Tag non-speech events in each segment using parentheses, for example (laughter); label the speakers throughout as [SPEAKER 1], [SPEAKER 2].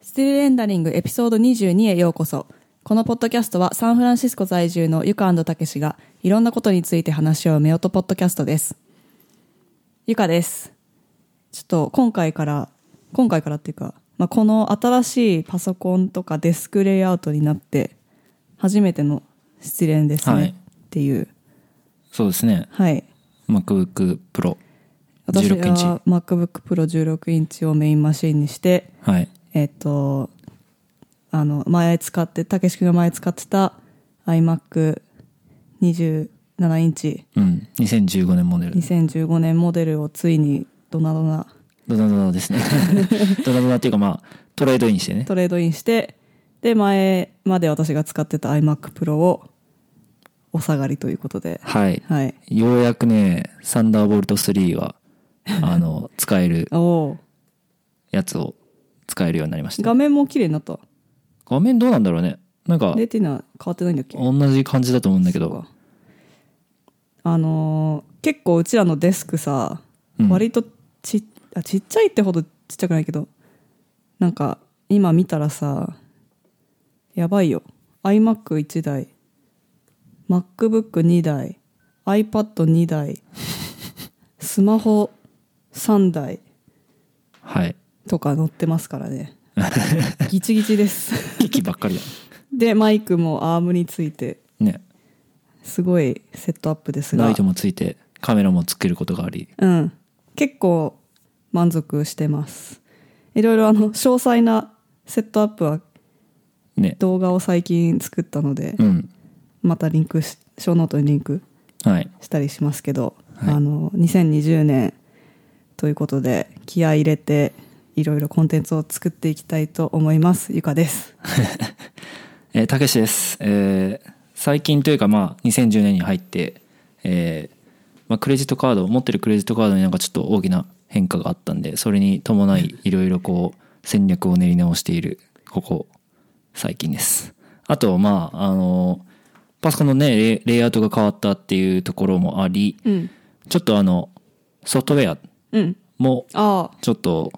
[SPEAKER 1] スティルレンダリングエピソード22へようこそ。このポッドキャストはサンフランシスコ在住のゆかたけしがいろんなことについて話し合う夫婦ポッドキャストです。ゆかです。ちょっと今回から、今回からっていうか、まあ、この新しいパソコンとかデスクレイアウトになって、初めての失恋ですね、
[SPEAKER 2] はい
[SPEAKER 1] っていう。
[SPEAKER 2] そうですね。
[SPEAKER 1] はい。
[SPEAKER 2] MacBook Pro。
[SPEAKER 1] 私
[SPEAKER 2] 16インチ
[SPEAKER 1] は MacBook Pro 16インチをメインマシンにして、
[SPEAKER 2] はい。
[SPEAKER 1] えっ、と、あの、前使って、たけし君が前使ってた iMac27 インチ
[SPEAKER 2] うん。2015年モデル。
[SPEAKER 1] 2015年モデルをついにドナドナ
[SPEAKER 2] ドナド
[SPEAKER 1] (laughs)
[SPEAKER 2] ナですね。ドナドナっていうかまあ、トレードインしてね。
[SPEAKER 1] トレードインして、で、前まで私が使ってた iMac Pro をお下がりということで、
[SPEAKER 2] はい。
[SPEAKER 1] はい。
[SPEAKER 2] ようやくね、サンダーボルト3は、あの、使える
[SPEAKER 1] おお
[SPEAKER 2] やつを使えるようになりまし
[SPEAKER 1] ー、
[SPEAKER 2] た。
[SPEAKER 1] 画面も綺麗になった。
[SPEAKER 2] 画面どうなんだろうね。なんか、
[SPEAKER 1] レティナ変わってないんだっけ
[SPEAKER 2] 同じ感じだと思うんだけ
[SPEAKER 1] そう
[SPEAKER 2] ど
[SPEAKER 1] か。あのー結構うちらのデスクさ、
[SPEAKER 2] うん
[SPEAKER 1] 割とちっあちっちゃいってほどちっちゃくないけどなんか今見たらさやばいよ iMac1 台 MacBook2 台 iPad2
[SPEAKER 2] (laughs)
[SPEAKER 1] 台スマホ3台
[SPEAKER 2] はい。
[SPEAKER 1] とか載ってますから
[SPEAKER 2] (laughs)
[SPEAKER 1] ねギチギチです (laughs)
[SPEAKER 2] 機器ばっかりだ
[SPEAKER 1] でマイクもアームについて
[SPEAKER 2] ね。ね。
[SPEAKER 1] すごいセットアップ (laughs) ですが
[SPEAKER 2] ライトもついて、カメラもつけることがあり。
[SPEAKER 1] うん。結構満足してます。いろいろあの、詳細なセットアップは
[SPEAKER 2] ね。
[SPEAKER 1] 動画を最近作ったので、
[SPEAKER 2] うん。
[SPEAKER 1] またリンクし、ショーノートにリンク
[SPEAKER 2] はい。
[SPEAKER 1] したりしますけど、
[SPEAKER 2] はい
[SPEAKER 1] あの、2020年ということで、気合い入れて、いろいろコンテンツを作っていきたいと思います。ゆかです。
[SPEAKER 2] えーたけしです、えー最近というかまあ2010年に入って、えーまあ、クレジットカード持ってるクレジットカードになんかちょっと大きな変化があったんでそれに伴いいろいろこう戦略を練り直しているここ最近ですあとまああのパソコンのねレイレイアウトが変わったっていうところもあり
[SPEAKER 1] うん。
[SPEAKER 2] ちょっとあのソフトウェア
[SPEAKER 1] うん。
[SPEAKER 2] も
[SPEAKER 1] あ
[SPEAKER 2] ちょっと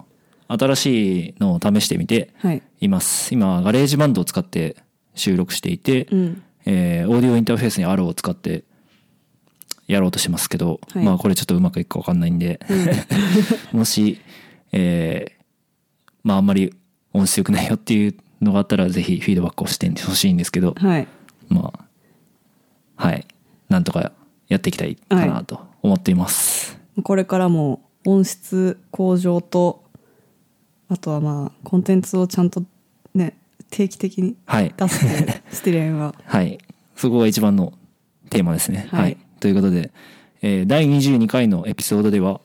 [SPEAKER 2] 新しいのを試してみて
[SPEAKER 1] あ。はい。
[SPEAKER 2] います今ガレージバンドを使って収録していて、
[SPEAKER 1] うん。
[SPEAKER 2] えーオーディオインターフェースに RO を使ってやろうとしてますけど、
[SPEAKER 1] はい
[SPEAKER 2] まあこれちょっとうまくいくか分かんないんで、 (laughs) もし、えーまああんまり音質良くないよっていうのがあったらぜひフィードバックをしてほしいんですけど、
[SPEAKER 1] はい。
[SPEAKER 2] まあはいなんとかやっていきたいかなと思っています、
[SPEAKER 1] これからも音質向上とあとはまあコンテンツをちゃんとね定期的に
[SPEAKER 2] はい
[SPEAKER 1] 出すっていうスティレン
[SPEAKER 2] (laughs)
[SPEAKER 1] は
[SPEAKER 2] はい。そこが一番のテーマですね。
[SPEAKER 1] はい
[SPEAKER 2] はい。ということで、えー第22回のエピソードでは、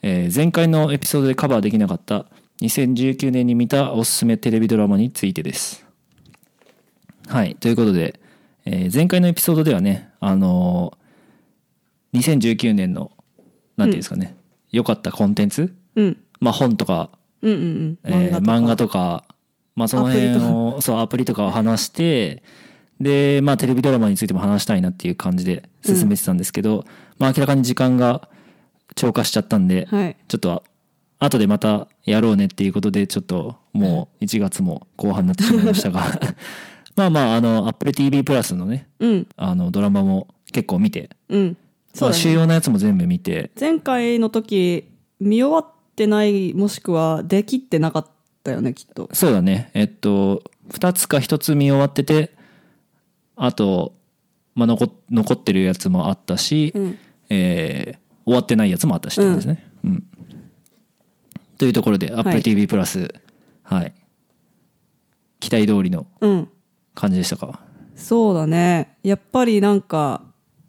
[SPEAKER 2] えー前回のエピソードでカバーできなかった2019年に見たおすすめテレビドラマについてです。はい。ということで、えー前回のエピソードではね、あのー2019年の、なんていうんですかね、良かったコンテンツ
[SPEAKER 1] うん
[SPEAKER 2] まあ本とか、
[SPEAKER 1] うんうんうん
[SPEAKER 2] えー漫画とか、まあ、その辺
[SPEAKER 1] アプリ
[SPEAKER 2] をそうアプリとかを話してで、まあ、テレビドラマについても話したいなっていう感じで進めてたんですけど、まあ、明らかに時間が超過しちゃったんで、
[SPEAKER 1] はい
[SPEAKER 2] ちょっと後でまたやろうねっていうことでちょっともう1月も後半になってしまいまし
[SPEAKER 1] (laughs)
[SPEAKER 2] たがまあまああの AppleTV プラスのね
[SPEAKER 1] うん
[SPEAKER 2] あのドラマも結構見て、
[SPEAKER 1] うんそ
[SPEAKER 2] ま
[SPEAKER 1] う
[SPEAKER 2] あ、
[SPEAKER 1] だ
[SPEAKER 2] 主
[SPEAKER 1] ね
[SPEAKER 2] 要なやつも全部見て
[SPEAKER 1] 前回の時見終わってないもしくはできってなかったよねきっと
[SPEAKER 2] そうだね。えっと、二つか一つ見終わってて、あと、まあ、残、残ってるやつもあったし、
[SPEAKER 1] うん
[SPEAKER 2] えー終わってないやつもあったしってことですね。うん。というところで、
[SPEAKER 1] は
[SPEAKER 2] Apple
[SPEAKER 1] い
[SPEAKER 2] TV プラス、はい。期待通りの
[SPEAKER 1] うん
[SPEAKER 2] 感じでしたか。
[SPEAKER 1] そうだねやっぱりなんか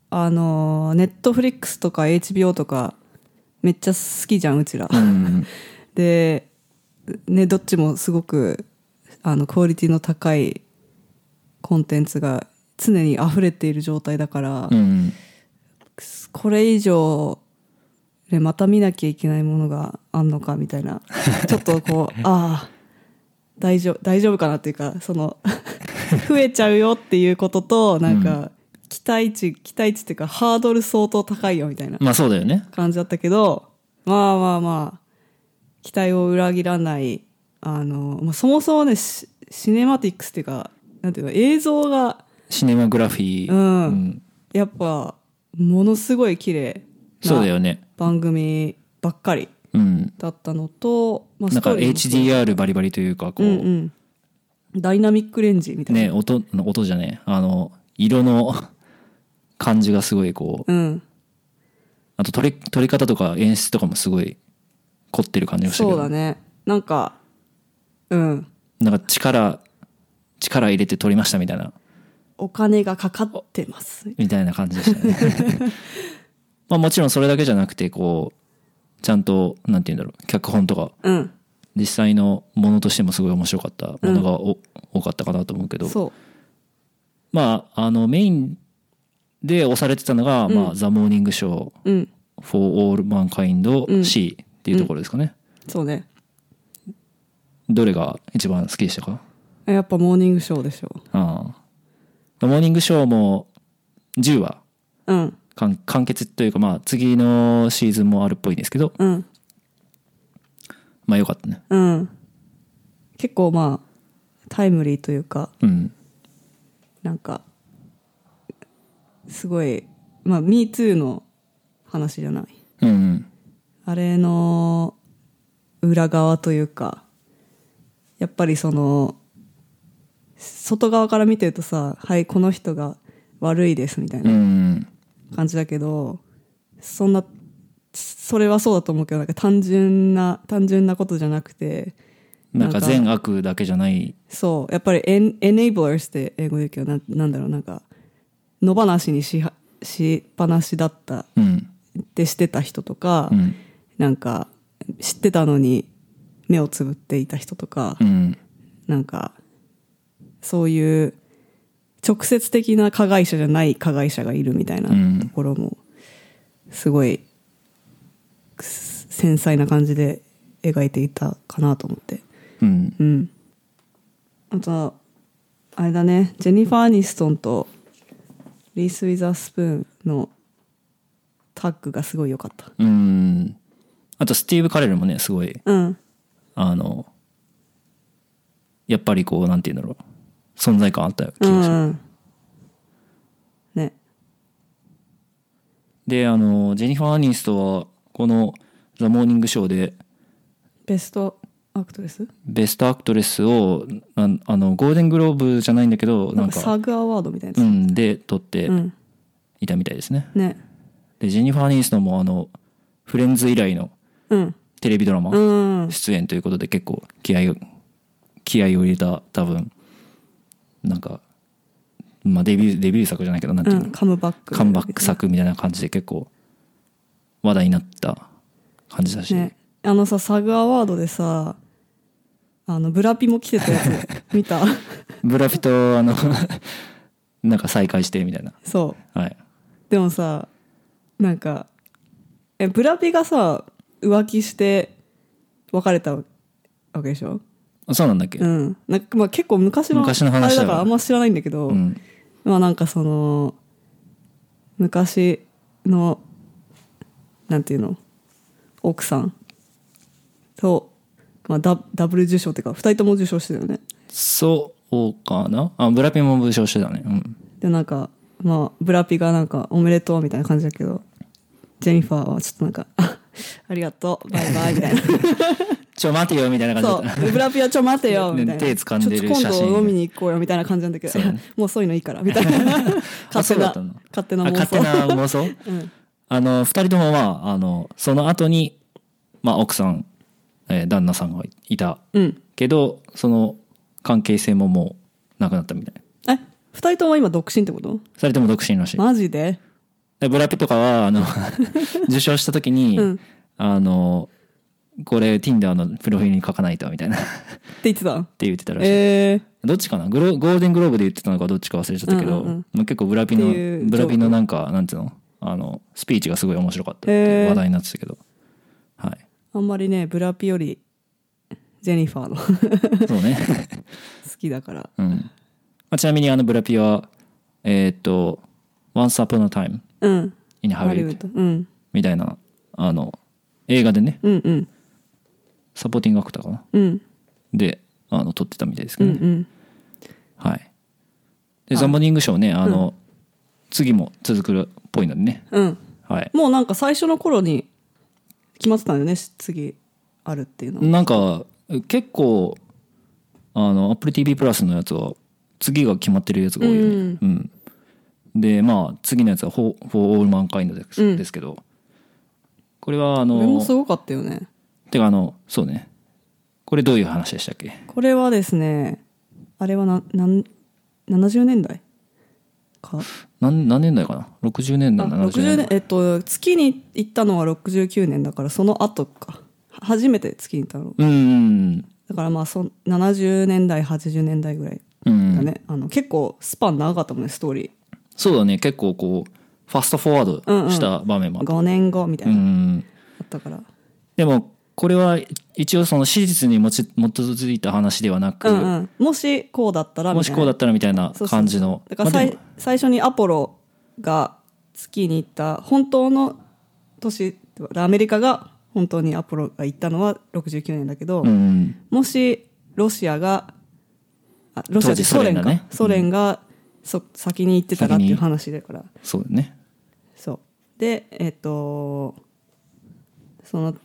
[SPEAKER 1] あのネットフリックスとか HBO とかめっちゃ好きじゃんうちら
[SPEAKER 2] うん。
[SPEAKER 1] で、ね、どっちもすごくあのクオリティの高いコンテンツが常に溢れている状態だから、
[SPEAKER 2] うん。
[SPEAKER 1] これ以上、ね、また見なきゃいけないものがあんのかみたいなちょっとこ (laughs) うああ大丈夫大丈夫かなっていうかその増えちゃうよっていうこととなんか、期待値期待値っていうかハードル相当高いよみたいな
[SPEAKER 2] まあそうだよね。
[SPEAKER 1] 感じだったけど、まあまあまあ、期待を裏切らないあの、まあ、そもそもねシシネマティックスっていうかなんていうの映像が
[SPEAKER 2] シネマグラフィー、
[SPEAKER 1] うん
[SPEAKER 2] うん
[SPEAKER 1] やっぱものすごい綺麗
[SPEAKER 2] そうだよね
[SPEAKER 1] 番組ばっかり
[SPEAKER 2] うん
[SPEAKER 1] だったのと、ま
[SPEAKER 2] なんか
[SPEAKER 1] ーリーもそう
[SPEAKER 2] HDR バリバリというかこう、
[SPEAKER 1] うんうん、ダイナミックレンジみたいな、
[SPEAKER 2] ね音音じゃねえあの色の (laughs) 感じがすごいこう
[SPEAKER 1] うん、
[SPEAKER 2] あと撮り撮り方とか演出とかもすごい凝ってる感じがしたけ
[SPEAKER 1] そう
[SPEAKER 2] ど、
[SPEAKER 1] だねなんかうん
[SPEAKER 2] なんか力力入れて撮りましたみたいな
[SPEAKER 1] お金がかかってます
[SPEAKER 2] みたいな感じでしたね。
[SPEAKER 1] (laughs)
[SPEAKER 2] まあもちろんそれだけじゃなくて、こう、ちゃんと、なんて言うんだろう、脚本とか、
[SPEAKER 1] うん
[SPEAKER 2] 実際のものとしてもすごい面白かったものがお、多かったかなと思うけど、
[SPEAKER 1] そ
[SPEAKER 2] まあ、あの、メインで押されてたのが、まあ、ザ・モーニング・ショー、
[SPEAKER 1] ううん
[SPEAKER 2] For All Mankind C っていうところですかね。
[SPEAKER 1] そうね
[SPEAKER 2] どれが一番好きでしたか
[SPEAKER 1] やっぱモーニングショーでしょ
[SPEAKER 2] ああモーニング・ショーも10話
[SPEAKER 1] うん
[SPEAKER 2] 完完結というか、まあ、次のシーズンもあるっぽいんですけど、
[SPEAKER 1] うん
[SPEAKER 2] まあ、よかったね。
[SPEAKER 1] うん結構まあタイムリーというか
[SPEAKER 2] うん。
[SPEAKER 1] なんかすごいまあ「MeToo」の話じゃない
[SPEAKER 2] うんうん。
[SPEAKER 1] あれの裏側というかやっぱりその外側から見てるとさ「はいこの人が悪いです」みたい
[SPEAKER 2] うんう。
[SPEAKER 1] なん感じだけど、そんなそれはそうだと思うけどなんか単純な単純なことじゃなくて
[SPEAKER 2] なん
[SPEAKER 1] な
[SPEAKER 2] か
[SPEAKER 1] んか
[SPEAKER 2] 善悪だけじゃない。
[SPEAKER 1] そうやっぱりエン「enablers」って英語で言うけどなんなんだろうなんか野放しにしはしっぱなしだった
[SPEAKER 2] うん。
[SPEAKER 1] ってしてた人とか、
[SPEAKER 2] うん。
[SPEAKER 1] なんか知ってたのに目をつぶっていた人とか、
[SPEAKER 2] うん。
[SPEAKER 1] なんかそういう直接的な加害者じゃない加害者がいるみたいな
[SPEAKER 2] うん
[SPEAKER 1] ところもすごいくす繊細な感じで描いていたかなと思って
[SPEAKER 2] うん。
[SPEAKER 1] うんあとあれだねジェニファー・アニストンとリース・ウィザースプーンのタッグがすごい良かった
[SPEAKER 2] うん。あと、スティーブ・カレルもね、すごい、
[SPEAKER 1] うん
[SPEAKER 2] あの、やっぱりこう、なんて言うんだろう。存在感あったよ。
[SPEAKER 1] うんね
[SPEAKER 2] で、あの、ジェニファー・アニストは、この、ザ・モーニング・ショーで、
[SPEAKER 1] ベストアクトレス
[SPEAKER 2] ベストアクトレスを、なんあの、ゴールデングローブじゃないんだけど、
[SPEAKER 1] な
[SPEAKER 2] なんん
[SPEAKER 1] か
[SPEAKER 2] か、
[SPEAKER 1] サグアワードみたいな
[SPEAKER 2] う
[SPEAKER 1] や
[SPEAKER 2] ん、で、撮って
[SPEAKER 1] つうん
[SPEAKER 2] いたみたいですね。
[SPEAKER 1] ね
[SPEAKER 2] で、ジェニファー・アニストンも、あの、フレンズ以来の
[SPEAKER 1] うん
[SPEAKER 2] テレビドラマ、
[SPEAKER 1] うん
[SPEAKER 2] 出演ということで結構気合を気合を入れた多分なんか、まあ、デビューデビュー作じゃないけどなんて
[SPEAKER 1] う
[SPEAKER 2] いうの、
[SPEAKER 1] んカムバック
[SPEAKER 2] カムバック作みたいな感じで結構話題になった感じだし、
[SPEAKER 1] ねあのさサグアワードでさあのブラピも来てたやつ
[SPEAKER 2] (laughs)
[SPEAKER 1] 見た
[SPEAKER 2] ブラフィとあの (laughs) なんか再会してみたいな
[SPEAKER 1] そ
[SPEAKER 2] はい、
[SPEAKER 1] うでもさなんかえブラピがさ浮気して別れたわけでしょ
[SPEAKER 2] そうなんだっけ
[SPEAKER 1] うんなんか、まあ、結構昔の
[SPEAKER 2] 昔の話だ
[SPEAKER 1] あれだか
[SPEAKER 2] から
[SPEAKER 1] らあんま知らないんだけど、
[SPEAKER 2] うん
[SPEAKER 1] まあなんかその昔のなんていうの奥さんと、まあ、ダダブル受賞っていうか2人とも受賞してたよね
[SPEAKER 2] そうかなあブラピも武将してたねうん
[SPEAKER 1] でなんかまあブラピがなんか「おめでとう」みたいな感じだけどジェニファーはちょっとなんか「あありがとうバイバイ」み
[SPEAKER 2] (laughs)
[SPEAKER 1] たいな
[SPEAKER 2] ちょ待てよみたいな感じだ
[SPEAKER 1] そ
[SPEAKER 2] った
[SPEAKER 1] うブラピは「ちょ待てよ」みたいな、
[SPEAKER 2] 手掴んでる写真
[SPEAKER 1] ちょっと今度飲みに行こうよみたいな感じなんだけど、いや (laughs) もうそういうのいいからみたいな
[SPEAKER 2] (laughs) (laughs) あ
[SPEAKER 1] 勝
[SPEAKER 2] そ
[SPEAKER 1] 手
[SPEAKER 2] うだ
[SPEAKER 1] な
[SPEAKER 2] ったの
[SPEAKER 1] 勝手な
[SPEAKER 2] あ
[SPEAKER 1] 妄
[SPEAKER 2] 勝手
[SPEAKER 1] 想
[SPEAKER 2] な妄想、あの2人ともまああのその後にまあ奥さん、えー旦那さんがいた
[SPEAKER 1] うん
[SPEAKER 2] けどその関係性ももうなくなったみたい
[SPEAKER 1] え2人とも今独身ってこと
[SPEAKER 2] それとも独身らしい、
[SPEAKER 1] マジで
[SPEAKER 2] でブラピとかは
[SPEAKER 1] (laughs)
[SPEAKER 2] あの受賞した時に、
[SPEAKER 1] うん
[SPEAKER 2] あのこれ Tinder のプロフィールに書かないとみたいなっ
[SPEAKER 1] って言ってた
[SPEAKER 2] て言ってたらしい、
[SPEAKER 1] え
[SPEAKER 2] どっちかなグロゴールデングローブで言ってたのかどっちか忘れちゃったけ
[SPEAKER 1] うん
[SPEAKER 2] ど、
[SPEAKER 1] うんうん
[SPEAKER 2] まあ結構ブラピの
[SPEAKER 1] っていう
[SPEAKER 2] ブラピのなんかなんていうのあのスピーチがすごい面白かったって
[SPEAKER 1] へー
[SPEAKER 2] 話題になってたけど、はい
[SPEAKER 1] ー、あんまりねブラピよりジェニファーの (laughs) 好
[SPEAKER 2] そ
[SPEAKER 1] (laughs)
[SPEAKER 2] うね、
[SPEAKER 1] きだから
[SPEAKER 2] うんまあ、ちなみにあのブラピはえーっと「Once Upon a Time
[SPEAKER 1] うん
[SPEAKER 2] in
[SPEAKER 1] ハリウ
[SPEAKER 2] Hollywood
[SPEAKER 1] ッ」ドうん
[SPEAKER 2] みたいなあの映画でね
[SPEAKER 1] うんうん
[SPEAKER 2] サポーティングアクターかな
[SPEAKER 1] うん
[SPEAKER 2] であの撮ってたみたいですけ
[SPEAKER 1] うん
[SPEAKER 2] ど
[SPEAKER 1] う
[SPEAKER 2] ね、
[SPEAKER 1] ん
[SPEAKER 2] はいでザンボニング賞ねあの、次も続くっぽいのでね
[SPEAKER 1] うん
[SPEAKER 2] はい
[SPEAKER 1] もうなんか最初の頃に決まってたんだよね次あるっていうのは
[SPEAKER 2] なんか結構あの AppleTV プラスのやつは次が決まってるやつが多いよね、うんでまあ次のやつは「For For All Mankind です」
[SPEAKER 1] うん
[SPEAKER 2] ですけどこれはあ
[SPEAKER 1] これも
[SPEAKER 2] の
[SPEAKER 1] すごかったよね
[SPEAKER 2] てかあのそうねこれどういう話でしたっけ
[SPEAKER 1] これはですねあれはななん70年代か
[SPEAKER 2] 何何年代かな60年代
[SPEAKER 1] あ
[SPEAKER 2] 70
[SPEAKER 1] 60
[SPEAKER 2] 年
[SPEAKER 1] 年
[SPEAKER 2] 代
[SPEAKER 1] えっと月に行ったのは69年だからその後か初めて月に行ったの
[SPEAKER 2] うんうん
[SPEAKER 1] だからまあそん70年代80年代ぐらい
[SPEAKER 2] うん、うん
[SPEAKER 1] だね、あの結構スパン長かったもんねストーリ
[SPEAKER 2] そうだね結構こうファストフォワー
[SPEAKER 1] うんう
[SPEAKER 2] ド
[SPEAKER 1] ん
[SPEAKER 2] した場面
[SPEAKER 1] ー
[SPEAKER 2] もあった
[SPEAKER 1] 5年後みたい
[SPEAKER 2] うん
[SPEAKER 1] な、
[SPEAKER 2] う
[SPEAKER 1] あ
[SPEAKER 2] ん
[SPEAKER 1] ったから
[SPEAKER 2] でもこれは一応その史実にもち基づいた話ではなく、
[SPEAKER 1] うんうんもしこうだったらみ
[SPEAKER 2] も
[SPEAKER 1] たい
[SPEAKER 2] し
[SPEAKER 1] な
[SPEAKER 2] こうだったらみたいな
[SPEAKER 1] そうそう
[SPEAKER 2] 感じの
[SPEAKER 1] だから
[SPEAKER 2] まあ
[SPEAKER 1] さい、
[SPEAKER 2] でも
[SPEAKER 1] 最初にアポロが月に行った本当の年アメリカが本当にアポロが行ったのは69年だけど、
[SPEAKER 2] うん
[SPEAKER 1] もしロシアがあロシア
[SPEAKER 2] 当時ソ連がね
[SPEAKER 1] ソ連がそ先に行ってたらっていう話だから
[SPEAKER 2] そうだね
[SPEAKER 1] そうでえっ、とその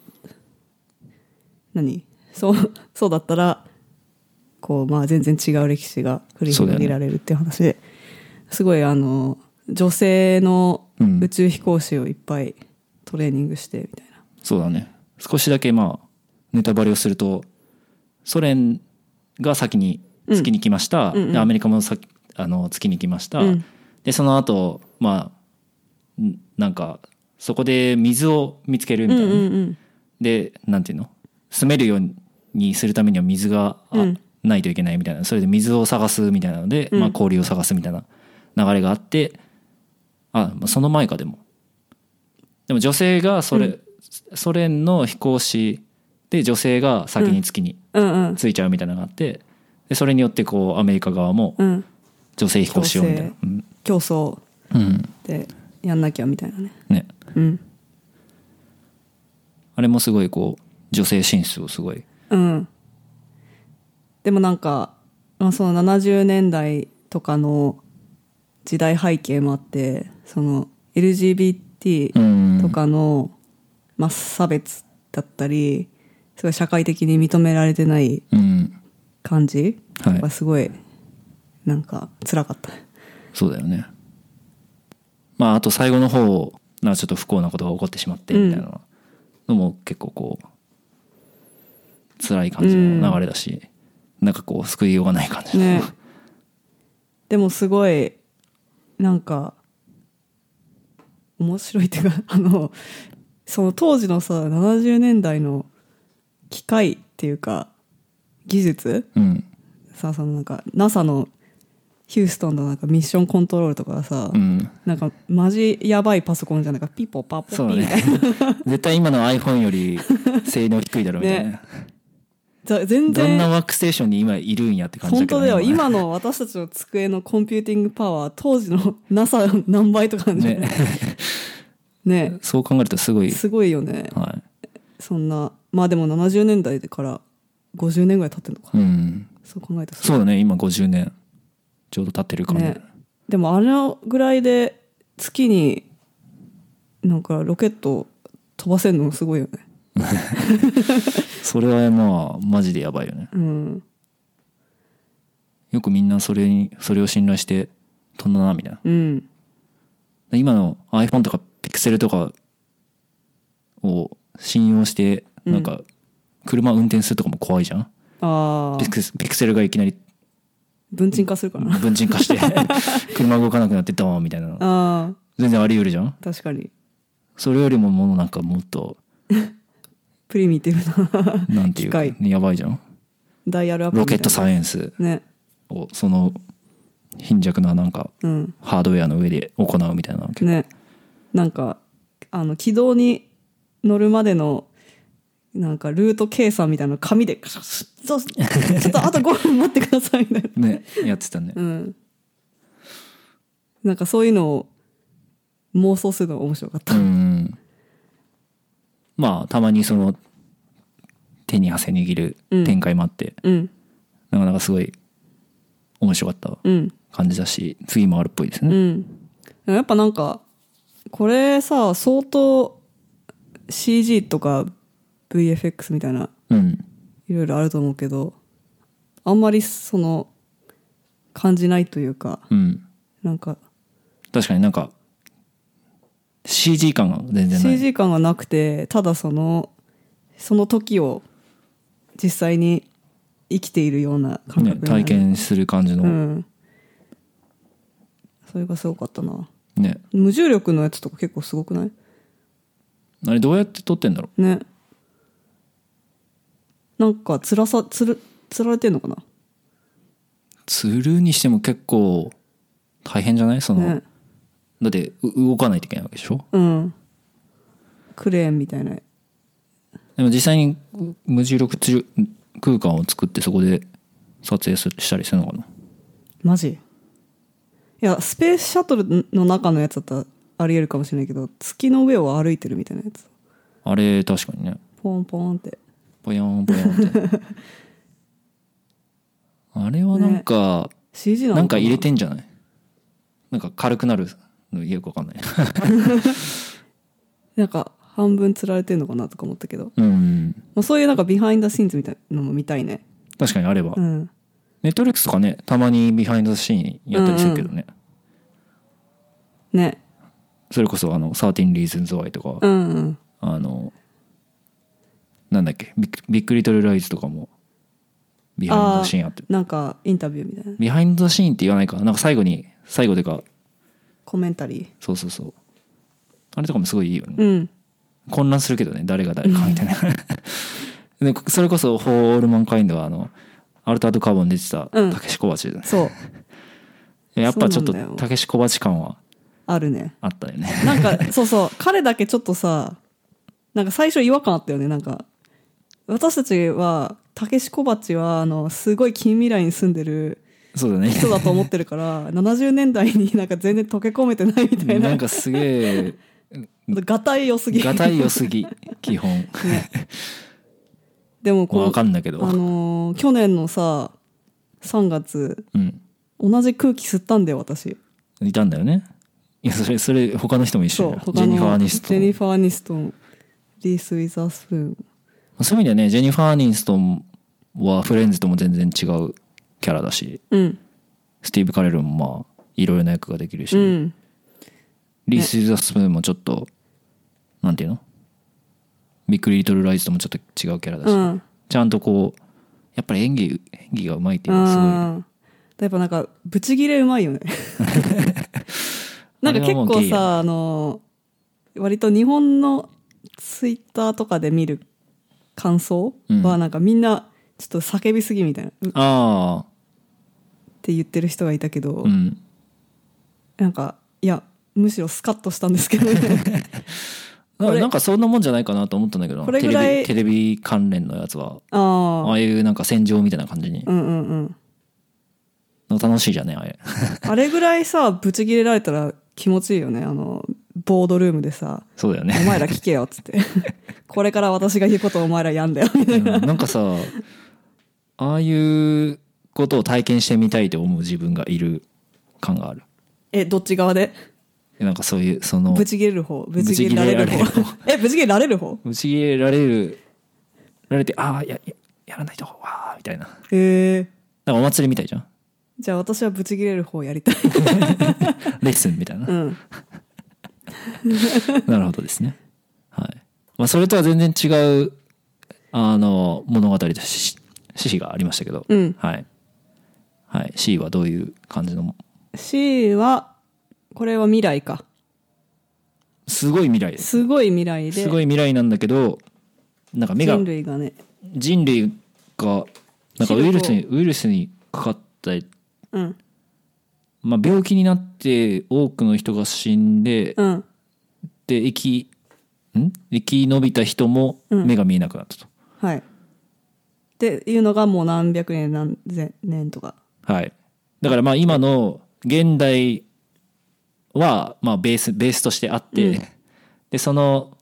[SPEAKER 1] 何そうそうだったらこうまあ全然違う歴史が繰り広げられるっていう話で、すごいあの女性の
[SPEAKER 2] うん
[SPEAKER 1] 宇宙飛行士をいっぱいトレーニングしてみたいな、
[SPEAKER 2] そうだね少しだけまあネタバレをするとソ連が先に月に来ました、
[SPEAKER 1] うんうん
[SPEAKER 2] でアメリカも先あの月に来ました、
[SPEAKER 1] うん
[SPEAKER 2] でその後まあんなんかそこで水を見つけるみたいなね、
[SPEAKER 1] うんうんうん
[SPEAKER 2] でなんていうの住めるようにするためには水が、あ
[SPEAKER 1] うん
[SPEAKER 2] ないといけないみたいなそれで水を探すみたいなので、まあ、氷を探すみたいな流れがあってあまあその前かでもでも女性がそれ、ソ連の飛行士で女性が先に月に
[SPEAKER 1] うんうん
[SPEAKER 2] 着いちゃうみたいなのがあってでそれによってこうアメリカ側も
[SPEAKER 1] うん
[SPEAKER 2] 女性飛行士をみたいな
[SPEAKER 1] 強、競争
[SPEAKER 2] うんうん
[SPEAKER 1] でやんなきゃみたいなね
[SPEAKER 2] ね、
[SPEAKER 1] うん
[SPEAKER 2] あれもすごいこう女性進出をすごい
[SPEAKER 1] うんでもなんか、まあ、その70年代とかの時代背景もあってその LGBT
[SPEAKER 2] うん
[SPEAKER 1] とかの、まあ、差別だったりすごい社会的に認められてない
[SPEAKER 2] うん
[SPEAKER 1] 感じ
[SPEAKER 2] はい
[SPEAKER 1] がすごいなんか辛かった、
[SPEAKER 2] そうだよね。まあ、あと最後の方、なんかちょっと不幸なことが起こってしまって、みたいなのも結構こう、辛い感じの流れだし、なんかこう、救いようがない感じの。 (laughs)
[SPEAKER 1] ねでもすごいなんか面白いっていうか (laughs) あのその当時のさ70年代の機械っていうか技術
[SPEAKER 2] うん。
[SPEAKER 1] さそのなんか NASA のヒューストンのなんかミッションコントロールとかさ、
[SPEAKER 2] うん。
[SPEAKER 1] なんかマジやばいパソコンじゃないかピポパポピ
[SPEAKER 2] そうだ
[SPEAKER 1] みたい
[SPEAKER 2] ね
[SPEAKER 1] な、。
[SPEAKER 2] 絶対今の iPhone より性能低いだろうみたいなね。
[SPEAKER 1] ね (laughs) ざ全
[SPEAKER 2] ど
[SPEAKER 1] 然
[SPEAKER 2] んなワークステーションに今いるんやって感じだ
[SPEAKER 1] 本
[SPEAKER 2] けど
[SPEAKER 1] 当
[SPEAKER 2] ね、
[SPEAKER 1] だよ
[SPEAKER 2] ね
[SPEAKER 1] 今の私たちの机のコンピューティングパワー当時の (laughs) NASA の何倍とかなんじゃない
[SPEAKER 2] ね。
[SPEAKER 1] ね
[SPEAKER 2] そう考えるとすごい、
[SPEAKER 1] すごいよね
[SPEAKER 2] は
[SPEAKER 1] そんなまあでも70年代から50年ぐらい経ってるのか
[SPEAKER 2] い。うん。
[SPEAKER 1] そう考えたら
[SPEAKER 2] そうだね、今50年、ちょうど経ってるからね
[SPEAKER 1] ねでもあれのぐらいで月になんかロケット飛ばせるのもすごいよね
[SPEAKER 2] それはまあ、マジでやばいよね。
[SPEAKER 1] うん
[SPEAKER 2] よくみんなそれにそれを信頼して飛んだなみたいな
[SPEAKER 1] うん
[SPEAKER 2] 今の iPhone とか Pixel とかを信用して
[SPEAKER 1] うん
[SPEAKER 2] なんか車運転するとかも怖いじゃん、
[SPEAKER 1] ああ
[SPEAKER 2] ピクセピクセルがいきなり
[SPEAKER 1] 文鎮化するかな
[SPEAKER 2] 分人化して
[SPEAKER 1] (laughs)
[SPEAKER 2] 車動かなくなってドーンみたいなの
[SPEAKER 1] あ
[SPEAKER 2] 全然あり得るじゃん
[SPEAKER 1] あ確かに
[SPEAKER 2] それよりももうなんかもっと
[SPEAKER 1] プリミティブな (laughs)
[SPEAKER 2] なんていうか
[SPEAKER 1] 機
[SPEAKER 2] やばいじゃん
[SPEAKER 1] ダイヤルアップ
[SPEAKER 2] ロ
[SPEAKER 1] みた
[SPEAKER 2] ケ
[SPEAKER 1] い
[SPEAKER 2] ッ
[SPEAKER 1] な
[SPEAKER 2] トサイエンス
[SPEAKER 1] ね
[SPEAKER 2] をその貧弱ななんか
[SPEAKER 1] うん
[SPEAKER 2] ハードウェアの上で行うみたいなの結構
[SPEAKER 1] ねなんかあの軌道に乗るまでのなんかルート計算みたいなの紙でカシャッそうちょっとあと5分待ってくださいみたいな
[SPEAKER 2] ねやってたね
[SPEAKER 1] うんなんかそういうのを妄想するのが面白かった、
[SPEAKER 2] うんまあたまにその手に汗握る展開もあって、
[SPEAKER 1] うん
[SPEAKER 2] なかなかすごい面白かった
[SPEAKER 1] うん
[SPEAKER 2] 感じだし、次もあるっぽいです
[SPEAKER 1] う
[SPEAKER 2] ね。
[SPEAKER 1] んでもやっぱなんかこれさ相当 CG とか VFX みたいな
[SPEAKER 2] うん。
[SPEAKER 1] いろいろあると思うけどあんまりその感じないというか
[SPEAKER 2] うん。
[SPEAKER 1] なんか
[SPEAKER 2] 確かになんか、CG 感が全然ない。
[SPEAKER 1] CG 感がなくてただそのその時を実際に生きているような感
[SPEAKER 2] ね、
[SPEAKER 1] 覚になる
[SPEAKER 2] 体験する感じ
[SPEAKER 1] う
[SPEAKER 2] の、
[SPEAKER 1] んそれがすごかったな
[SPEAKER 2] ね。
[SPEAKER 1] 無重力のやつとか結構すごくない
[SPEAKER 2] あれどうやって撮ってんだろ
[SPEAKER 1] ねなんかつらさつるつられてんのかな
[SPEAKER 2] う。釣るにしても結構大変じゃないその、
[SPEAKER 1] ね
[SPEAKER 2] だってう動かないといけないわけでしょ
[SPEAKER 1] うんクレーンみたいな
[SPEAKER 2] でも実際に無重力中空間を作ってそこで撮影すしたりするのかな
[SPEAKER 1] マジいやスペースシャトルの中のやつだったらありえるかもしれないけど月の上を歩いてるみたいなやつ
[SPEAKER 2] あれ確かにね
[SPEAKER 1] ポンポンって
[SPEAKER 2] ぽよんぽよんって (laughs) あれはなんか、
[SPEAKER 1] CG なの
[SPEAKER 2] なんか入れてんじゃないなんか軽くなるのよくわかんない
[SPEAKER 1] なんか半分つられてんのかなとか思ったけど、
[SPEAKER 2] うん
[SPEAKER 1] まあ、そういうなんかビハインダシーンズみたいなのも見たいね
[SPEAKER 2] 確かにあれば、
[SPEAKER 1] うん
[SPEAKER 2] ネットフリックスとかねたまにビハインドシーンやったりするけどね、
[SPEAKER 1] ね
[SPEAKER 2] それこそあの「13 Reasons Why」とか、
[SPEAKER 1] うんうん
[SPEAKER 2] あのなんだっけビッグビッグリトルライズとかもビハインドシーンやって
[SPEAKER 1] なんかインタビューみたいな
[SPEAKER 2] ビハインドシーンって言わないかなんか最後に最後というか
[SPEAKER 1] コメンタリ
[SPEAKER 2] そうそうそうあれとかもすごいいいよね
[SPEAKER 1] ーうん
[SPEAKER 2] 混乱するけどね誰が誰かみたいな (laughs) でそれこそ「ホールマンカインド」はあのアルタードカーボンで出てた
[SPEAKER 1] うん
[SPEAKER 2] たけし小鉢だね、
[SPEAKER 1] そう
[SPEAKER 2] やっぱちょっと
[SPEAKER 1] そうなんだよ
[SPEAKER 2] たけし小鉢感は
[SPEAKER 1] あるね
[SPEAKER 2] あったよ
[SPEAKER 1] (laughs)
[SPEAKER 2] ね
[SPEAKER 1] なんかそうそう彼だけちょっとさなんか最初違和感あったよねなんか私たちはたけし小鉢はあのすごい近未来に住んでる
[SPEAKER 2] そうだね
[SPEAKER 1] 人だと思ってるから
[SPEAKER 2] (laughs)
[SPEAKER 1] 70年代になんか全然溶け込めてないみたいな
[SPEAKER 2] なんかすげえ
[SPEAKER 1] がたい良すぎ
[SPEAKER 2] がたい良すぎ基本
[SPEAKER 1] でもこ
[SPEAKER 2] わ
[SPEAKER 1] の
[SPEAKER 2] かんないけど
[SPEAKER 1] あのー去年のさ3月
[SPEAKER 2] うん
[SPEAKER 1] 同じ空気吸ったんだよ私
[SPEAKER 2] いたんだよねいやそれそれ他の人も一
[SPEAKER 1] そう
[SPEAKER 2] 緒だよ
[SPEAKER 1] 他の
[SPEAKER 2] ジェニファー・アニスト
[SPEAKER 1] ジェ
[SPEAKER 2] ン
[SPEAKER 1] ニファーアニストンリース・ウィザースプーン
[SPEAKER 2] そういう意味ではねジェニファー・アニストンはフレンズとも全然違うキャラだし
[SPEAKER 1] うん
[SPEAKER 2] スティーブ・カレルもまあいろいろな役ができるし、
[SPEAKER 1] うん
[SPEAKER 2] リース・ウィザスプーンもちょっとなんていうのビッグ・リトル・ライズともちょっと違うキャラだし、
[SPEAKER 1] うん
[SPEAKER 2] ちゃんとこうやっぱり演技演技がうまいっていうのはすごい
[SPEAKER 1] あーやっぱなんかブチギレうまい
[SPEAKER 2] (laughs)
[SPEAKER 1] よねなんか結構
[SPEAKER 2] あれはもうゲイ
[SPEAKER 1] さあの割と日本のツイッターとかで見る感想
[SPEAKER 2] うん
[SPEAKER 1] はなんかみんなちょっと叫びすぎみたいな、うっ
[SPEAKER 2] あ
[SPEAKER 1] て言ってる人がいたけど、
[SPEAKER 2] あうん
[SPEAKER 1] なんかいやむしろスカッとしたんですけどね
[SPEAKER 2] (laughs) な
[SPEAKER 1] これ
[SPEAKER 2] なんかそんなもんじゃないかなと思ったんだけど
[SPEAKER 1] これぐらい
[SPEAKER 2] テレビテレビ関連のやつは
[SPEAKER 1] あ
[SPEAKER 2] あ
[SPEAKER 1] あ
[SPEAKER 2] あいうなんか戦場みたいな感じに
[SPEAKER 1] うんうんうん
[SPEAKER 2] 楽しいじゃねあれ (laughs)
[SPEAKER 1] あれぐらいさブチギレられたら気持ちいいよねあのボードルームでさ
[SPEAKER 2] そうだよね
[SPEAKER 1] お前ら聞けよっつって
[SPEAKER 2] (laughs)
[SPEAKER 1] これから私が言うことをお前らやんだよみたいな
[SPEAKER 2] うんなんかさああいうことを体験してみたいと思う自分がいる感がある
[SPEAKER 1] えどっち側で
[SPEAKER 2] なんかそういうその
[SPEAKER 1] ぶち切れる方ぶ
[SPEAKER 2] ち
[SPEAKER 1] ち
[SPEAKER 2] 切
[SPEAKER 1] 切
[SPEAKER 2] れ
[SPEAKER 1] れら
[SPEAKER 2] られ
[SPEAKER 1] れ
[SPEAKER 2] る
[SPEAKER 1] る
[SPEAKER 2] 方
[SPEAKER 1] 方えぶち切れられる方
[SPEAKER 2] 打ち切れられるられてああやややらないとわあみたいな
[SPEAKER 1] へえ
[SPEAKER 2] なんかお祭りみたいじゃん
[SPEAKER 1] じゃあ私はぶち切れる方やり
[SPEAKER 2] (laughs)
[SPEAKER 1] たい
[SPEAKER 2] レッスンみたいな、
[SPEAKER 1] うん
[SPEAKER 2] (laughs) なるほどですねはい、まあ、それとは全然違うあの物語でし獅子がありましたけど、
[SPEAKER 1] うん
[SPEAKER 2] はい、はい、C はどういう感じの
[SPEAKER 1] C はこれは未来か
[SPEAKER 2] すごい未来です
[SPEAKER 1] すごい未来です
[SPEAKER 2] ごい未来なんだけどなんか目が
[SPEAKER 1] 人類がね
[SPEAKER 2] 人類がなんかウイルスにウイルスにかかったり、
[SPEAKER 1] うん
[SPEAKER 2] まあ、病気になって多くの人が死んで、
[SPEAKER 1] うん
[SPEAKER 2] で生きん生き延びた人も
[SPEAKER 1] うん
[SPEAKER 2] 目が見えなくなったと、
[SPEAKER 1] はいっていうのがもう何百年何千年とか
[SPEAKER 2] はいだからまあ今の現代はまあベースベースとしてあって、でその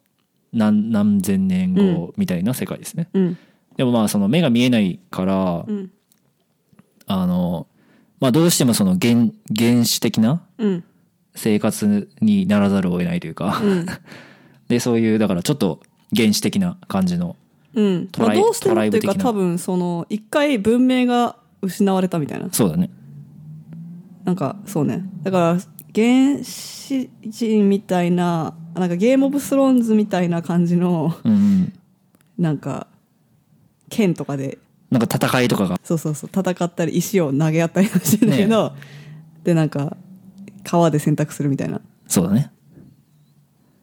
[SPEAKER 2] 何何千年後みたいな世界ですね、
[SPEAKER 1] うん
[SPEAKER 2] でもまあその目が見えないから、
[SPEAKER 1] ん
[SPEAKER 2] あの、まあどうしてもその原、原始的な
[SPEAKER 1] うん
[SPEAKER 2] 生活にならざるを得ないというか、 (laughs) で、そういう、だからちょっと原始的な感じの、
[SPEAKER 1] うん、
[SPEAKER 2] ト
[SPEAKER 1] ま
[SPEAKER 2] ラ
[SPEAKER 1] あ、
[SPEAKER 2] イ
[SPEAKER 1] どうしてもっていう
[SPEAKER 2] トライブ
[SPEAKER 1] か
[SPEAKER 2] 的な
[SPEAKER 1] 多分その一回文明が失われたみたいな
[SPEAKER 2] そうだね。
[SPEAKER 1] なんかそうねだから原始人みたいななんかゲームオブスローンズみたいな感じの
[SPEAKER 2] うんうん。
[SPEAKER 1] なんか剣とかで
[SPEAKER 2] なんか戦いとかが、
[SPEAKER 1] そうそうそう戦ったり石を投げ合ったりしてるけど、でなんか川で洗濯するみたいな
[SPEAKER 2] そうだね。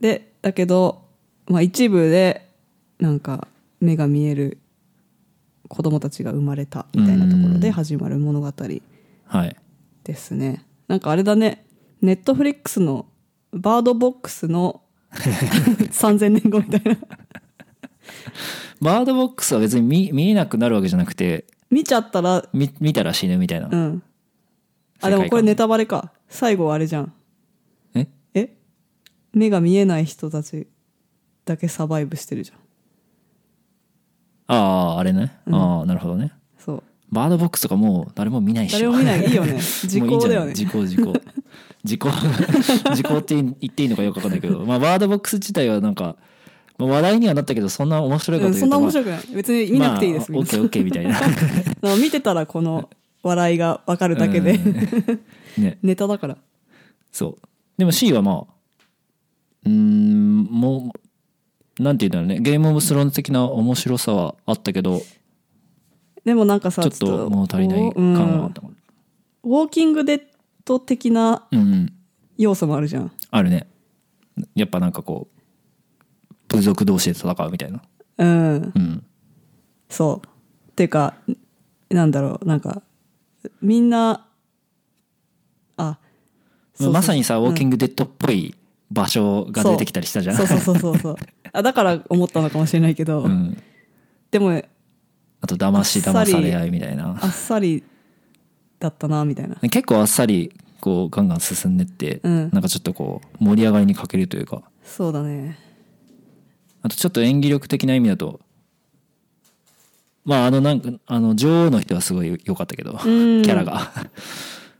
[SPEAKER 1] でだけど、まあ、一部でなんか目が見える子供たちが生まれたみたいなところで始まる物語
[SPEAKER 2] はい。
[SPEAKER 1] ですねなんかあれだねネットフリックスの「バードボックス」の
[SPEAKER 2] (laughs)
[SPEAKER 1] 3000年後みたいな
[SPEAKER 2] バードボックスは別に見見えなくなるわけじゃなくて、
[SPEAKER 1] 見ちゃったら
[SPEAKER 2] 見見たら死ぬみたいな。
[SPEAKER 1] うんあでもこれネタバレか最後はあれじゃん
[SPEAKER 2] え
[SPEAKER 1] え目が見えない人たちだけサバイブしてるじゃん
[SPEAKER 2] ああ、あれね。ああ、なるほどね。
[SPEAKER 1] そう
[SPEAKER 2] バードボックスとかもう誰も見ないし。
[SPEAKER 1] 誰も見ないいいよね時
[SPEAKER 2] (laughs) もういいん
[SPEAKER 1] 効
[SPEAKER 2] じ
[SPEAKER 1] だ
[SPEAKER 2] ゃ
[SPEAKER 1] よ
[SPEAKER 2] ない
[SPEAKER 1] ね
[SPEAKER 2] 時効
[SPEAKER 1] (laughs)
[SPEAKER 2] 時効時効時効って言っていいのかよくわかんないけど、まあ、ワードボックス自体はなんか、まあ、話題にはなったけどそんな面白いこ
[SPEAKER 1] う
[SPEAKER 2] と
[SPEAKER 1] ん、そん
[SPEAKER 2] 言うと
[SPEAKER 1] な面
[SPEAKER 2] まあ
[SPEAKER 1] 白くない別に見なくていいです、
[SPEAKER 2] まあ、オッケーオッケーみ
[SPEAKER 1] (laughs)
[SPEAKER 2] たいな
[SPEAKER 1] 皆さん見てたらこの笑いが分かるだけで、
[SPEAKER 2] ね
[SPEAKER 1] (laughs) ネタだから
[SPEAKER 2] そうでも C はまあうーんもうなんて言うんだろうねゲームオブスローンズ的な面白さはあったけど
[SPEAKER 1] でもなんかさ
[SPEAKER 2] ちょっと物足りない感はあったかも
[SPEAKER 1] うんウォーキングデッド的な
[SPEAKER 2] うん、うん、
[SPEAKER 1] 要素もあるじゃん
[SPEAKER 2] あるねやっぱなんかこう部族同士で戦うみたいな
[SPEAKER 1] うん
[SPEAKER 2] うん
[SPEAKER 1] そうっていうかなんだろうなんかみんなあそうそう
[SPEAKER 2] まさにさ、ウォーキングデッドっぽい場所が出てきたりしたじゃん。
[SPEAKER 1] そうそうそうそうそうあだから思ったのかもしれないけど、
[SPEAKER 2] (laughs) うん、
[SPEAKER 1] でも
[SPEAKER 2] あと、騙し
[SPEAKER 1] あっさ
[SPEAKER 2] 騙
[SPEAKER 1] り
[SPEAKER 2] され合いみたいな
[SPEAKER 1] あ。っさりだったなみたいな
[SPEAKER 2] 結構あっさり、こう、ガンガン進んでって、
[SPEAKER 1] うん
[SPEAKER 2] なんかちょっとこう、盛り上がりに欠けるというか、
[SPEAKER 1] そうだね
[SPEAKER 2] あとちょっと演技力的な意味だと、まあ、あの、なんか、あの、女王の人はすごい良かったけど、キ
[SPEAKER 1] ん
[SPEAKER 2] ャラが。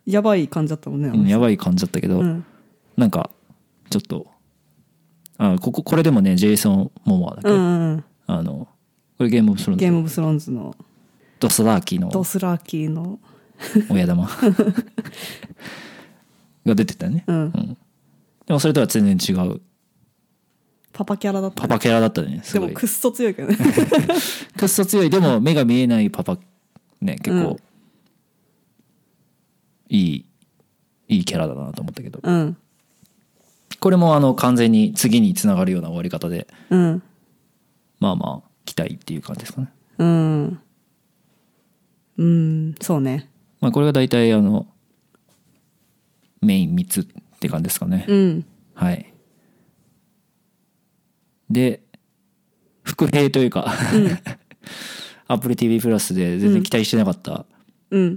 [SPEAKER 1] やばい感じだったもんね、
[SPEAKER 2] うんやばい感じだったけど、
[SPEAKER 1] うん
[SPEAKER 2] なんか、ちょっと、あ、ここ、これでもね、ジェイソン・モモアだっけ、
[SPEAKER 1] うんうん
[SPEAKER 2] あの、これゲームオブスロ
[SPEAKER 1] うん、
[SPEAKER 2] ーンズ
[SPEAKER 1] ゲームオブスローンズの
[SPEAKER 2] ドスラーキーの
[SPEAKER 1] ドスラーキーの
[SPEAKER 2] (laughs)
[SPEAKER 1] (laughs)
[SPEAKER 2] 親玉が出てたよね、
[SPEAKER 1] うん
[SPEAKER 2] でもそれとは全然違う
[SPEAKER 1] パパキャラだった
[SPEAKER 2] パ
[SPEAKER 1] ね、
[SPEAKER 2] パキャラだったねす
[SPEAKER 1] で
[SPEAKER 2] ご
[SPEAKER 1] も
[SPEAKER 2] い
[SPEAKER 1] く
[SPEAKER 2] く
[SPEAKER 1] っそ強いけどね
[SPEAKER 2] っそ強いでも目が見えないパパね結
[SPEAKER 1] う
[SPEAKER 2] 構、
[SPEAKER 1] ん
[SPEAKER 2] いいいいキャラだなと思ったけど
[SPEAKER 1] うん
[SPEAKER 2] これもあの完全に次につながるような終わり方で
[SPEAKER 1] うん
[SPEAKER 2] まあまあ期待っていう感じですかね、
[SPEAKER 1] うんうんそうね
[SPEAKER 2] まあ、これが大体あのメイン3つって感じですかね、
[SPEAKER 1] うん
[SPEAKER 2] はい。で、副兵というか、Apple TV プラスで全然期待してなかった、
[SPEAKER 1] うん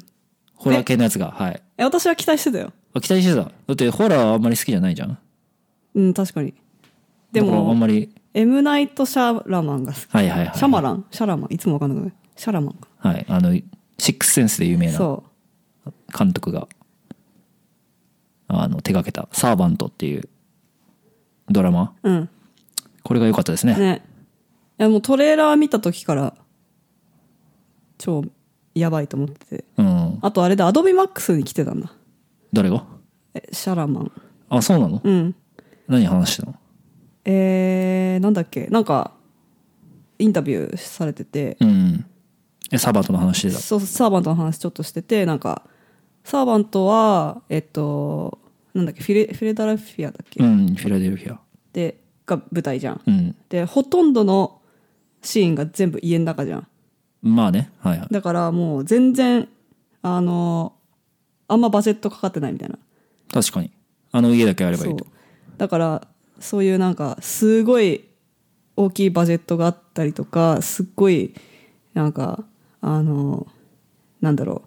[SPEAKER 2] ホラー系のやつが、はい。
[SPEAKER 1] え私は期待してたよ
[SPEAKER 2] あ期待してた。だってホラーはあんまり好きじゃないじゃん。
[SPEAKER 1] うん確かにで
[SPEAKER 2] だからあん
[SPEAKER 1] も
[SPEAKER 2] まり、
[SPEAKER 1] エムナイト・シャラマンが好き
[SPEAKER 2] はいはいはい。
[SPEAKER 1] シャマランシャラマンいつもわかんなくないシャラマンか
[SPEAKER 2] はい。あの、シックスセンスで有名な
[SPEAKER 1] そ
[SPEAKER 2] 監督が、あの、手掛けた、サーバントっていうドラマ。
[SPEAKER 1] ううん
[SPEAKER 2] これが良かったですね。
[SPEAKER 1] ねいやもうトレーラー見た時から超やばいと思ってて
[SPEAKER 2] うん。
[SPEAKER 1] あとあれだアドビマックスに来てたんだ
[SPEAKER 2] 誰が
[SPEAKER 1] えシャラマン
[SPEAKER 2] あ、そうなの
[SPEAKER 1] うん
[SPEAKER 2] 何話してたの
[SPEAKER 1] えー、なんだっけなんかインタビューされてて、
[SPEAKER 2] うん。え、サーバントの話でだ。
[SPEAKER 1] そうサーバントの話ちょっとしててなんかサーバントはえっとなんだっけフィレフィレダルフィアだっけ、
[SPEAKER 2] うん、フィラデルフィア。
[SPEAKER 1] でが舞台じゃん
[SPEAKER 2] うん。
[SPEAKER 1] でほとんどのシーンが全部家の中じゃん
[SPEAKER 2] まあね、はいはい。
[SPEAKER 1] だからもう全然あのあんまバジェットかかってないみたいな
[SPEAKER 2] 確かに。あの家だけあればい
[SPEAKER 1] そ
[SPEAKER 2] いうと。
[SPEAKER 1] だからそういうなんかすごい大きいバジェットがあったりとかすっごいなんかあのなんだろ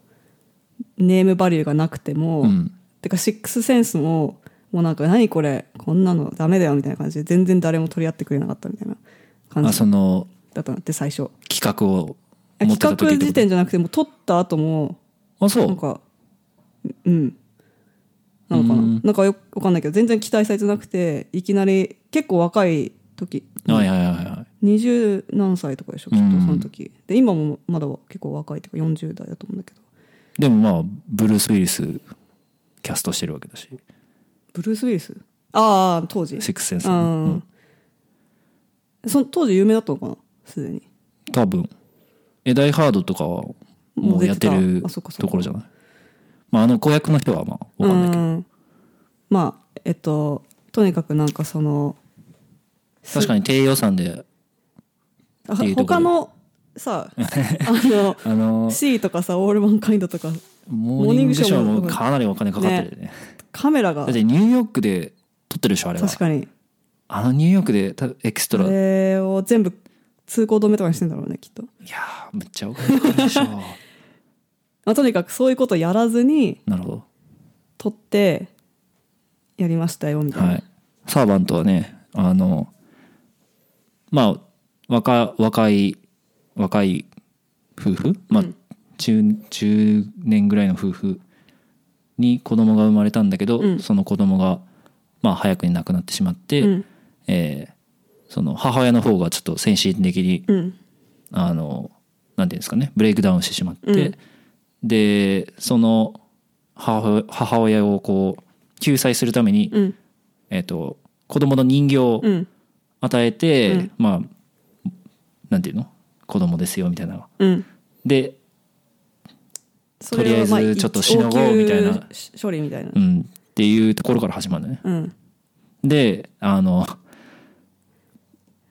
[SPEAKER 1] うネームバリューがなくても、
[SPEAKER 2] うん
[SPEAKER 1] てかシックスセンスももうなんか何これこんなのダメだよみたいな感じで全然誰も取り合ってくれなかったみたいな感
[SPEAKER 2] あ、
[SPEAKER 1] じ
[SPEAKER 2] その、
[SPEAKER 1] だったんだって最初
[SPEAKER 2] 企画を
[SPEAKER 1] 企
[SPEAKER 2] 持ってた時
[SPEAKER 1] 画
[SPEAKER 2] って
[SPEAKER 1] 時
[SPEAKER 2] こと
[SPEAKER 1] 点じゃなくてもう撮った後も
[SPEAKER 2] あそ
[SPEAKER 1] なん
[SPEAKER 2] う
[SPEAKER 1] かうんなのかな
[SPEAKER 2] うん
[SPEAKER 1] なんかよくわかんないけど全然期待されてなくていきなり結構若い時
[SPEAKER 2] はいはいはいは
[SPEAKER 1] 20何歳とかでしょきっと
[SPEAKER 2] うん
[SPEAKER 1] その時で今もまだ結構若いっていうか40代だと思うんだけど
[SPEAKER 2] いでもまあブルース・ウィリスキャストしてるわけだし
[SPEAKER 1] ブルース・ウィリスああ当時
[SPEAKER 2] シックスセンス
[SPEAKER 1] う
[SPEAKER 2] ね、
[SPEAKER 1] ん
[SPEAKER 2] うん
[SPEAKER 1] その当時有名だったのかなすでに
[SPEAKER 2] 多分えダイ・ハードとかはもうやって
[SPEAKER 1] もう出て
[SPEAKER 2] る
[SPEAKER 1] たあそっかそっか
[SPEAKER 2] ところじゃないまああの子役の人はまあわかんないけど
[SPEAKER 1] うんまあえっととにかくなんかその
[SPEAKER 2] 確かに低予算で
[SPEAKER 1] あ
[SPEAKER 2] っていうとこ
[SPEAKER 1] 他
[SPEAKER 2] ろ
[SPEAKER 1] の
[SPEAKER 2] (laughs)
[SPEAKER 1] さあの
[SPEAKER 2] あの
[SPEAKER 1] C とかさオールマンカインドとか
[SPEAKER 2] モーニングショー
[SPEAKER 1] モーニングショー
[SPEAKER 2] も
[SPEAKER 1] も
[SPEAKER 2] かなりお金かかってるよね
[SPEAKER 1] カメラが
[SPEAKER 2] だってニューヨークで撮ってるでしょあれは
[SPEAKER 1] 確かに
[SPEAKER 2] あのニューヨークでたエキスト
[SPEAKER 1] あ
[SPEAKER 2] ラいや
[SPEAKER 1] れを全部通行止めとかにしてんだろうねきっと、
[SPEAKER 2] ーめっちゃお金かかるでしょ
[SPEAKER 1] まあ、とにかくそういうことやらずに
[SPEAKER 2] (laughs) なるほ
[SPEAKER 1] 撮ってやりましたよみ
[SPEAKER 2] ど
[SPEAKER 1] たいな、
[SPEAKER 2] はいサーバントはねあのまあ若若い若い夫婦まあ中10年ぐらいの夫婦に子供が生まれたんだけど、
[SPEAKER 1] うん
[SPEAKER 2] その子供がまあ早くに亡くなってしまって、
[SPEAKER 1] うん
[SPEAKER 2] えーその母親の方がちょっと精神的に
[SPEAKER 1] うん
[SPEAKER 2] あのなんていうんですかねブレイクダウンしてしまって、
[SPEAKER 1] うん
[SPEAKER 2] でその母母親をこう救済するために、
[SPEAKER 1] うん
[SPEAKER 2] えっと子供の人形を
[SPEAKER 1] うん
[SPEAKER 2] 与えて、
[SPEAKER 1] うん
[SPEAKER 2] まあなんていうの子供ですよみたいな
[SPEAKER 1] うん
[SPEAKER 2] で、
[SPEAKER 1] それは
[SPEAKER 2] とりあえず
[SPEAKER 1] ま
[SPEAKER 2] ちょっとしのごう
[SPEAKER 1] 応急
[SPEAKER 2] みたいな
[SPEAKER 1] 処理みたいな
[SPEAKER 2] うん、っていうところから始まるのね
[SPEAKER 1] うん
[SPEAKER 2] であの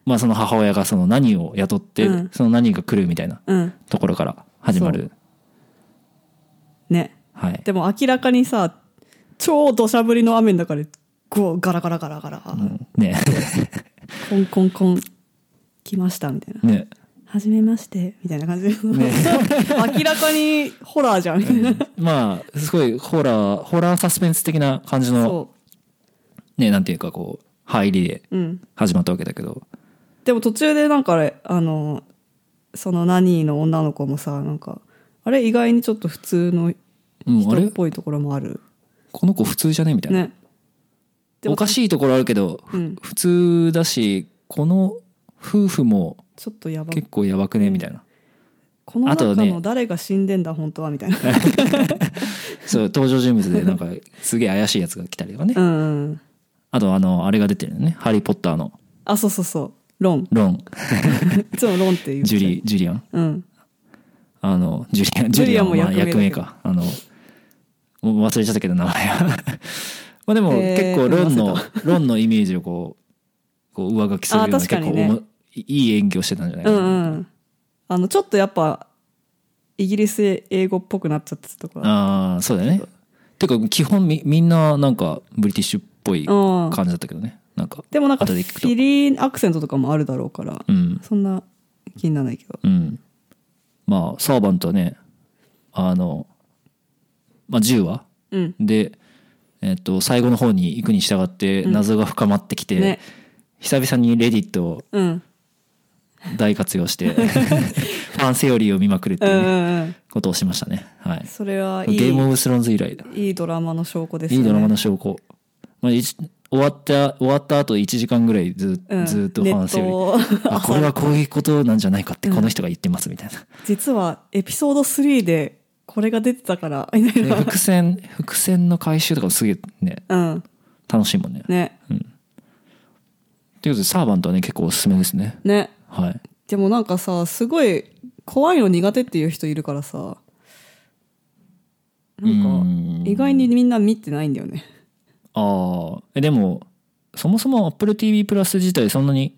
[SPEAKER 2] まあその母親がその何を雇って、
[SPEAKER 1] うん
[SPEAKER 2] その何が来るみたいな
[SPEAKER 1] うん
[SPEAKER 2] ところから始まる
[SPEAKER 1] ね
[SPEAKER 2] はい
[SPEAKER 1] でも明らかにさ超土砂降りの雨の中でこうガラガラガラガラ、
[SPEAKER 2] ね (laughs)
[SPEAKER 1] コンコンコン来ましたみたいな
[SPEAKER 2] ね
[SPEAKER 1] 「はじめまして」みたいな感じで、 (laughs) 明らかにホラーじゃんみたいな
[SPEAKER 2] まあすごいホラーホラーサスペンス的な感じの
[SPEAKER 1] そ
[SPEAKER 2] ねなんていうかこう入りで
[SPEAKER 1] ううん
[SPEAKER 2] 始まったわけだけど
[SPEAKER 1] でも途中でなんかあれあのそのナニーの女の子もさなんかあれ意外にちょっと普通の
[SPEAKER 2] うんあ
[SPEAKER 1] 人っ
[SPEAKER 2] れ
[SPEAKER 1] ぽいところもある
[SPEAKER 2] この子普通じゃねみたいな、
[SPEAKER 1] ねでも
[SPEAKER 2] おかしいところあるけど、
[SPEAKER 1] うん
[SPEAKER 2] 普通だしこの夫婦も
[SPEAKER 1] ちょっとやば
[SPEAKER 2] 結構やばくねみたいな
[SPEAKER 1] この
[SPEAKER 2] あ
[SPEAKER 1] 中
[SPEAKER 2] とね
[SPEAKER 1] の誰が死んでんだ本当はみた
[SPEAKER 2] (laughs)
[SPEAKER 1] いな
[SPEAKER 2] そう登場人物でなんかすげえ怪しいやつが来たりとかね、
[SPEAKER 1] うんうん
[SPEAKER 2] あとあのあれが出てるよね「ハリー・ポッター」の
[SPEAKER 1] あそうそうそうロン (laughs)
[SPEAKER 2] ロン
[SPEAKER 1] いつもロンっていう
[SPEAKER 2] ジュリージュリアン
[SPEAKER 1] うん
[SPEAKER 2] あのジュリアン
[SPEAKER 1] ジ
[SPEAKER 2] ジ
[SPEAKER 1] ュ
[SPEAKER 2] ュ
[SPEAKER 1] リ
[SPEAKER 2] リ
[SPEAKER 1] ア
[SPEAKER 2] ア
[SPEAKER 1] ン
[SPEAKER 2] ン
[SPEAKER 1] も
[SPEAKER 2] もまあ
[SPEAKER 1] 役
[SPEAKER 2] 役
[SPEAKER 1] 名
[SPEAKER 2] 名
[SPEAKER 1] だ
[SPEAKER 2] かあのもう忘れちゃったけど名前は (laughs) まあでも
[SPEAKER 1] へー
[SPEAKER 2] 結構ロン
[SPEAKER 1] 忘
[SPEAKER 2] のロンのイメージをこうこう上書きするよう
[SPEAKER 1] あ
[SPEAKER 2] な
[SPEAKER 1] ー確か
[SPEAKER 2] 結構
[SPEAKER 1] にね
[SPEAKER 2] おもいい演技をしてたんじゃないか
[SPEAKER 1] う
[SPEAKER 2] な、
[SPEAKER 1] んうんあのちょっとやっぱイギリス英語っぽくなっちゃったところ
[SPEAKER 2] ああそうだよねていうか基本みみんななんかブリティッシュっぽい
[SPEAKER 1] うん
[SPEAKER 2] 感じだったけどねなんか
[SPEAKER 1] でもなんかフ
[SPEAKER 2] 後で聞くと
[SPEAKER 1] ィリーンアクセントとかもあるだろうから
[SPEAKER 2] うん
[SPEAKER 1] そんな気にならないけど
[SPEAKER 2] うんまあサーバントはねあのまあ10話
[SPEAKER 1] うん
[SPEAKER 2] で、えっと最後の方に行くに従って謎が深まってきて、
[SPEAKER 1] ね
[SPEAKER 2] 久々にレディットを
[SPEAKER 1] うん
[SPEAKER 2] 大活用して
[SPEAKER 1] (laughs)
[SPEAKER 2] ファンセオリーを見まくるって
[SPEAKER 1] うんう
[SPEAKER 2] いうね
[SPEAKER 1] んうん
[SPEAKER 2] ことをしましたね、はい、
[SPEAKER 1] それはい
[SPEAKER 2] ゲームオ
[SPEAKER 1] い
[SPEAKER 2] ブスローンズ以来だ、
[SPEAKER 1] いいドラマの証拠ですよ
[SPEAKER 2] いい
[SPEAKER 1] ね
[SPEAKER 2] ドラマの証拠、まあ、一終わった終わった後1時間ぐらいず,、
[SPEAKER 1] うん
[SPEAKER 2] ずっとファンセオリー
[SPEAKER 1] ネットを
[SPEAKER 2] あこれはこういうことなんじゃないかってこの人が言ってますみたいな、
[SPEAKER 1] 実はエピソード3でこれが出てたからみたい
[SPEAKER 2] で
[SPEAKER 1] な
[SPEAKER 2] 伏線伏線の回収とかもすげえね
[SPEAKER 1] うん
[SPEAKER 2] 楽しいもんね
[SPEAKER 1] ね
[SPEAKER 2] ということでサーバントはね結構おすすめですね
[SPEAKER 1] ね
[SPEAKER 2] はい
[SPEAKER 1] でもなんかさすごい怖いの苦手っていう人いるからさな
[SPEAKER 2] うんん
[SPEAKER 1] か意外にみんな見てないんだよね
[SPEAKER 2] ああえでもそもそも AppleTV プラス自体そんなに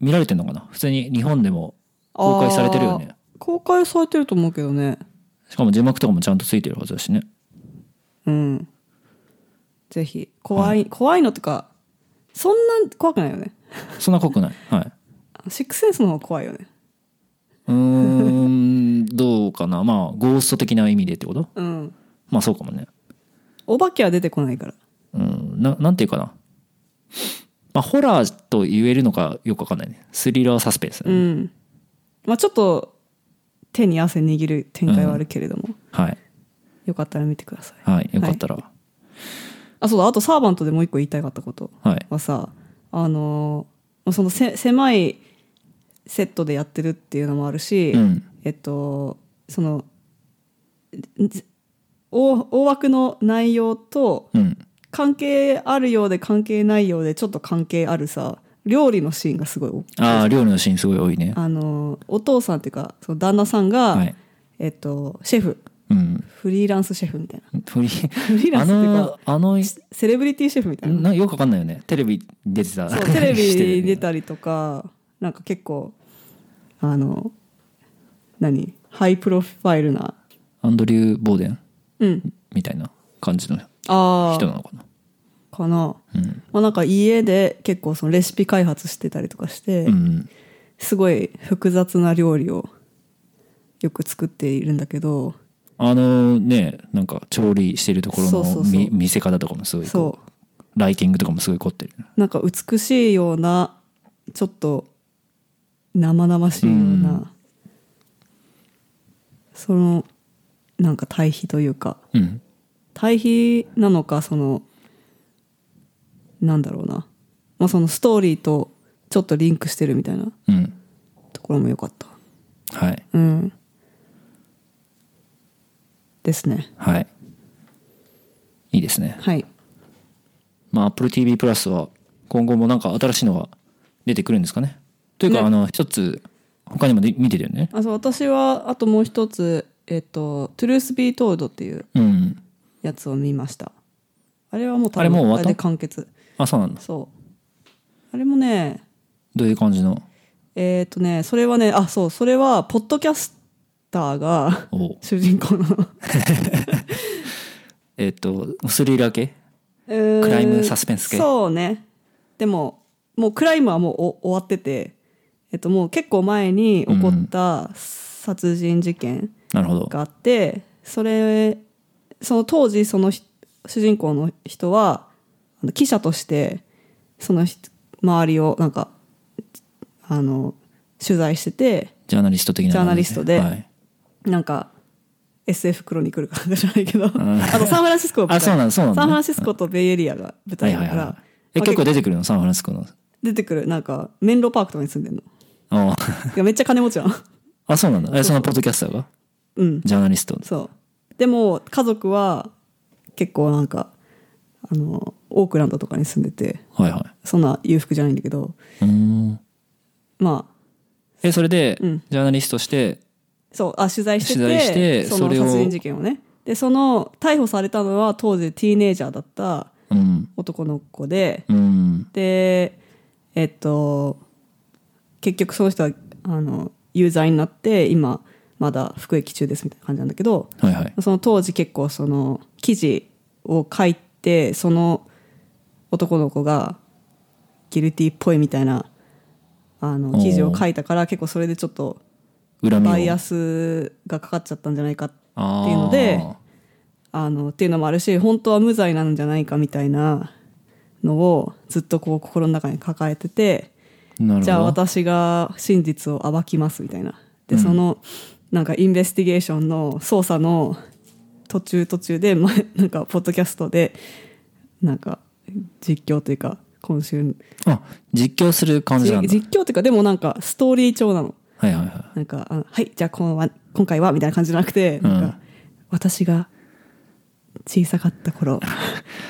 [SPEAKER 2] 見られてんのかな普通に日本でも公開されてるよね
[SPEAKER 1] あー公開されてると思うけどね
[SPEAKER 2] しかも字幕とかもちゃんとついてるはずだしね
[SPEAKER 1] うんぜひ怖い、怖いのとかそんな怖くないよね
[SPEAKER 2] そんな濃くないはい
[SPEAKER 1] シックスセンスの方が怖いよね
[SPEAKER 2] うーんどうかなまあゴースト的な意味でってこと
[SPEAKER 1] うん
[SPEAKER 2] まあそうかもね
[SPEAKER 1] お化けは出てこないから
[SPEAKER 2] うんななんていうかなまあホラーと言えるのかよくわかんないねスリラーサスペンスだ
[SPEAKER 1] う
[SPEAKER 2] ね、
[SPEAKER 1] んまあ、ちょっと手に汗握る展開はあるけれども、
[SPEAKER 2] はい
[SPEAKER 1] よかったら見てください
[SPEAKER 2] はいよかったらは
[SPEAKER 1] あそうだあとサーバントでもう一個言いたいかったこと
[SPEAKER 2] い、
[SPEAKER 1] はさあのまあそのせ狭いセットでやってるっていうのもあるし、
[SPEAKER 2] うん
[SPEAKER 1] えっとそのん大大枠の内容と
[SPEAKER 2] うん
[SPEAKER 1] 関係あるようで関係ないようでちょっと関係あるさ料理のシーンがすごい多くて
[SPEAKER 2] ああ料理のシーンすごい多いね
[SPEAKER 1] あのお父さんっていうかその旦那さんが、
[SPEAKER 2] はい
[SPEAKER 1] えっと、シェフ
[SPEAKER 2] うん
[SPEAKER 1] フリーランスシェフみたいな
[SPEAKER 2] フ
[SPEAKER 1] リ
[SPEAKER 2] リ
[SPEAKER 1] ー
[SPEAKER 2] ー
[SPEAKER 1] ラ
[SPEAKER 2] あ
[SPEAKER 1] ンスっていうか
[SPEAKER 2] のあの
[SPEAKER 1] セレブリティシェフみたいな
[SPEAKER 2] なよくわかんないよねテレビ出て (laughs) た
[SPEAKER 1] そうテレ
[SPEAKER 2] してる
[SPEAKER 1] ビ
[SPEAKER 2] よね
[SPEAKER 1] に出たりとかなんか結構あの何ハイプロファイルな
[SPEAKER 2] アンドリュー・ボーデン
[SPEAKER 1] うん
[SPEAKER 2] みたいな感じの人
[SPEAKER 1] ああ
[SPEAKER 2] なのかな
[SPEAKER 1] かな、
[SPEAKER 2] うん
[SPEAKER 1] まあ、なんか家で結構そのレシピ開発してたりとかして、
[SPEAKER 2] うん
[SPEAKER 1] すごい複雑な料理をよく作っているんだけど
[SPEAKER 2] あのねなんか調理してるところ
[SPEAKER 1] そうそ
[SPEAKER 2] の
[SPEAKER 1] うそう
[SPEAKER 2] み見せ方とかもすごい
[SPEAKER 1] そ
[SPEAKER 2] こうライティングとかもすごい凝ってる
[SPEAKER 1] うなんか美しいようなちょっと生々しいような、
[SPEAKER 2] うん
[SPEAKER 1] そのなんか対比というか
[SPEAKER 2] うん
[SPEAKER 1] 対比なのかそのなんだろうな、まあ、そのストーリーとちょっとリンクしてるみたいな
[SPEAKER 2] うん
[SPEAKER 1] ところも良かった
[SPEAKER 2] はい
[SPEAKER 1] うんですね
[SPEAKER 2] はいいいですね
[SPEAKER 1] はい
[SPEAKER 2] まあ AppleTV プラスは今後もなんか新しいのが出てくるんですかねというか、
[SPEAKER 1] ね
[SPEAKER 2] あの一つ他にもで見てるよね
[SPEAKER 1] あそう私はあともう一つえっと「トゥルース・ビートールド」っていう
[SPEAKER 2] うん
[SPEAKER 1] やつを見ましたあれはもう多分
[SPEAKER 2] あれもう終わった
[SPEAKER 1] あれで完結
[SPEAKER 2] あそうなんだ
[SPEAKER 1] そうあれもね
[SPEAKER 2] どういう感じの
[SPEAKER 1] えっ、とねそれはねあそうそれはポッドキャスターが
[SPEAKER 2] おう
[SPEAKER 1] (laughs) 主人公の
[SPEAKER 2] えっ、とスリラー系
[SPEAKER 1] ク
[SPEAKER 2] ライムサスペンス系
[SPEAKER 1] そうねでももうクライムはもうお終わってて、えっと、もう結構前に起こった殺人事件
[SPEAKER 2] なるほど
[SPEAKER 1] があって、それその当時そのひ主人公の人はあの記者としてその人周りをなんかあの取材してて
[SPEAKER 2] ジャーナリスト的な感じ
[SPEAKER 1] ジャーナリストで
[SPEAKER 2] はい、
[SPEAKER 1] なんか SF クロニクルかなんかじゃないけどあ
[SPEAKER 2] ん
[SPEAKER 1] とサンフランシスコが舞台
[SPEAKER 2] あそうなんそうなんだ
[SPEAKER 1] サンフランシスコとベイエリアが舞
[SPEAKER 2] はい
[SPEAKER 1] 台
[SPEAKER 2] は
[SPEAKER 1] だ
[SPEAKER 2] い
[SPEAKER 1] から、
[SPEAKER 2] はいえ結構出てくるのサンフランシスコの
[SPEAKER 1] 出てくるなんかメンローパークとかに住んでんの
[SPEAKER 2] あ
[SPEAKER 1] いやめっちゃ金持ちなの
[SPEAKER 2] あそうなんだえそのポッドキャスターが
[SPEAKER 1] (laughs) うん
[SPEAKER 2] ジャーナリスト
[SPEAKER 1] そうでも家族は結構なんかあのオークランドとかに住んでて
[SPEAKER 2] はいは
[SPEAKER 1] そんな裕福じゃないんだけど
[SPEAKER 2] いうーん
[SPEAKER 1] まあ
[SPEAKER 2] えそれで、
[SPEAKER 1] うん
[SPEAKER 2] ジャーナリストとして
[SPEAKER 1] そうあ取材してて
[SPEAKER 2] 取材して
[SPEAKER 1] そ
[SPEAKER 2] そ
[SPEAKER 1] の
[SPEAKER 2] れを
[SPEAKER 1] 殺人事件をねでその逮捕されたのは当時ティーネイジャーだった
[SPEAKER 2] うん
[SPEAKER 1] 男の子で
[SPEAKER 2] うん
[SPEAKER 1] でえっと結局その人はあの有罪になって今まだ服役中ですみたいな感じなんだけど
[SPEAKER 2] はいはい
[SPEAKER 1] その当時結構その記事を書いてその男の子がギルティっぽいみたいなあの記事を書いたから結構それでちょっと
[SPEAKER 2] 恨みを
[SPEAKER 1] バイアスがかかっちゃったんじゃないかって
[SPEAKER 2] あー
[SPEAKER 1] いうのであのっていうのもあるし本当は無罪なんじゃないかみたいなのをずっとこう心の中に抱えてて
[SPEAKER 2] なるほど
[SPEAKER 1] じゃあ私が真実を暴きますみたいなで、そのなんかインベスティゲーションの捜査の途中途中で、ま、なんかポッドキャストでなんか実況というか今週
[SPEAKER 2] あ実況する感じなんだ
[SPEAKER 1] 実況というかでもなんかストーリー調なの
[SPEAKER 2] はいはいは
[SPEAKER 1] なんかあのはいじゃあ今は今回はみたいな感じじゃなくてなんか、
[SPEAKER 2] うん
[SPEAKER 1] 私が小さかった
[SPEAKER 2] (laughs)
[SPEAKER 1] 頃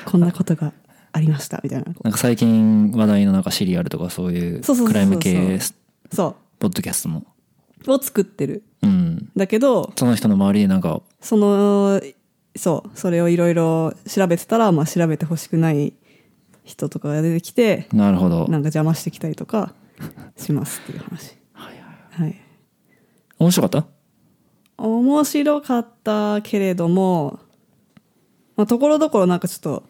[SPEAKER 1] こんなことがありましたみたいない
[SPEAKER 2] なんか最近話題のなんかシリアルとかそういう
[SPEAKER 1] そうそうそうそう
[SPEAKER 2] クライム系
[SPEAKER 1] そ
[SPEAKER 2] ポッドキャストも
[SPEAKER 1] うを作ってる
[SPEAKER 2] うん
[SPEAKER 1] だけど
[SPEAKER 2] その人の周りでなんか
[SPEAKER 1] そのそうそれをいろいろ調べてたら、まあ、調べてほしくない人とかが出てきて
[SPEAKER 2] なるほど
[SPEAKER 1] なんか邪魔してきたりとか (laughs) しますっていう話はい、はい、
[SPEAKER 2] 面白かっ
[SPEAKER 1] 面白かったけれども、まあ、ところどころなんかちょっと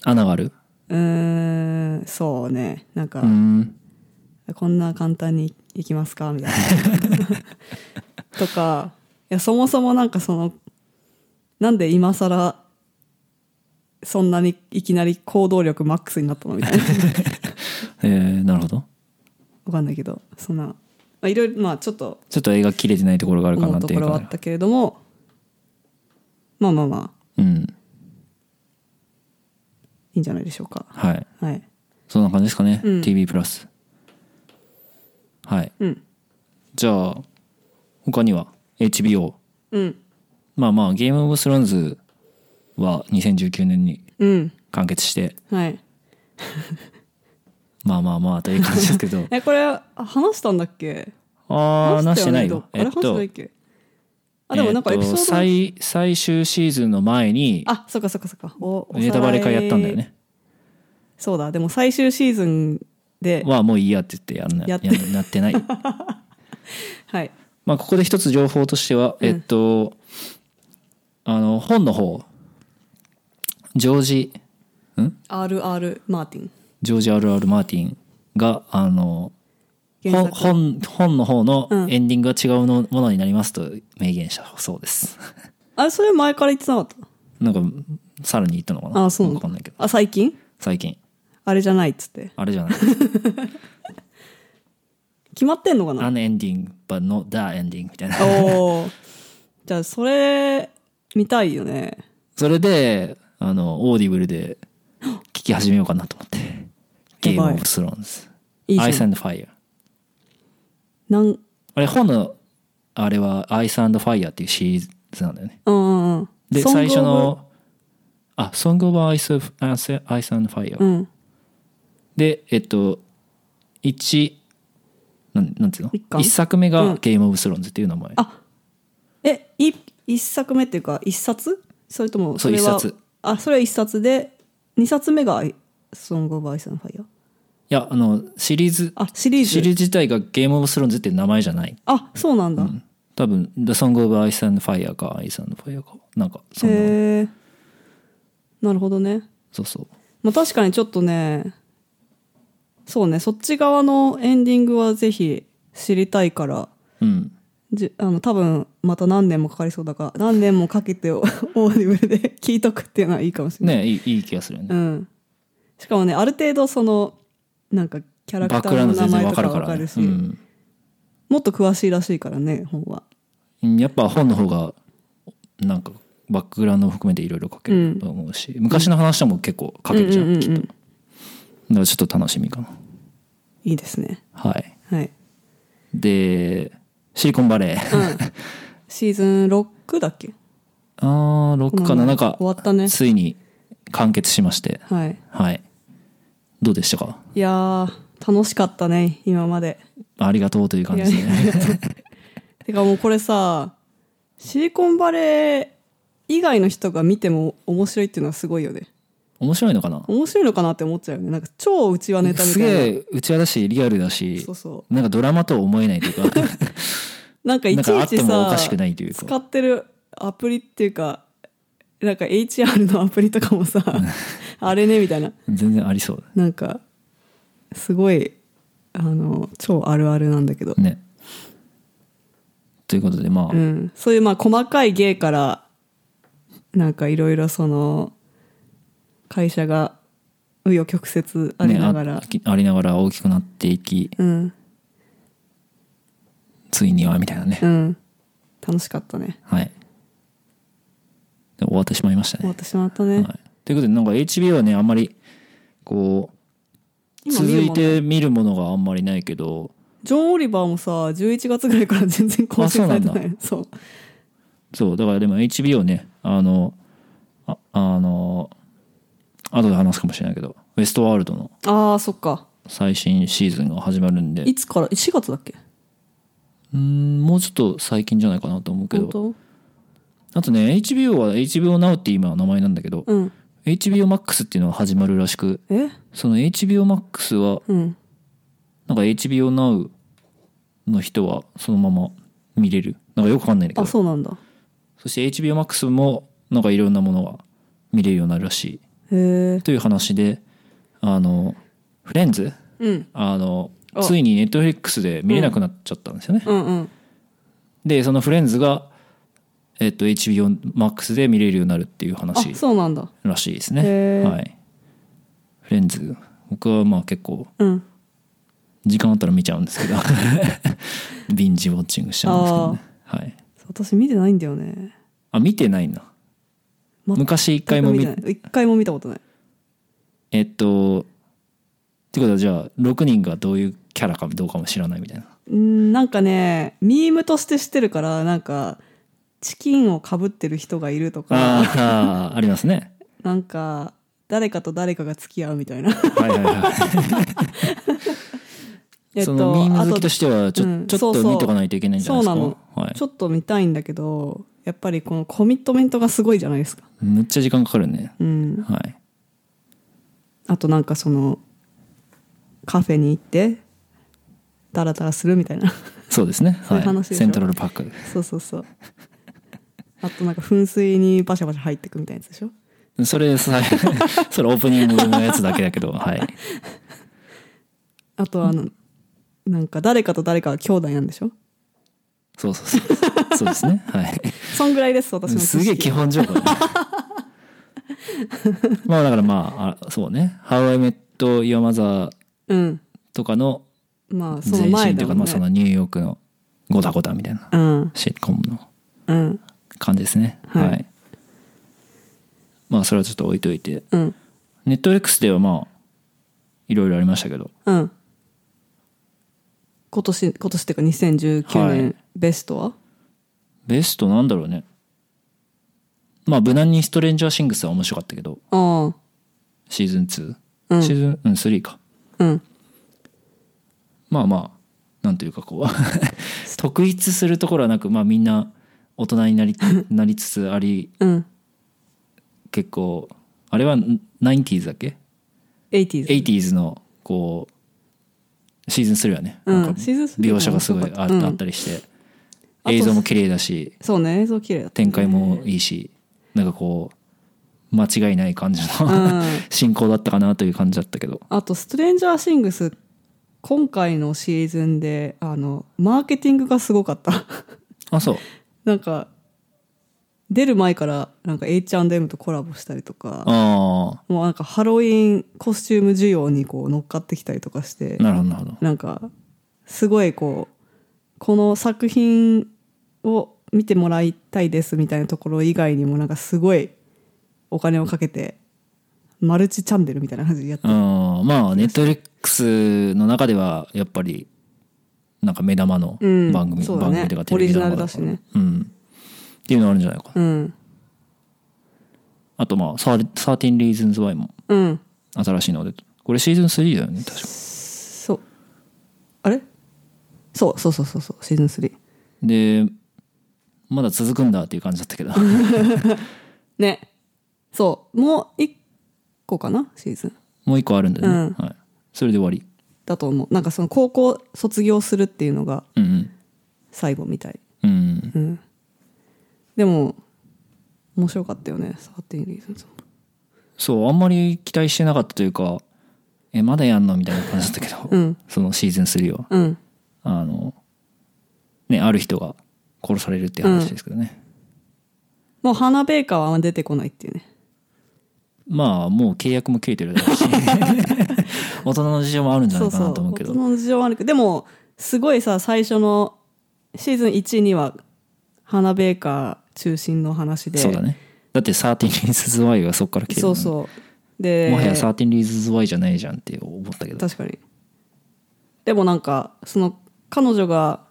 [SPEAKER 2] た穴がある
[SPEAKER 1] うーんそうねなんか、
[SPEAKER 2] うん (laughs)
[SPEAKER 1] こんな簡単にいきますかみたいな (laughs) とかいやそもそもなんかそのなんで今更そんなにいきなり行動力マッ (laughs) クスになったのみたいな
[SPEAKER 2] えー、なるほど
[SPEAKER 1] わかんないけどそんなまあ、いろいろまあちょっと
[SPEAKER 2] ちょっと映画切れてないところがあるか
[SPEAKER 1] 思
[SPEAKER 2] な
[SPEAKER 1] う
[SPEAKER 2] っ
[SPEAKER 1] と
[SPEAKER 2] てい
[SPEAKER 1] こ
[SPEAKER 2] う
[SPEAKER 1] ろはあ
[SPEAKER 2] か
[SPEAKER 1] ったけれどもまあまあまあ
[SPEAKER 2] うん
[SPEAKER 1] いいんじゃないでしょうか
[SPEAKER 2] はい
[SPEAKER 1] はい
[SPEAKER 2] そんな感じですかね、
[SPEAKER 1] うん
[SPEAKER 2] TV プラスはい
[SPEAKER 1] うん
[SPEAKER 2] じゃあ他には HBO
[SPEAKER 1] うん
[SPEAKER 2] まあまあゲームオブスローンズは2019年に
[SPEAKER 1] うん
[SPEAKER 2] 完結して
[SPEAKER 1] はい
[SPEAKER 2] まあまあまあという感じですけど
[SPEAKER 1] (laughs) えこれあ話したんだっけ
[SPEAKER 2] ああ
[SPEAKER 1] 話
[SPEAKER 2] 話
[SPEAKER 1] し
[SPEAKER 2] したて
[SPEAKER 1] よ
[SPEAKER 2] な
[SPEAKER 1] ね
[SPEAKER 2] い
[SPEAKER 1] どっか
[SPEAKER 2] よ
[SPEAKER 1] あれ話してないっけ、あでもなんか
[SPEAKER 2] え
[SPEAKER 1] エ
[SPEAKER 2] っと
[SPEAKER 1] ピソードの、
[SPEAKER 2] 最最終シーズンの前に
[SPEAKER 1] あそっかそっかそっかおおさらい
[SPEAKER 2] ネタバレ会やったんだよね
[SPEAKER 1] そうだでも最終シーズンで
[SPEAKER 2] はもういいやって言ってやらない
[SPEAKER 1] やって
[SPEAKER 2] やんなって
[SPEAKER 1] (laughs)
[SPEAKER 2] ない
[SPEAKER 1] はい
[SPEAKER 2] まあ、ここで一つ情報としては、えっと、あの、本の方、ジョージ、
[SPEAKER 1] RR マーティン
[SPEAKER 2] ジョージ R.R. マーティンが、あの、
[SPEAKER 1] 原
[SPEAKER 2] 本
[SPEAKER 1] 作
[SPEAKER 2] 本本の方の
[SPEAKER 1] うん
[SPEAKER 2] エンディングが違うのものになりますと明言したそうです。
[SPEAKER 1] あれそれ前から言ってなかった
[SPEAKER 2] なんか、さらに言ったのかな
[SPEAKER 1] あそうなんだ
[SPEAKER 2] わかんないけど、
[SPEAKER 1] あ最近
[SPEAKER 2] 最近、
[SPEAKER 1] あれじゃないっつって
[SPEAKER 2] あれじゃない。 (laughs)
[SPEAKER 1] 決まってんのかな
[SPEAKER 2] An ending, but not the ending みたいな。
[SPEAKER 1] おーじゃあそれ見たいよね
[SPEAKER 2] それで、あの、オーディブルで聞き始めようかなと思って。ゲームオブスローンズ。
[SPEAKER 1] いいじゃん
[SPEAKER 2] Ice and Fire。
[SPEAKER 1] なん
[SPEAKER 2] あれ本のあれは「アイスファイアっていうシリーズなんだよね
[SPEAKER 1] うんうんうん
[SPEAKER 2] で
[SPEAKER 1] ソングオ
[SPEAKER 2] 最
[SPEAKER 1] ブ
[SPEAKER 2] 初の「あソング・オブ・アイス・アイス・アイスファイア、
[SPEAKER 1] うん
[SPEAKER 2] でえっと1なんなんていうの
[SPEAKER 1] 一巻
[SPEAKER 2] 一作目
[SPEAKER 1] う
[SPEAKER 2] が
[SPEAKER 1] ん
[SPEAKER 2] 「ゲーム・オブ・スローンズ」っていう名前、
[SPEAKER 1] あえい一作目っていうか一冊それとも
[SPEAKER 2] そう
[SPEAKER 1] れは
[SPEAKER 2] 一冊
[SPEAKER 1] あそれは一冊で二冊目が「ソング・オブ・アイス・ン・ファイア
[SPEAKER 2] いやあのシリーズ」
[SPEAKER 1] あシリーズ
[SPEAKER 2] シリーズ自体が「ゲーム・オブ・スローンズ」っていう名前じゃない
[SPEAKER 1] あそうなんだ、
[SPEAKER 2] 多分「The Song of Ice and Fire」か「アイスファイアかなんかそんな
[SPEAKER 1] へえなるほどね
[SPEAKER 2] そうそう
[SPEAKER 1] まあ確かにちょっとねそうねそっち側のエンディングはぜひ知りたいから
[SPEAKER 2] うん
[SPEAKER 1] じあの多分また何年もかかりそうだから何年もかけてお (laughs) オーディブルで聞いとくっていうのはいいかもしれない、
[SPEAKER 2] ねいいいい気がするよね、
[SPEAKER 1] うん、しかもねある程度そのなんかキャラクターの名前とかわかるし
[SPEAKER 2] バックグラウンド全然わねうん
[SPEAKER 1] もっと詳しいらしいからね本は
[SPEAKER 2] うんやっぱ本の方がなんかバックグラウンドも含めていろいろ書けると思うし、昔の話とも結構書けるじゃん,、
[SPEAKER 1] うんうんうんうん
[SPEAKER 2] きっとだからちょっと楽しみかない
[SPEAKER 1] いですね
[SPEAKER 2] はい
[SPEAKER 1] はい、
[SPEAKER 2] でシリコンバレー、
[SPEAKER 1] う
[SPEAKER 2] あ (laughs)
[SPEAKER 1] ん、シーズン6だっけ
[SPEAKER 2] あー6か7か
[SPEAKER 1] 終わったね
[SPEAKER 2] ついに完結しまして
[SPEAKER 1] はい
[SPEAKER 2] はいどうでしたか
[SPEAKER 1] いやー楽しかったね今まで
[SPEAKER 2] ありがとうという感じです
[SPEAKER 1] いやあり
[SPEAKER 2] ね
[SPEAKER 1] がとうてかもうこれさシリコンバレー以外の人が見ても面白いっていうのはすごいよね
[SPEAKER 2] 面白いのかな
[SPEAKER 1] 面白いのかなって思っちゃうよねなんか超うちわネタみ
[SPEAKER 2] す
[SPEAKER 1] たいな
[SPEAKER 2] げえうちわだしリアルだし
[SPEAKER 1] そうそ
[SPEAKER 2] なんかドラマとは思えないとい
[SPEAKER 1] (laughs)
[SPEAKER 2] うか
[SPEAKER 1] うなんかい
[SPEAKER 2] なん
[SPEAKER 1] ちい
[SPEAKER 2] かあって
[SPEAKER 1] ち
[SPEAKER 2] もお
[SPEAKER 1] さ
[SPEAKER 2] かしくないというか
[SPEAKER 1] 使ってるアプリっていうかなんか HR のアプリとかも
[SPEAKER 2] (laughs)
[SPEAKER 1] さあれねみたいな
[SPEAKER 2] 全然ありそう
[SPEAKER 1] なんかすごいあの超あるあるなんだけど、
[SPEAKER 2] ね。ということでまあ、
[SPEAKER 1] うん、そういうまあ細かい芸からなんかいろいろその会社が紆余曲折ありながら、
[SPEAKER 2] ね、あありながら大きくなっていき
[SPEAKER 1] うん
[SPEAKER 2] ついにはみたいなね、
[SPEAKER 1] うん楽しかったね
[SPEAKER 2] はいで終わってしまいました
[SPEAKER 1] 終わ
[SPEAKER 2] ね、
[SPEAKER 1] ってしまったね、
[SPEAKER 2] はい、ということでなんか HBO はねあんまりこう
[SPEAKER 1] 今見
[SPEAKER 2] 続
[SPEAKER 1] るもの
[SPEAKER 2] いて見るものがあんまりないけど
[SPEAKER 1] ジョン・オリバーもさ11月ぐらいから全然更新されてないそう
[SPEAKER 2] そうだからでも HBO ねあのああの後で話すかもしれないけどウエストワールドの
[SPEAKER 1] ああそっか
[SPEAKER 2] 最新シーズンが始まるんで
[SPEAKER 1] いつから4月だっけ
[SPEAKER 2] うんもうちょっと最近じゃないかなと思うけ
[SPEAKER 1] 本
[SPEAKER 2] ど
[SPEAKER 1] 当
[SPEAKER 2] あとね HBO は HBO Now って今名前なんだけど、
[SPEAKER 1] うん
[SPEAKER 2] HBO Max っていうのが始まるらしく
[SPEAKER 1] え
[SPEAKER 2] その HBO Max は
[SPEAKER 1] うん
[SPEAKER 2] なんか HBO Now の人はそのまま見れるなんかよくわかんないんだけ
[SPEAKER 1] あ
[SPEAKER 2] ど
[SPEAKER 1] そうなんだ
[SPEAKER 2] そして HBO Max もなんかいろんなものが見れるようになるらし
[SPEAKER 1] へえ
[SPEAKER 2] いという話であのフレンズ
[SPEAKER 1] うん
[SPEAKER 2] あの
[SPEAKER 1] あ
[SPEAKER 2] ついに Netflix で見れなくなっちゃったんですよね、
[SPEAKER 1] うんうん
[SPEAKER 2] でそのフレンズが、えっと、HBO Max で見れるようになるっていう
[SPEAKER 1] あ
[SPEAKER 2] 話
[SPEAKER 1] そうなんだ
[SPEAKER 2] らしいです
[SPEAKER 1] へ
[SPEAKER 2] ね
[SPEAKER 1] ー
[SPEAKER 2] はいフレンズ僕はまあ結構
[SPEAKER 1] うん
[SPEAKER 2] 時間あったら見ちゃうんですけど (laughs) ビンジウォッチングしちゃうんですけどねはい
[SPEAKER 1] 私見てないんだよね
[SPEAKER 2] あ見てないな
[SPEAKER 1] 全く
[SPEAKER 2] 昔一回も
[SPEAKER 1] 見
[SPEAKER 2] 見
[SPEAKER 1] てない一回も見たことない
[SPEAKER 2] えっとってことはじゃあ6人がどういうキャラかどうかも知らないみたいな
[SPEAKER 1] うんなんかねミームとして知ってるからなんかチキンをかぶってる人がいるとか
[SPEAKER 2] あーあーありま
[SPEAKER 1] (laughs)
[SPEAKER 2] すね
[SPEAKER 1] なんか誰かと誰かが付き合うみた
[SPEAKER 2] (laughs)
[SPEAKER 1] いな
[SPEAKER 2] はいはいは
[SPEAKER 1] え
[SPEAKER 2] い
[SPEAKER 1] っ
[SPEAKER 2] そのミーム好きと
[SPEAKER 1] し
[SPEAKER 2] してはちょ,、
[SPEAKER 1] うん
[SPEAKER 2] ちょっ
[SPEAKER 1] そう
[SPEAKER 2] と
[SPEAKER 1] そう
[SPEAKER 2] 見とかないといけないんじゃないですか
[SPEAKER 1] そうなの、
[SPEAKER 2] はい
[SPEAKER 1] ちょっと見たいんだけどやっぱりこのコミットメントがすごいじゃないですか
[SPEAKER 2] むっちゃ時間かかるね
[SPEAKER 1] うん
[SPEAKER 2] はい
[SPEAKER 1] あとなんかそのカフェに行ってダラダラするみたいな (laughs)
[SPEAKER 2] そうですね
[SPEAKER 1] そういう
[SPEAKER 2] は
[SPEAKER 1] 話
[SPEAKER 2] い
[SPEAKER 1] でしょ
[SPEAKER 2] セントラルパーク
[SPEAKER 1] そうそうそうあとなんか噴水にバシャバシャ入ってくみたいなやつでしょ
[SPEAKER 2] それ (laughs) さそれオープニングのやつだけだけどはい
[SPEAKER 1] あとあの、なんか誰かと誰かは兄弟なんでしょ
[SPEAKER 2] そうそうそうそうですねはい
[SPEAKER 1] そんぐらいです私の知
[SPEAKER 2] す
[SPEAKER 1] 識
[SPEAKER 2] げえ基本情報だね (laughs) まあだからまああそうね「How I Met Your Mother
[SPEAKER 1] うん」
[SPEAKER 2] とかの
[SPEAKER 1] まあその
[SPEAKER 2] 前
[SPEAKER 1] 前
[SPEAKER 2] 身
[SPEAKER 1] だ
[SPEAKER 2] とか
[SPEAKER 1] もん
[SPEAKER 2] ま
[SPEAKER 1] ね
[SPEAKER 2] あそのニューヨークのゴタゴタみたいな
[SPEAKER 1] うん
[SPEAKER 2] シットコムの
[SPEAKER 1] うん
[SPEAKER 2] 感じですね
[SPEAKER 1] は
[SPEAKER 2] はいい、まあそれはちょっと置いといて
[SPEAKER 1] うん
[SPEAKER 2] ネット X ではまあいろいろありましたけど
[SPEAKER 1] うん今年今年っていうか2019年、
[SPEAKER 2] はい
[SPEAKER 1] ベストは
[SPEAKER 2] ベストなんだろうねまあ無難に「ストレンジャーシングス」は面白かったけど
[SPEAKER 1] あ
[SPEAKER 2] シーズン2、
[SPEAKER 1] あうん
[SPEAKER 2] シーズン、うん、3か
[SPEAKER 1] うん
[SPEAKER 2] まあまあなんというかこう (laughs) 特筆するところはなくまあみんな大人にな
[SPEAKER 1] (laughs)
[SPEAKER 2] りなりつつあり
[SPEAKER 1] うん
[SPEAKER 2] 結構あれは 90s だっけ
[SPEAKER 1] 80s
[SPEAKER 2] 80s のこうシーズン3はね、
[SPEAKER 1] うん
[SPEAKER 2] なんか
[SPEAKER 1] シーズン3
[SPEAKER 2] 描写がすごい
[SPEAKER 1] 面白か
[SPEAKER 2] あ,、
[SPEAKER 1] ったうん
[SPEAKER 2] あったりして
[SPEAKER 1] あと
[SPEAKER 2] 映像も綺麗だし
[SPEAKER 1] そうね映像綺麗だった、ね、
[SPEAKER 2] 展開もいいしなんかこう間違いない感じの、
[SPEAKER 1] うん
[SPEAKER 2] (laughs) 進行だったかなという感じだったけど
[SPEAKER 1] あと「ストレンジャーシングス」今回のシーズンであのマーケティングがすごかった (laughs)
[SPEAKER 2] あそう
[SPEAKER 1] なんか出る前からなんか H&M とコラボしたりとか
[SPEAKER 2] あ
[SPEAKER 1] もうなんかハロウィンコスチューム需要にこう乗っかってきたりとかして
[SPEAKER 2] あなるほどなるほど
[SPEAKER 1] なんかすごいこうこの作品を見てもらいたいですみたいなところ以外にもなんかすごいお金をかけてマルチチャンネルみたいな感じでやって
[SPEAKER 2] うんまあネットフリックスの中ではやっぱりなんか目玉の
[SPEAKER 1] うん
[SPEAKER 2] 番組、
[SPEAKER 1] そうだね
[SPEAKER 2] 番組とかテレビドラマ
[SPEAKER 1] オリジナルだしね
[SPEAKER 2] うん、っていうのあるんじゃないかな、
[SPEAKER 1] うん
[SPEAKER 2] あとまあ「13 Reasons Why」も
[SPEAKER 1] うん
[SPEAKER 2] 新しいのでこれシーズン3だよね確か
[SPEAKER 1] そうあれそうそうそうそうそうシーズン3
[SPEAKER 2] でまだ続くんだっていう感じだった
[SPEAKER 1] (laughs)
[SPEAKER 2] けど
[SPEAKER 1] ねそうもう1個かなシーズン
[SPEAKER 2] もう一個あるんだよね、はい、それで終わり
[SPEAKER 1] だと思うなんかその高校卒業するっていうのが
[SPEAKER 2] うん
[SPEAKER 1] 最後みたい
[SPEAKER 2] うんうん
[SPEAKER 1] うんでも面白かったよね13 reasons
[SPEAKER 2] そうあんまり期待してなかったというかえまだやんのみたいな感じだったけど、
[SPEAKER 1] うん
[SPEAKER 2] そのシーズン3は
[SPEAKER 1] うん
[SPEAKER 2] あの、ね、ある人が殺されるっていう話ですけどね。
[SPEAKER 1] もう花ベーカーはあんま出てこないっていうね
[SPEAKER 2] まあ、もう契約も切れてるだろ
[SPEAKER 1] (laughs)
[SPEAKER 2] うし、大人の事情もあるんじゃ
[SPEAKER 1] そう
[SPEAKER 2] ないか
[SPEAKER 1] そ
[SPEAKER 2] な
[SPEAKER 1] う
[SPEAKER 2] と思うけど。
[SPEAKER 1] 大人の事情はあるけどでもすごいさ最初のシーズン1には花ベーカー中心の話で
[SPEAKER 2] そうだね。だって、13 Reasons Why がそこから来てる
[SPEAKER 1] そ
[SPEAKER 2] の
[SPEAKER 1] うそうで
[SPEAKER 2] もはや13 Reasons Why じゃないじゃんって思ったけど。
[SPEAKER 1] 確かにでもなんかその彼女が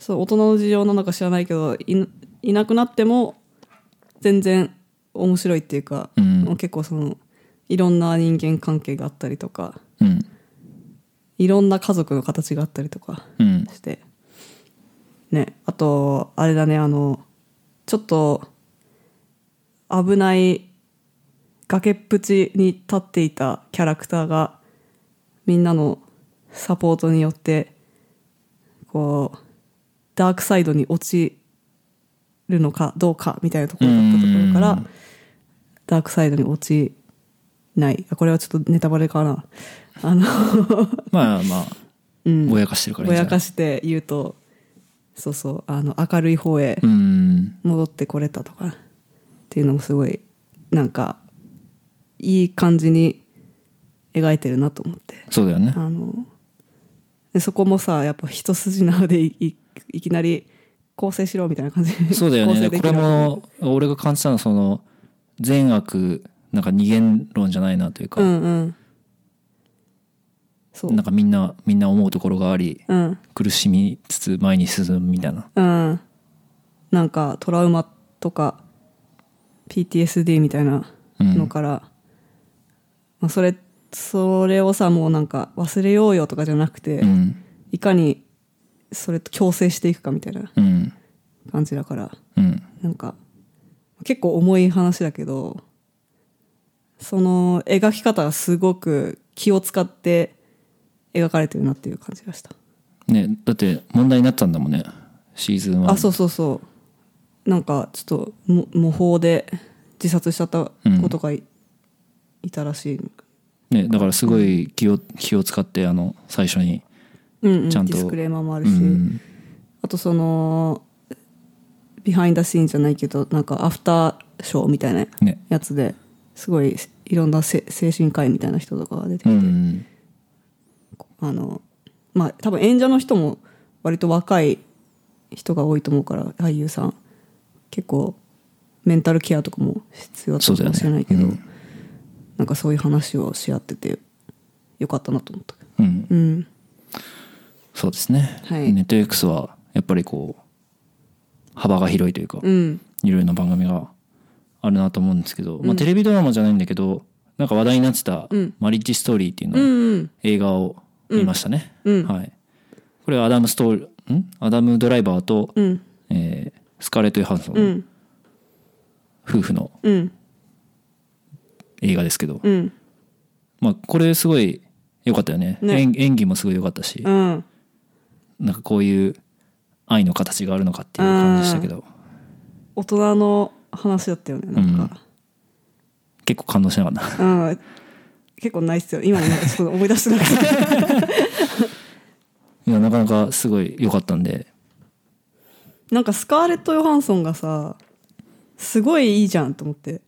[SPEAKER 1] そう大人の事情なのか知らないけどいいなくなっても全然面白いっていうか、
[SPEAKER 2] うん
[SPEAKER 1] もう結構そのいろんな人間関係があったりとか
[SPEAKER 2] うん。
[SPEAKER 1] いろんな家族の形があったりとか
[SPEAKER 2] うん。
[SPEAKER 1] してねあとあれだねあのちょっと危ない崖っぷちに立っていたキャラクターがみんなのサポートによってこうダークサイドに落ちるのかどうかみたいなところだったところか
[SPEAKER 2] う
[SPEAKER 1] ら
[SPEAKER 2] ん
[SPEAKER 1] ダークサイドに落ちないあこれはちょっとネタバレかなあの
[SPEAKER 2] まあまあ、
[SPEAKER 1] うん
[SPEAKER 2] ぼやかしてるからいい
[SPEAKER 1] ぼ
[SPEAKER 2] んじ
[SPEAKER 1] や
[SPEAKER 2] ゃない
[SPEAKER 1] かして言うとそうそうあの明るい方へ
[SPEAKER 2] うん。
[SPEAKER 1] 戻ってこれたとか、っていうのもすごいなんかいい感じに描いてるなと思って
[SPEAKER 2] そうだよね。
[SPEAKER 1] あのでそこもさやっぱ一筋縄でいいいきなり構成しろみたいな感じ
[SPEAKER 2] そうだよ
[SPEAKER 1] 構成
[SPEAKER 2] ね。
[SPEAKER 1] で
[SPEAKER 2] こ
[SPEAKER 1] きる
[SPEAKER 2] れも、俺が感じたのは、その、善悪、なんか二元論じゃないなというか、
[SPEAKER 1] うんうんそう
[SPEAKER 2] なんかみんな、みんな思うところがあり、
[SPEAKER 1] うん
[SPEAKER 2] 苦しみつつ前に進むみたいな。
[SPEAKER 1] うんなんかトラウマとか PTSD みたいなのから、まあ、それそれをさもうなんか忘れようよとかじゃなくて、
[SPEAKER 2] うん。
[SPEAKER 1] いかにそれと共生していくかみたいな
[SPEAKER 2] うん。
[SPEAKER 1] 感じだから
[SPEAKER 2] うん。
[SPEAKER 1] なんか結構重い話だけどその描き方がすごく気を使って描かれてるなっていう感じがした
[SPEAKER 2] ね、だって問題になってたんだもんね。シーズン1。
[SPEAKER 1] あそうそうそうなんかちょっとも模倣で自殺しちゃった子とかい,、いたらしい、
[SPEAKER 2] ね、だからすごい気を、気を使って、あの、最初に。
[SPEAKER 1] うんうん、
[SPEAKER 2] ちゃんと
[SPEAKER 1] ディスクレーマーもあ
[SPEAKER 2] う
[SPEAKER 1] るし、
[SPEAKER 2] ん。
[SPEAKER 1] あとそのビハインダシーンじゃないけどなんかアフターショーみたいな
[SPEAKER 2] ね。
[SPEAKER 1] やつですごいいろんなせ精神科医みたいな人とかが出てき
[SPEAKER 2] う
[SPEAKER 1] て、
[SPEAKER 2] ん。
[SPEAKER 1] あのまあ多分演者の人も割と若い人が多いと思うから俳優さん結構メンタルケアとかも必要だったかもしれないけど、
[SPEAKER 2] そうだよね
[SPEAKER 1] なんかそういう話をし合っててよかったなと思った
[SPEAKER 2] うん。
[SPEAKER 1] うん
[SPEAKER 2] そうですね。
[SPEAKER 1] はい
[SPEAKER 2] ネット X は、やっぱりこう、幅が広いというか、
[SPEAKER 1] うん
[SPEAKER 2] いろいろな番組があるなと思うんですけど、まあ、テレビドラマじゃないんだけどなんか話題になってた「マリッジ・ストーリー」っていうの、
[SPEAKER 1] うん
[SPEAKER 2] 映画を見ましたね、
[SPEAKER 1] うん
[SPEAKER 2] はい、これはアダムストーリんアダム・ドライバーと、
[SPEAKER 1] うん
[SPEAKER 2] えースカーレット・ヨハンソン、
[SPEAKER 1] うん
[SPEAKER 2] 夫婦の
[SPEAKER 1] うん
[SPEAKER 2] 映画ですけど、
[SPEAKER 1] うん
[SPEAKER 2] まあ、これすごい良かったよね
[SPEAKER 1] ね
[SPEAKER 2] 演演技もすごい良かったし、
[SPEAKER 1] うん
[SPEAKER 2] なんかこういう愛の形があるのかっていう感じでしたけど
[SPEAKER 1] 大人の話だったよねなんか、
[SPEAKER 2] 結構感動しなかった (laughs)
[SPEAKER 1] うん結構ないっすよ今もなんかちょっと思い出してなくて
[SPEAKER 2] いやなかなかすごい良かったんで
[SPEAKER 1] なんかスカーレット・ヨハンソンがさすごいいいじゃんと思って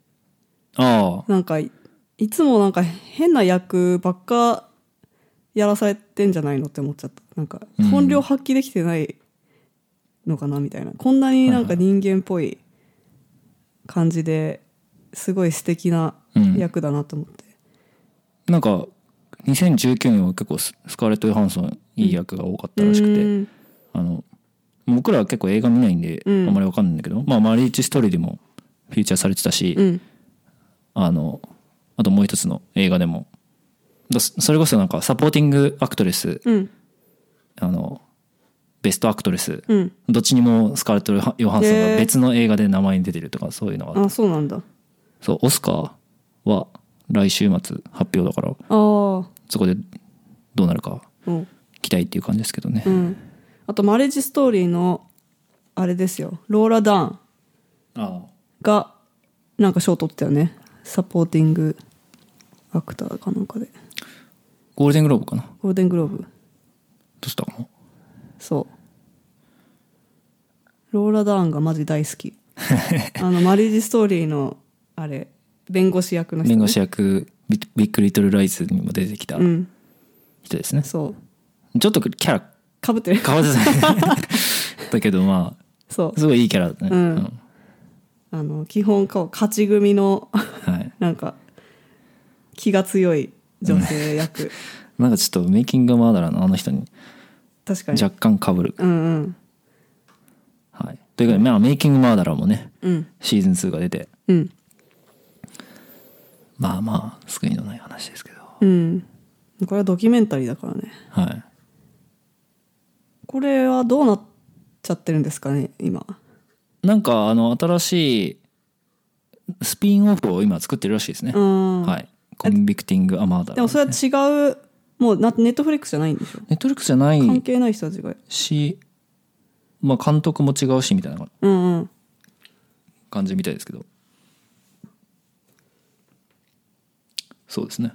[SPEAKER 2] ああ
[SPEAKER 1] なんかいいつもなんか変な役ばっかやらされてんじゃないのって思っちゃったなんか
[SPEAKER 2] うん
[SPEAKER 1] 本領発揮できてないのかなみたいな、こんなになんか人間っぽい感じですごい素敵な
[SPEAKER 2] うん
[SPEAKER 1] 役だなと思って、
[SPEAKER 2] なんか2019年は結構ススカーレット・ヨハンソンいい役が多かったらしくて、
[SPEAKER 1] うん
[SPEAKER 2] あの僕らは結構映画見ないんで、
[SPEAKER 1] うん
[SPEAKER 2] あんまりわかんないんだけど、まあ、マリーチ・ストーリーでもフィーチャーされてたし、
[SPEAKER 1] うん
[SPEAKER 2] あのあともう一つの映画でもだそそれこそなんかサポーティングアクトレス
[SPEAKER 1] うん
[SPEAKER 2] あのベストアクトレス、
[SPEAKER 1] うん
[SPEAKER 2] どっちにもスカーレット・ヨハンソン
[SPEAKER 1] へ
[SPEAKER 2] が
[SPEAKER 1] ー
[SPEAKER 2] 別の映画で名前に出てるとかそういうのがあっ
[SPEAKER 1] あそうなんだ
[SPEAKER 2] てそうオスカーは来週末発表だから
[SPEAKER 1] ああ
[SPEAKER 2] そこでどうなるか
[SPEAKER 1] うん
[SPEAKER 2] 期待っていう感じですけどね、
[SPEAKER 1] うんあとマレージストーリーのあれですよローラ・ダーン
[SPEAKER 2] ああ
[SPEAKER 1] がなんか賞取ってたよねサポーティングアクターかなんかで
[SPEAKER 2] ゴールデングローブかなど
[SPEAKER 1] ゴールデングローブ
[SPEAKER 2] うしたかな
[SPEAKER 1] そうローラ・ダーンがマジ大好
[SPEAKER 2] (laughs)
[SPEAKER 1] きあのマリージストーリーのあれ弁護士役の人、
[SPEAKER 2] 弁護士役ビビッグリトルライズにも出てきた
[SPEAKER 1] うん
[SPEAKER 2] 人ですね、
[SPEAKER 1] そう
[SPEAKER 2] ちょっとキャラ
[SPEAKER 1] かぶってる
[SPEAKER 2] 変わってたね
[SPEAKER 1] (laughs)
[SPEAKER 2] だけどま
[SPEAKER 1] そう
[SPEAKER 2] あすごいいいキャラだね、
[SPEAKER 1] うんあの基本こう勝ち組
[SPEAKER 2] (laughs)
[SPEAKER 1] の
[SPEAKER 2] はい、
[SPEAKER 1] なんか気が強い女性役
[SPEAKER 2] なんかちょっとメイキングマーダラーのあの人に
[SPEAKER 1] 確かに
[SPEAKER 2] 若干かぶる、
[SPEAKER 1] うんうん
[SPEAKER 2] はい、というか、まあ、メイキングマーダラーもね
[SPEAKER 1] うん
[SPEAKER 2] シーズン2が出て
[SPEAKER 1] うん
[SPEAKER 2] まあまあ救いのない話ですけど
[SPEAKER 1] うんこれはドキュメンタリーだからね
[SPEAKER 2] はい
[SPEAKER 1] これはどうなっちゃってるんですかね今
[SPEAKER 2] なんかあの新しいスピンオフを今作ってるらしいですね、
[SPEAKER 1] うん、
[SPEAKER 2] はいコンビクティング・ア・マーダラー
[SPEAKER 1] でもそれは違うもうなネットフリックスじゃないんでしょ
[SPEAKER 2] ネットフリックスじゃない
[SPEAKER 1] 関係ない人たちが
[SPEAKER 2] し、まあ、監督も違うしみたいな
[SPEAKER 1] うんうん
[SPEAKER 2] 感じみたいですけどそうですね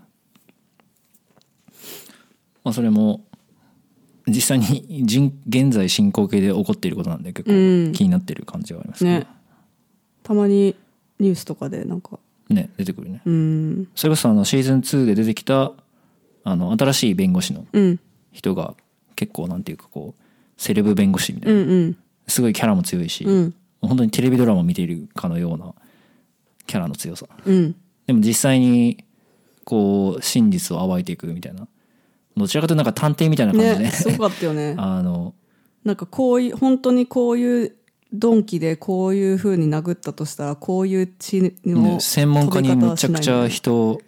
[SPEAKER 2] まあそれも実際に人現在進行形で起こっていることなんで結
[SPEAKER 1] うん
[SPEAKER 2] 構気になってる感じがありますけど
[SPEAKER 1] ねたまにニュースとかでなんか
[SPEAKER 2] ね出てくるね
[SPEAKER 1] うん
[SPEAKER 2] それこそあのシーズン2で出てきたあの新しい弁護士の
[SPEAKER 1] うん
[SPEAKER 2] 人が結構なんていうかこうセレブ弁護士みたいな、
[SPEAKER 1] うん
[SPEAKER 2] すごいキャラも強いし、
[SPEAKER 1] うん
[SPEAKER 2] 本当にテレビドラマ見ているかのようなキャラの強さ
[SPEAKER 1] うん
[SPEAKER 2] でも実際にこう真実を暴いていくみたいなどちらかというとなんか探偵みたいな感じで、
[SPEAKER 1] ねすごかったよ (laughs) ね
[SPEAKER 2] あの
[SPEAKER 1] なんかこういう本当にこういうドンキでこういうふうに殴ったとしたらこういう血の
[SPEAKER 2] ね専門家にむちゃくち
[SPEAKER 1] 飛び方
[SPEAKER 2] ゃ
[SPEAKER 1] はし
[SPEAKER 2] 人を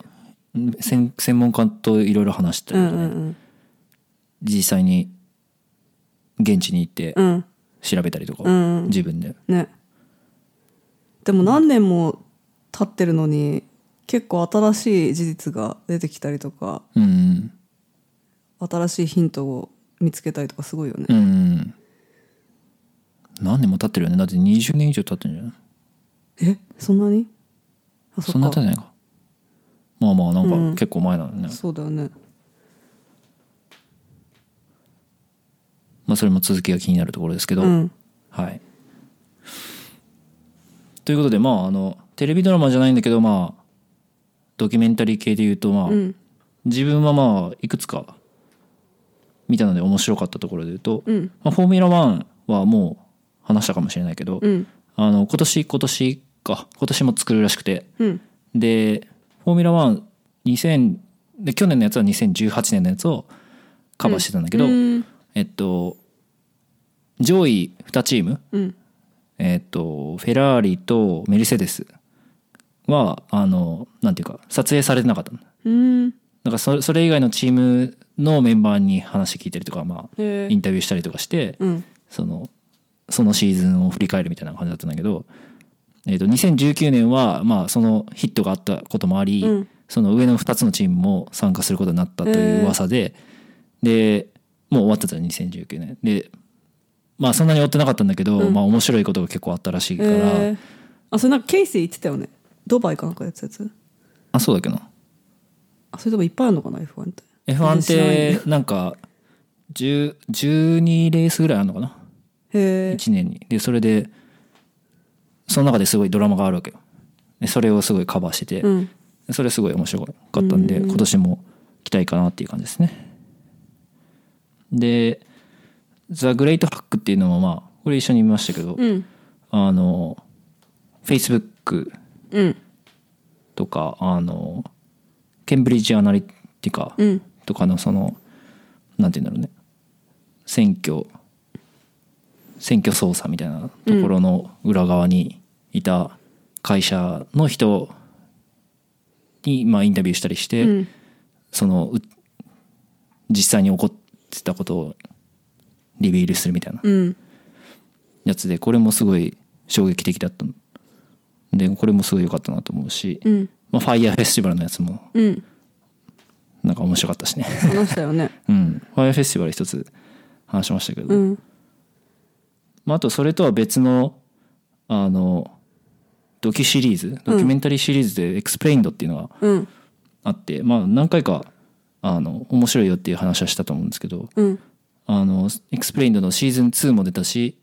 [SPEAKER 2] 専専門家といろいろ話した
[SPEAKER 1] な
[SPEAKER 2] り
[SPEAKER 1] い
[SPEAKER 2] と
[SPEAKER 1] よ
[SPEAKER 2] か
[SPEAKER 1] ね
[SPEAKER 2] ね、
[SPEAKER 1] うん
[SPEAKER 2] 実際に現地に行って
[SPEAKER 1] うんうん
[SPEAKER 2] 調べたりとか、
[SPEAKER 1] うんうん
[SPEAKER 2] 自分で
[SPEAKER 1] ねでも何年も経ってるのに結構新しい事実が出てきたりとか
[SPEAKER 2] うん
[SPEAKER 1] 新しいヒントを見つけたりとかすごいよね
[SPEAKER 2] うんうん何年も経ってるよねだって20年以上経ってるんじゃない
[SPEAKER 1] えそんなにあ
[SPEAKER 2] そんな経ってないかまあまあなんか結構前なのね、
[SPEAKER 1] そうだよね
[SPEAKER 2] まあ、それも続きが気になるところですけど、
[SPEAKER 1] うん
[SPEAKER 2] はい。ということで、まあ、あの、テレビドラマじゃないんだけど、まあ、ドキュメンタリー系で言うと、まあ、
[SPEAKER 1] うん
[SPEAKER 2] 自分はまあ、いくつか見たので面白かったところで言うと、
[SPEAKER 1] うん
[SPEAKER 2] まあ、フォーミュラ1はもう話したかもしれないけど、
[SPEAKER 1] うん
[SPEAKER 2] あの、今年、今年か、今年も作るらしくて、
[SPEAKER 1] うん
[SPEAKER 2] で、フォーミュラ1、2000、で、去年のやつは2018年のやつをカバーしてたんだけど、
[SPEAKER 1] うん
[SPEAKER 2] えっと、上位2チーム、
[SPEAKER 1] うん
[SPEAKER 2] えっと、フェラーリとメルセデスは、あの、なんていうか、撮影されてなかったのだ
[SPEAKER 1] うん
[SPEAKER 2] からそ、それ以外のチームのメンバーに話聞いたりとか、まあ、
[SPEAKER 1] へ
[SPEAKER 2] インタビューしたりとかして、
[SPEAKER 1] うん
[SPEAKER 2] その、そのシーズンを振り返るみたいな感じだったんだけど、えっと、2019年は、まあ、そのヒットがあったこともあり、
[SPEAKER 1] うん
[SPEAKER 2] その上の2つのチームも参加することになったという噂で、で、もう終わってたの2019年。で、まあそんなに追ってなかったんだけど、まあ面白いことが結構あったらしいから、
[SPEAKER 1] へーあそれなんかケイセイ言ってたよねドバイかなんかやってたやつ
[SPEAKER 2] あ、そうだっけな。
[SPEAKER 1] あそれでもいっぱいあるのかな F1 って
[SPEAKER 2] F1 っ
[SPEAKER 1] 知らない
[SPEAKER 2] て、なんか、10 12レースぐらいあるのかな
[SPEAKER 1] へえ
[SPEAKER 2] ?1 年に。で、それで、その中ですごいドラマがあるわけよ。でそれをすごいカバーしてて、
[SPEAKER 1] うん
[SPEAKER 2] それすごい面白かったんで、今年も期待かなっていう感じですね。で、ザ・グレイト・ハックっていうのもまあ、これ一緒に見ましたけど、
[SPEAKER 1] うん
[SPEAKER 2] あの、Facebook
[SPEAKER 1] うん
[SPEAKER 2] とか、あの、ケンブリッジ・アナリティカ
[SPEAKER 1] うん
[SPEAKER 2] とかのその、なんて言うんだろうね、選挙、選挙操作みたいなところの裏側にいた会社の人に、まあ、インタビューしたりして、
[SPEAKER 1] うん
[SPEAKER 2] そのう実際に起こってたことをリビールするみたいな
[SPEAKER 1] うん
[SPEAKER 2] やつでこれもすごい衝撃的だったのでこれもすごい良かったなと思うし、
[SPEAKER 1] うん
[SPEAKER 2] まあ、ファイヤーフェスティバルのやつも
[SPEAKER 1] うん
[SPEAKER 2] なんか面白かったしね
[SPEAKER 1] 話したよね
[SPEAKER 2] うんファイヤーフェスティバル一つ話しましたけど、
[SPEAKER 1] うん
[SPEAKER 2] まあ、あとそれとは別のあのドキュシリーズドキュメンタリーシリーズで「エクスプレインド」っていうのが
[SPEAKER 1] うん
[SPEAKER 2] あって、まあ何回かあの面白いよっていう話はしたと思うんですけど
[SPEAKER 1] うん
[SPEAKER 2] あの、エクスプレインドのシーズン2も出たし、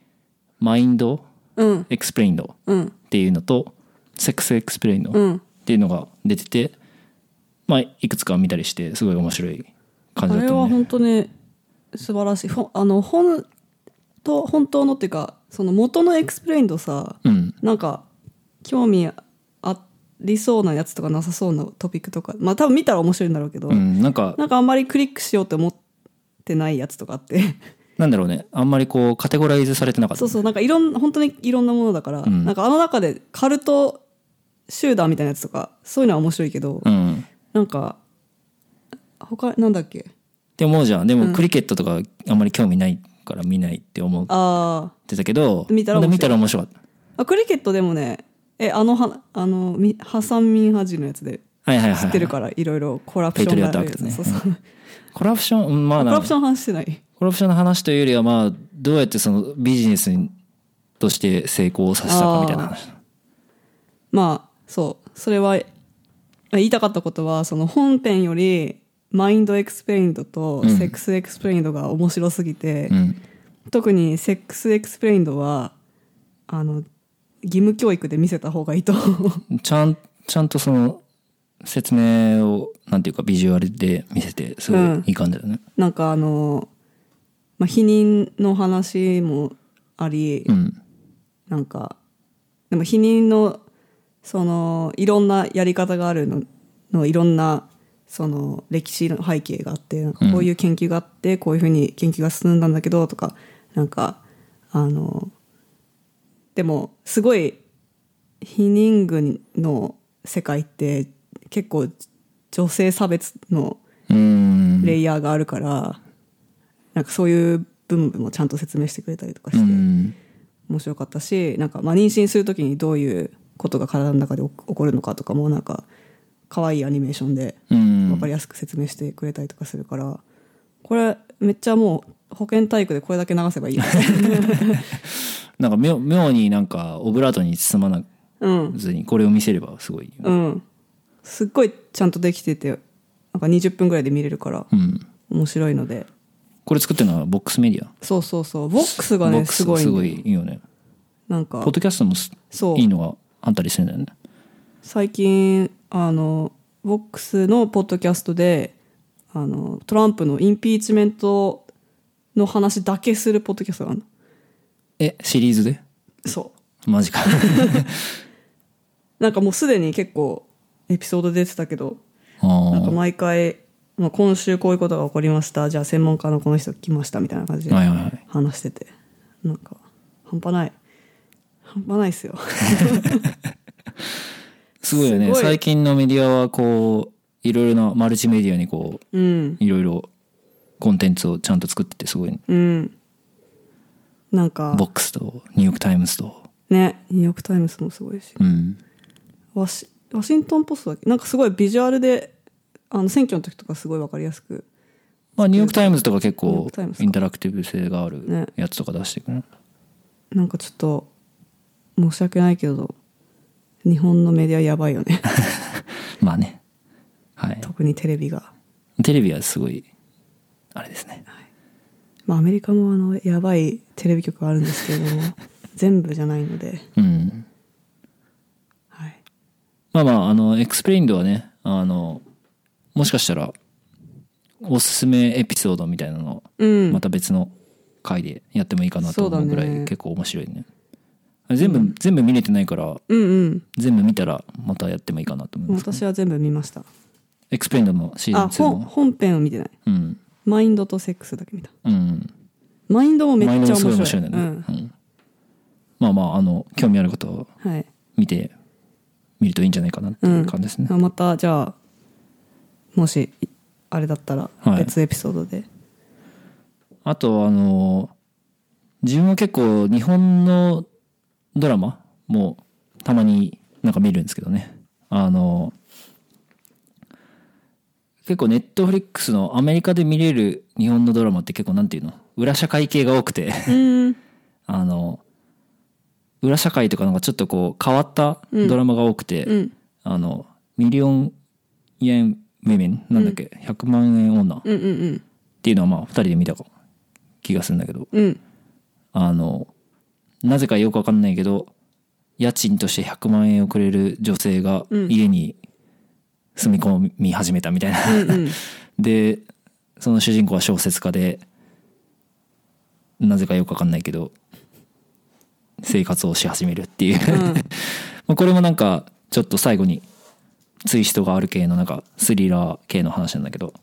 [SPEAKER 2] マインド、
[SPEAKER 1] うん
[SPEAKER 2] エクスプレインド
[SPEAKER 1] うん
[SPEAKER 2] っていうのと、セックスエクスプレインド
[SPEAKER 1] う
[SPEAKER 2] っ
[SPEAKER 1] ん
[SPEAKER 2] ていうのが出てて、まあ、いくつか見たりして、すごい面白い感
[SPEAKER 1] あ
[SPEAKER 2] じだっ
[SPEAKER 1] れ
[SPEAKER 2] た
[SPEAKER 1] は
[SPEAKER 2] のね。
[SPEAKER 1] 本当に素晴らしいほんあの本当本当のっていうかその元のエクスプレインドさ
[SPEAKER 2] うん。
[SPEAKER 1] なんか興味ありそうなやつとかなさそうなトピックとかまあ多分見たら面白いんだろうけど、
[SPEAKER 2] うん、なんか、
[SPEAKER 1] なんかあんまりクリックしようって思ってないやつとかあって
[SPEAKER 2] なんだろうね。あんまりこう、カテゴライズされてなかった
[SPEAKER 1] (laughs) そう。そうなんかいろん本当にいろんなものだから、
[SPEAKER 2] ん
[SPEAKER 1] なんかあの中でカルト集団みたいなやつとかそういうのは面白いけど、
[SPEAKER 2] うん。
[SPEAKER 1] なんか他なんだっけ
[SPEAKER 2] って思うじゃん。でも、クリケットとかあんまり興味ないから見ないって思っ
[SPEAKER 1] ああ
[SPEAKER 2] てたけど、
[SPEAKER 1] 見たら面白い
[SPEAKER 2] 見たら面白かった。
[SPEAKER 1] あクリケットでもねえあのはあのみハサン・ミンハジのやつで
[SPEAKER 2] はいはいはいはい。
[SPEAKER 1] 知ってるからいろいろコラプションがあるやつ、
[SPEAKER 2] ペイト
[SPEAKER 1] そう
[SPEAKER 2] リオットアク
[SPEAKER 1] そ
[SPEAKER 2] ト
[SPEAKER 1] う
[SPEAKER 2] コラプション、うんまあ
[SPEAKER 1] コ
[SPEAKER 2] なん
[SPEAKER 1] ラ
[SPEAKER 2] か
[SPEAKER 1] プションの話してない
[SPEAKER 2] コラプションの話というよりはまあどうやってそのビジネスとして成功させたかみたいな話
[SPEAKER 1] まあそうそれは言いたかったことはその本編よりマインドエクスプレインドと
[SPEAKER 2] うん
[SPEAKER 1] セックスエクスプレインドが面白すぎて、
[SPEAKER 2] うん
[SPEAKER 1] 特にセックスエクスプレインドはあの義務教育で見せた方がいいと (laughs) 思う
[SPEAKER 2] ちゃんちゃんとその説明をなんていうかビジュアルで見せてすごいいい感じだね
[SPEAKER 1] なんかあのまあ、否認の話もあり、
[SPEAKER 2] うん
[SPEAKER 1] なんかでも否認のそのいろんなやり方があるののいろんなその歴史の背景があってなんかこういう研究があって、こういうふうに研究が進んだんだけどとかなんかあのでもすごい否認軍の世界って結構女性差別の
[SPEAKER 2] うん
[SPEAKER 1] レイヤーがあるから、なんかそういう部分もちゃんと説明してくれたりとかし
[SPEAKER 2] う
[SPEAKER 1] て、
[SPEAKER 2] ん
[SPEAKER 1] 面白かったしなんかまあ妊娠するときにどういうことが体の中で起起こるのかとかもなんか可愛いアニメーションで
[SPEAKER 2] うん
[SPEAKER 1] 分かりやすく説明してくれたりとかするから、これめっちゃもう保健体育でこれだけ流せばいいよね
[SPEAKER 2] (laughs) なんか妙妙になんかオブラートに包まな
[SPEAKER 1] うん
[SPEAKER 2] ずにこれを見せればすごい、
[SPEAKER 1] うんすっごいちゃんとできててなんか20分ぐらいで見れるから
[SPEAKER 2] うん、
[SPEAKER 1] 面白いので
[SPEAKER 2] これ作ってるのはボックスメディア
[SPEAKER 1] そうそうそうボックス
[SPEAKER 2] ボ
[SPEAKER 1] が
[SPEAKER 2] ッ
[SPEAKER 1] ね
[SPEAKER 2] クス
[SPEAKER 1] すごい,、
[SPEAKER 2] すごいいいよね
[SPEAKER 1] なんか
[SPEAKER 2] ポッドキャストもす
[SPEAKER 1] そう
[SPEAKER 2] いいのがあったりするんだよね
[SPEAKER 1] 最近あのボックスのポッドキャストであのトランプのインピーチメントの話だけするポッドキャストがあるの
[SPEAKER 2] えシリーズで
[SPEAKER 1] そう
[SPEAKER 2] マ
[SPEAKER 1] (laughs)
[SPEAKER 2] ジか
[SPEAKER 1] なんかもうすでに結構エピソード出てたけど
[SPEAKER 2] あ
[SPEAKER 1] なんか
[SPEAKER 2] ー
[SPEAKER 1] 毎回、まあ、今週こういうことが起こりましたじゃあ専門家のこの人来ましたみたいな感じで
[SPEAKER 2] はいはいはい
[SPEAKER 1] 話しててなんか半端ない半端ないっすよ (laughs)
[SPEAKER 2] すごいよね
[SPEAKER 1] すごい
[SPEAKER 2] 最近のメディアはこういろいろなマルチメディアにこう
[SPEAKER 1] うん
[SPEAKER 2] いろいろコンテンツをちゃんと作っててすごい、ね、
[SPEAKER 1] うんなんか
[SPEAKER 2] ボックスとニューヨーク・タイムズと
[SPEAKER 1] ねニューヨーク・タイムズもすごいし
[SPEAKER 2] うん
[SPEAKER 1] ワシワシントン・ポストだっけなんかすごいビジュアルであの選挙の時とかすごいわかりやすく
[SPEAKER 2] まあニューヨーク・タイムズとか結
[SPEAKER 1] ニューヨー
[SPEAKER 2] 構
[SPEAKER 1] クタイムズか
[SPEAKER 2] インタラクティブ性があ
[SPEAKER 1] ね
[SPEAKER 2] るやつとか出してくる、 (laughs)
[SPEAKER 1] なんかちょっと申し訳ないけど日本のメディアやばいよ
[SPEAKER 2] (laughs)
[SPEAKER 1] ね
[SPEAKER 2] まあねはい
[SPEAKER 1] 特にテレビが
[SPEAKER 2] テレビはすごいあれですね
[SPEAKER 1] まあアメリカもあのやばいテレビ局はあるんですけれども
[SPEAKER 2] (laughs)
[SPEAKER 1] 全部じゃないので
[SPEAKER 2] うん
[SPEAKER 1] はい
[SPEAKER 2] まあまああのエクスプレインドはねあのもしかしたらおすすめエピソードみたいなの
[SPEAKER 1] う
[SPEAKER 2] を
[SPEAKER 1] ん、
[SPEAKER 2] また別の回でやってもいいかなと思うぐらい
[SPEAKER 1] そうだね
[SPEAKER 2] 結構面白いね全部、全部見れてないから
[SPEAKER 1] うんうん
[SPEAKER 2] 全部見たらまたやってもいいかなと思います
[SPEAKER 1] 私は全部見ました
[SPEAKER 2] エクスプレインドのシ
[SPEAKER 1] あ
[SPEAKER 2] ーズン2
[SPEAKER 1] 本
[SPEAKER 2] も
[SPEAKER 1] 本編を見てない
[SPEAKER 2] うん
[SPEAKER 1] マインドとセックスだけ見た
[SPEAKER 2] うん
[SPEAKER 1] マインドもめっちゃ
[SPEAKER 2] マイン
[SPEAKER 1] 面
[SPEAKER 2] ドもす
[SPEAKER 1] 白
[SPEAKER 2] ご
[SPEAKER 1] い
[SPEAKER 2] い面白いんだよね、うんまあまああの興味ある方は
[SPEAKER 1] うん、はい
[SPEAKER 2] 見てみるといいんじゃないかなっていう感じですね、
[SPEAKER 1] あまたじゃあもしいあれだったら
[SPEAKER 2] はい
[SPEAKER 1] 別エピソード
[SPEAKER 2] (laughs)
[SPEAKER 1] で、
[SPEAKER 2] あとあの自分は結構日本のドラマもたまになんか見るんですけどねあの結構ネットフリックスのアメリカで見れる日本のドラマって結構なんていうの裏社会系が多くて
[SPEAKER 1] うん
[SPEAKER 2] あの裏社会とかなんかちょっとこう変わったドラマが多くて、
[SPEAKER 1] うん
[SPEAKER 2] あのミリオン円ウェメンなんだっけ、100万円女っ
[SPEAKER 1] うんうん
[SPEAKER 2] ていうのはまあ2人で見た気がするんだけど
[SPEAKER 1] うんうん
[SPEAKER 2] あの、なぜかよくわかんないけど、家賃として100万円をくれる女性が家に住み込み始めたみたいな。 (laughs) で、その主人公は小説家で、なぜかよくわかんないけど、生活をし始めるっていう。 (laughs) まあこれもなんか、ちょっと最後にツイストがある系のなんかスリラー系の話なんだけど、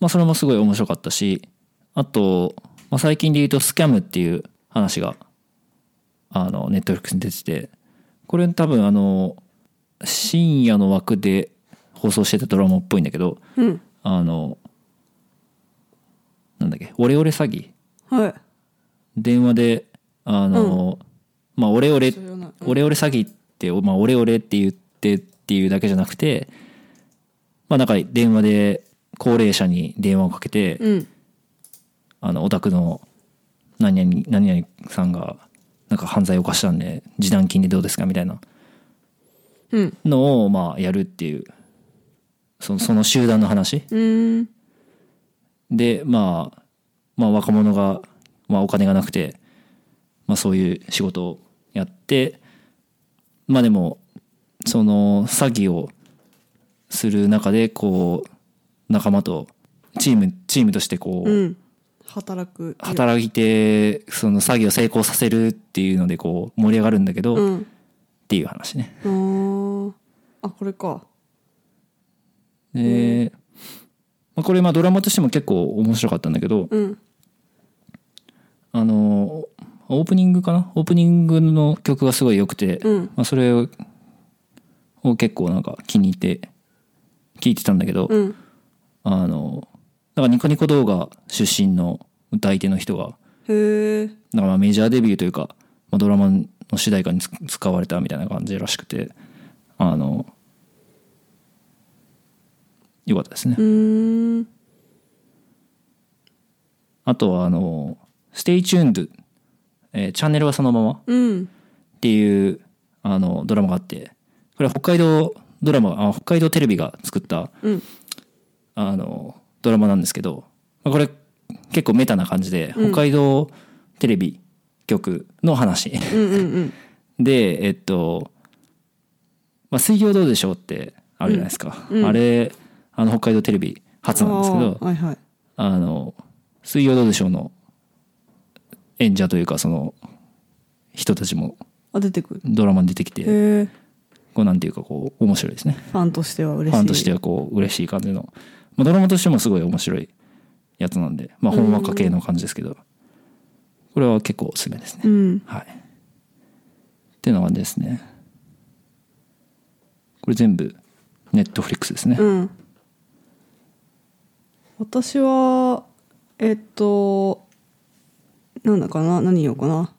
[SPEAKER 2] まあそれもすごい面白かったし、あと、まあ、最近で言うとスキャムっていう話が、あの、ネットフリックスに出てて、これ多分あの、深夜の枠で放送してたドラマっぽいんだけど、
[SPEAKER 1] うん
[SPEAKER 2] あの、なんだっけ、オレオレ詐欺
[SPEAKER 1] はい
[SPEAKER 2] 電話で、あの、まあ、オレオレ
[SPEAKER 1] それはない
[SPEAKER 2] オレオレ詐欺って、まあ、オレオレって言ってっていうだけじゃなくて、まあ、なんか電話で高齢者に電話をかけて、
[SPEAKER 1] うん
[SPEAKER 2] あの、お宅の何々、何々さんが、なんか犯罪を犯したんで、示談金でどうですかみたいな
[SPEAKER 1] うん
[SPEAKER 2] のを、まあ、やるっていう、その、その集団の話。
[SPEAKER 1] うん
[SPEAKER 2] で、まあ、まあ若者が、まあお金がなくて、まあそういう仕事をやって、まあでも、その詐欺をする中で、こう、仲間と、チーム、チームとしてこう、
[SPEAKER 1] うん働く
[SPEAKER 2] 働いてその作業成功させるっていうのでこう盛り上がるんだけど、
[SPEAKER 1] う
[SPEAKER 2] っ
[SPEAKER 1] ん
[SPEAKER 2] ていう話ね。
[SPEAKER 1] うーんあこれか
[SPEAKER 2] でまあ、これまあドラマとしても結構面白かったんだけど、
[SPEAKER 1] うん
[SPEAKER 2] あのオープニングかなオープニングの曲がすごい良くて、
[SPEAKER 1] うん
[SPEAKER 2] まあ、それを結構なんか気に入って聴いてたんだけど、
[SPEAKER 1] うん
[SPEAKER 2] あのなんかニコニコ動画出身の歌い手の人が
[SPEAKER 1] へえ
[SPEAKER 2] なんかまあメジャーデビューというか、まあ、ドラマの主題歌につ使われたみたいな感じらしくてあのよかったですね、
[SPEAKER 1] うーん
[SPEAKER 2] あとはあの「Stay Tuned、えーチャンネルはそのまま」っ
[SPEAKER 1] うん
[SPEAKER 2] ていうあのドラマがあってこれは北海道ドラマあ北海道テレビが作った
[SPEAKER 1] うん
[SPEAKER 2] あのドラマなんですけどまあこれ結構メタな感じで北海道テレビ局の話、 (laughs)
[SPEAKER 1] うんうんうん
[SPEAKER 2] でえっと「まあ、水曜どうでしょう」ってあるじゃないですか、あれあの北海道テレビ初なんですけど
[SPEAKER 1] あーはいはい
[SPEAKER 2] あの「水曜どうでしょう」の演者というかその人たちも
[SPEAKER 1] あ出てくる
[SPEAKER 2] ドラマに出てきて
[SPEAKER 1] へえ
[SPEAKER 2] こうなんていうかこう面白いですね
[SPEAKER 1] ファンとしては嬉しい
[SPEAKER 2] ファンとして
[SPEAKER 1] は
[SPEAKER 2] はこう嬉しい感じの、まあ、ドラマとしてもすごい面白いやつなんでまあほんわか系の感じですけどこれは結構おすすめですね
[SPEAKER 1] うん
[SPEAKER 2] はいっていうのがですねこれ全部ネットフリックスですね
[SPEAKER 1] うん私はえっとなんだかな何言おうかな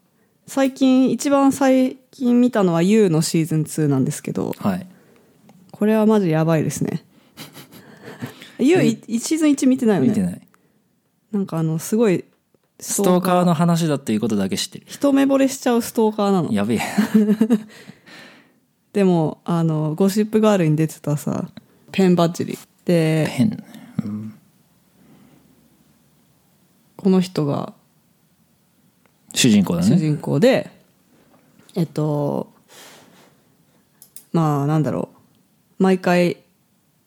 [SPEAKER 1] 最近一番最近見たのは YOU のシーズン2なんですけど
[SPEAKER 2] はい
[SPEAKER 1] これはマジやばいですね YOU いいシーズン1見てないよね
[SPEAKER 2] 見てない
[SPEAKER 1] なんかあのすごい
[SPEAKER 2] ストーカーの話だっていうことだけ知ってる
[SPEAKER 1] 一目惚れしちゃうストーカーなの (laughs)
[SPEAKER 2] やべえ
[SPEAKER 1] でもあのゴシップガールに出てたさペンバッジリで
[SPEAKER 2] ペン
[SPEAKER 1] この人が
[SPEAKER 2] 主人公だ
[SPEAKER 1] 主
[SPEAKER 2] ね
[SPEAKER 1] 人公で、えっとまあなんだろう毎回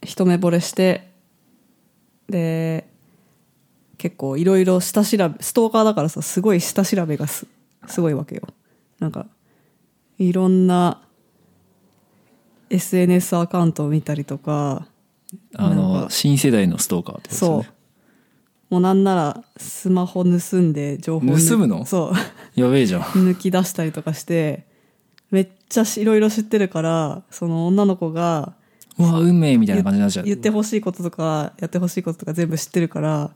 [SPEAKER 1] 一目惚れしてで結構いろいろ下調べストーカーだからさすごい下調べがすすごいわけよなんかいろんな SNS アカウントを見たりとか
[SPEAKER 2] あ
[SPEAKER 1] なん
[SPEAKER 2] の
[SPEAKER 1] か
[SPEAKER 2] 新世代のストーカーってことですよ
[SPEAKER 1] そ
[SPEAKER 2] ね
[SPEAKER 1] うもうなんならスマホ盗んで情報を抜
[SPEAKER 2] 盗むの
[SPEAKER 1] そう
[SPEAKER 2] やべえじゃん
[SPEAKER 1] 抜き出したりとかしてめっちゃいろいろ知ってるからその女の子が
[SPEAKER 2] うわ運命みたいな感じになっちゃう
[SPEAKER 1] 言ってほしいこととかやってほしいこととか全部知ってるから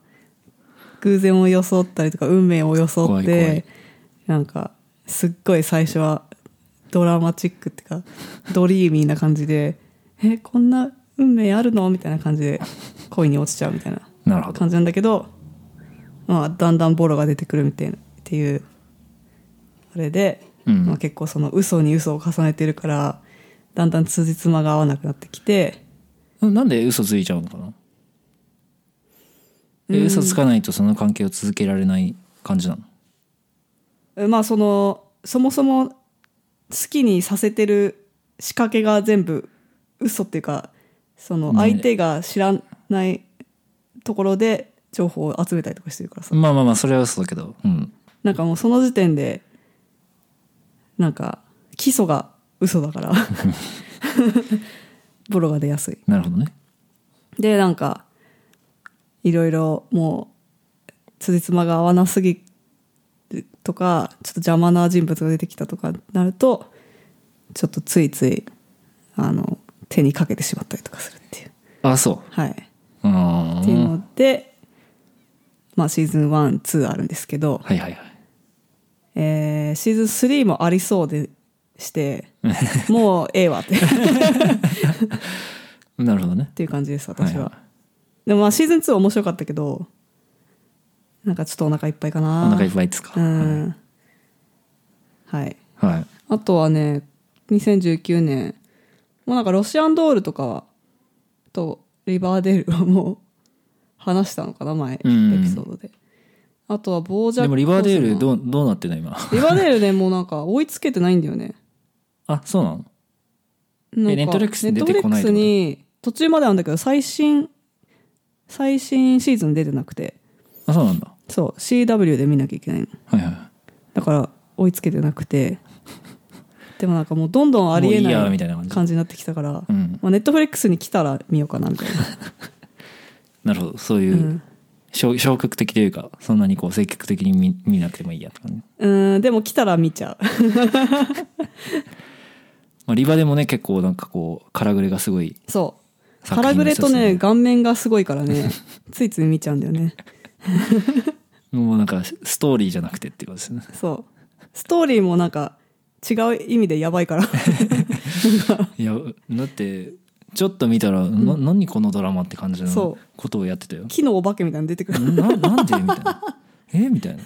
[SPEAKER 1] 偶然を装ったりとか運命を装って
[SPEAKER 2] 怖い怖い
[SPEAKER 1] なんかすっごい最初はドラマチックっていうかドリーミーな感じで「えこんな運命あるの?」みたいな感じで恋に落ちちゃうみたいな
[SPEAKER 2] なるほど
[SPEAKER 1] 感じなんだけど、まあ、だんだんボロが出てくるみたいなっていうあれで、
[SPEAKER 2] うん
[SPEAKER 1] まあ、結構その嘘に嘘を重ねてるからだんだん通じつまが合わなくなってきて
[SPEAKER 2] なんで嘘ついちゃうのかなえ嘘つかないとその関係を続けられない感じなの
[SPEAKER 1] まあそのそもそも好きにさせてる仕掛けが全部嘘っていうかその
[SPEAKER 2] ね
[SPEAKER 1] 相手が知らないところで情報を集めたりとかしてるからさ
[SPEAKER 2] まあまあまあそれは嘘だけどうん
[SPEAKER 1] なんかもうその時点でなんか基礎が嘘だからボロが出やすい
[SPEAKER 2] なるほどね
[SPEAKER 1] でなんかいろいろもうつじつまが合わなすぎるとかちょっと邪魔な人物が出てきたとかなるとちょっとついついあの手にかけてしまったりとかするっていう
[SPEAKER 2] あそ
[SPEAKER 1] はい、
[SPEAKER 2] うあ
[SPEAKER 1] っていう
[SPEAKER 2] ー
[SPEAKER 1] のでまあシーズン12あるんですけど、
[SPEAKER 2] はいはいはい
[SPEAKER 1] えーシーズン3もありそうで
[SPEAKER 2] (laughs)
[SPEAKER 1] して、もうええわって、っ (laughs)
[SPEAKER 2] なるほどね
[SPEAKER 1] ていう感じです、私は。
[SPEAKER 2] はいは
[SPEAKER 1] でもまあシーズン2は面白かったけど、なんかちょっとお腹いっぱいかな。
[SPEAKER 2] お腹いっぱいですか
[SPEAKER 1] うん。はい。
[SPEAKER 2] はい
[SPEAKER 1] あとはね、2019年、もうなんかロシアンドールとかは、とリバーデールはもう話したのかな、前、エピ
[SPEAKER 2] うん
[SPEAKER 1] ソードで。あとはボージャッ
[SPEAKER 2] で
[SPEAKER 1] ク
[SPEAKER 2] もリバーデール
[SPEAKER 1] ホー
[SPEAKER 2] どうどうなってるの今
[SPEAKER 1] スマンリバーデールね、もうなんか追いつけてないんだよね。
[SPEAKER 2] あそうなの
[SPEAKER 1] なんか
[SPEAKER 2] Netflix に出てこないってこと
[SPEAKER 1] Netflix に途中までなんだけど最新最新シーズン出てなくて
[SPEAKER 2] あそうなんだ
[SPEAKER 1] そう CW で見なきゃいけないの
[SPEAKER 2] はいは
[SPEAKER 1] だから追いつけてなくてでもなんかもうどんどんありえ
[SPEAKER 2] もういいや
[SPEAKER 1] な
[SPEAKER 2] みたいな感
[SPEAKER 1] い
[SPEAKER 2] じ
[SPEAKER 1] 感じになってきたから
[SPEAKER 2] いうん
[SPEAKER 1] まあ、ネットフレックスに来たら見ようかなみたいな、
[SPEAKER 2] なるほどそうい
[SPEAKER 1] う
[SPEAKER 2] う、
[SPEAKER 1] ん
[SPEAKER 2] 消消極的というかそんなにこう積極的に見見なくてもいいやとかね、
[SPEAKER 1] うんでも来たら見ちゃう (laughs)
[SPEAKER 2] まあ、リバでもね結構なんかこう空ぐれがすごい
[SPEAKER 1] そう
[SPEAKER 2] 作
[SPEAKER 1] 腹ぐ
[SPEAKER 2] 品の
[SPEAKER 1] れ
[SPEAKER 2] 一つ
[SPEAKER 1] とね顔面がすごいからねついつい見ちゃうんだよね
[SPEAKER 2] もうなんかストーリーじゃなくてっていうことですね
[SPEAKER 1] そうストーリーもなんか違う意味でやばいから (laughs)
[SPEAKER 2] いやだってちょっと見たら、な何このドラマって感じの
[SPEAKER 1] そ
[SPEAKER 2] ことをやってたよ
[SPEAKER 1] 木のお化けみたいなの出てくる
[SPEAKER 2] ななんでみたいな (laughs) えみたいな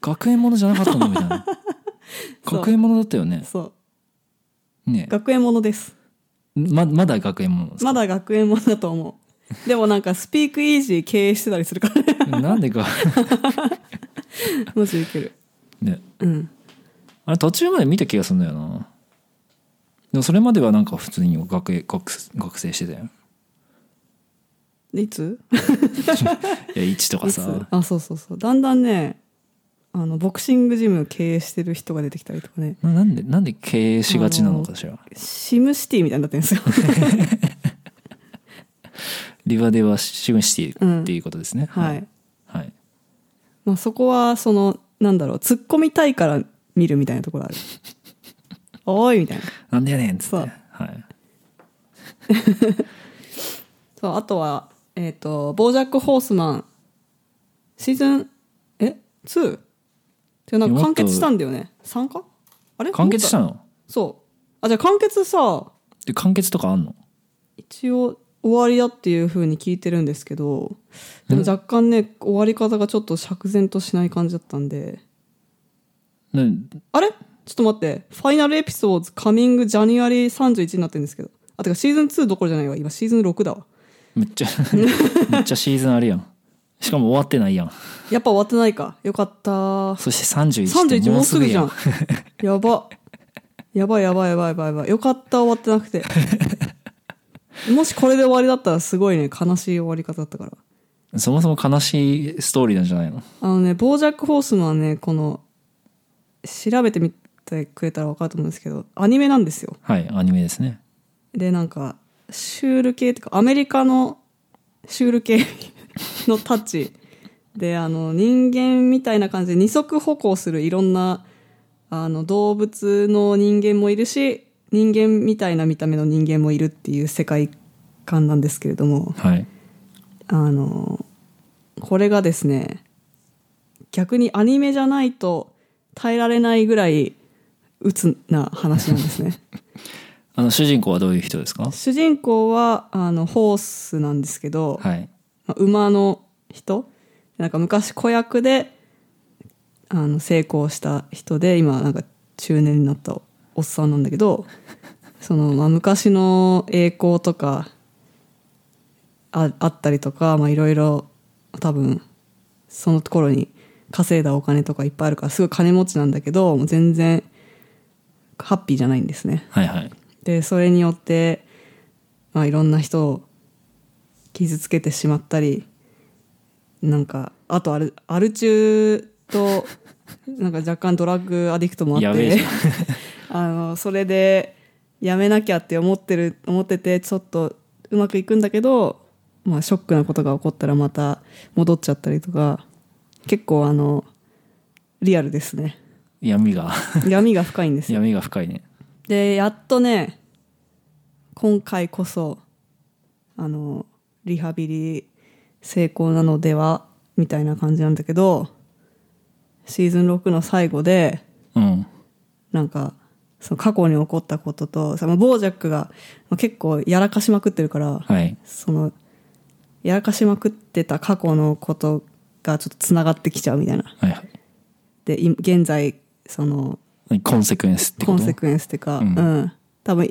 [SPEAKER 2] 学園ものじゃなかったのみたいな
[SPEAKER 1] (laughs) そう
[SPEAKER 2] 学園ものだったよね
[SPEAKER 1] そう
[SPEAKER 2] ね
[SPEAKER 1] 学園ものです
[SPEAKER 2] ままだ学園ものですか
[SPEAKER 1] まだ学園ものだと思うでもなんかスピークイージー経営してたりする (laughs) からね
[SPEAKER 2] なんでか
[SPEAKER 1] マジでいける
[SPEAKER 2] ね
[SPEAKER 1] うん
[SPEAKER 2] あれ途中まで見た気がするんだよなでもそれまではなんか普通に学園学学生してたよ
[SPEAKER 1] いつ
[SPEAKER 2] いや1とか
[SPEAKER 1] いつ
[SPEAKER 2] さ
[SPEAKER 1] あそうそうそうだんだんねあのボクシングジム経営してる人が出てきたりとかね
[SPEAKER 2] ななんでなんで経営しがちなのかしら
[SPEAKER 1] シムシティみたいになってるん (laughs) ですよ
[SPEAKER 2] リバデはシムシティっていうことですね、
[SPEAKER 1] はい、
[SPEAKER 2] はい
[SPEAKER 1] まあ、そこはそのなんだろう突っ込みたいから見るみたいなところあ (laughs) るおーいみたいな
[SPEAKER 2] なんでやねんっつって
[SPEAKER 1] そ
[SPEAKER 2] は
[SPEAKER 1] う
[SPEAKER 2] い
[SPEAKER 1] そうあとはえっ、と「ボージャック・ホースマン」シーズンえ 2? ってなんか完結したんだよね3かあれ
[SPEAKER 2] 完結した
[SPEAKER 1] もっ
[SPEAKER 2] の
[SPEAKER 1] とそうあじゃあ完結さ
[SPEAKER 2] で完結とかあんの
[SPEAKER 1] 一応終わりだっていうふうに聞いてるんですけどでも若干ね終わり方がちょっと釈然としない感じだったんで
[SPEAKER 2] ね
[SPEAKER 1] あれちょっと待ってファイナルエピソードカミングジャニュアリー31になってるんですけどあてかシーズン2どころじゃないわ今シーズン6だわ
[SPEAKER 2] めっちゃ (laughs) めっちゃシーズンあるやんしかも終わってないやん
[SPEAKER 1] やっぱ終わってないかよかった
[SPEAKER 2] そして31って
[SPEAKER 1] 31
[SPEAKER 2] も
[SPEAKER 1] も
[SPEAKER 2] う
[SPEAKER 1] う
[SPEAKER 2] す
[SPEAKER 1] すぐ
[SPEAKER 2] ぐや
[SPEAKER 1] じゃ
[SPEAKER 2] ん
[SPEAKER 1] んやばやばいやばいやばいやばいやばいよかった終わってなくてもしこれで終わりだったらすごいね悲しい終わり方だったから
[SPEAKER 2] そもそも悲しいストーリーなんじゃないの
[SPEAKER 1] あのね、ボージャック・ホースマンはね、この、調べてみてくれたら分かると思うんですけど、アニメなんですよ。
[SPEAKER 2] はいアニメですね
[SPEAKER 1] で、なんか、シュール系っていうか、アメリカのシュール系のタッチ。で、あの、人間みたいな感じで二足歩行するいろんな、あの、動物の人間もいるし、人間みたいな見た目の人間もいるっていう世界観なんですけれども。
[SPEAKER 2] はい
[SPEAKER 1] あの、これがですね、逆にアニメじゃないと耐えられないぐらい鬱な話なんですね。
[SPEAKER 2] あの主人公はどういう人ですか
[SPEAKER 1] 主人公は、あの、ホースなんですけど、
[SPEAKER 2] はい
[SPEAKER 1] まあ馬の人なんか昔子役で、あの、成功した人で、今なんか中年になったおっさんなんだけ
[SPEAKER 2] (laughs)
[SPEAKER 1] ど、その、まあ、昔の栄光とか、ああったりとか、まあ、いろいろ多分その頃に稼いだお金とかいっぱいあるからすごい金持ちなんだけどもう全然ハッピーじゃないんですね。
[SPEAKER 2] はいはい
[SPEAKER 1] でそれによって、まあ、いろんな人を傷つけてしまったりなんかあとアルアル中と (laughs) なんか若干ドラッグアディクトもあ
[SPEAKER 2] や
[SPEAKER 1] っ
[SPEAKER 2] べ
[SPEAKER 1] て
[SPEAKER 2] えじ
[SPEAKER 1] (laughs) あのそれでやめなきゃって思ってる思っててちょっとうまくいくんだけど、まあ、ショックなことが起こったらまた戻っちゃったりとか結構あのリアルですね
[SPEAKER 2] 闇
[SPEAKER 1] (laughs)
[SPEAKER 2] が
[SPEAKER 1] 闇が深いんですよ
[SPEAKER 2] 闇が深いね
[SPEAKER 1] でやっとね今回こそあのリハビリ成功なのではみたいな感じなんだけどシーズン6の最後で
[SPEAKER 2] うん
[SPEAKER 1] なんかその過去に起こったこととそのボージャックがまあ結構やらかしまくってるから、
[SPEAKER 2] はい
[SPEAKER 1] そのやらかしまくってた過去のことがちょっとつながってきちゃうみたいな
[SPEAKER 2] はいはい
[SPEAKER 1] でい現在その
[SPEAKER 2] 何コンセクエンスって
[SPEAKER 1] コ
[SPEAKER 2] こ
[SPEAKER 1] ン
[SPEAKER 2] と
[SPEAKER 1] セクエンスっていうか、
[SPEAKER 2] う
[SPEAKER 1] うんん多分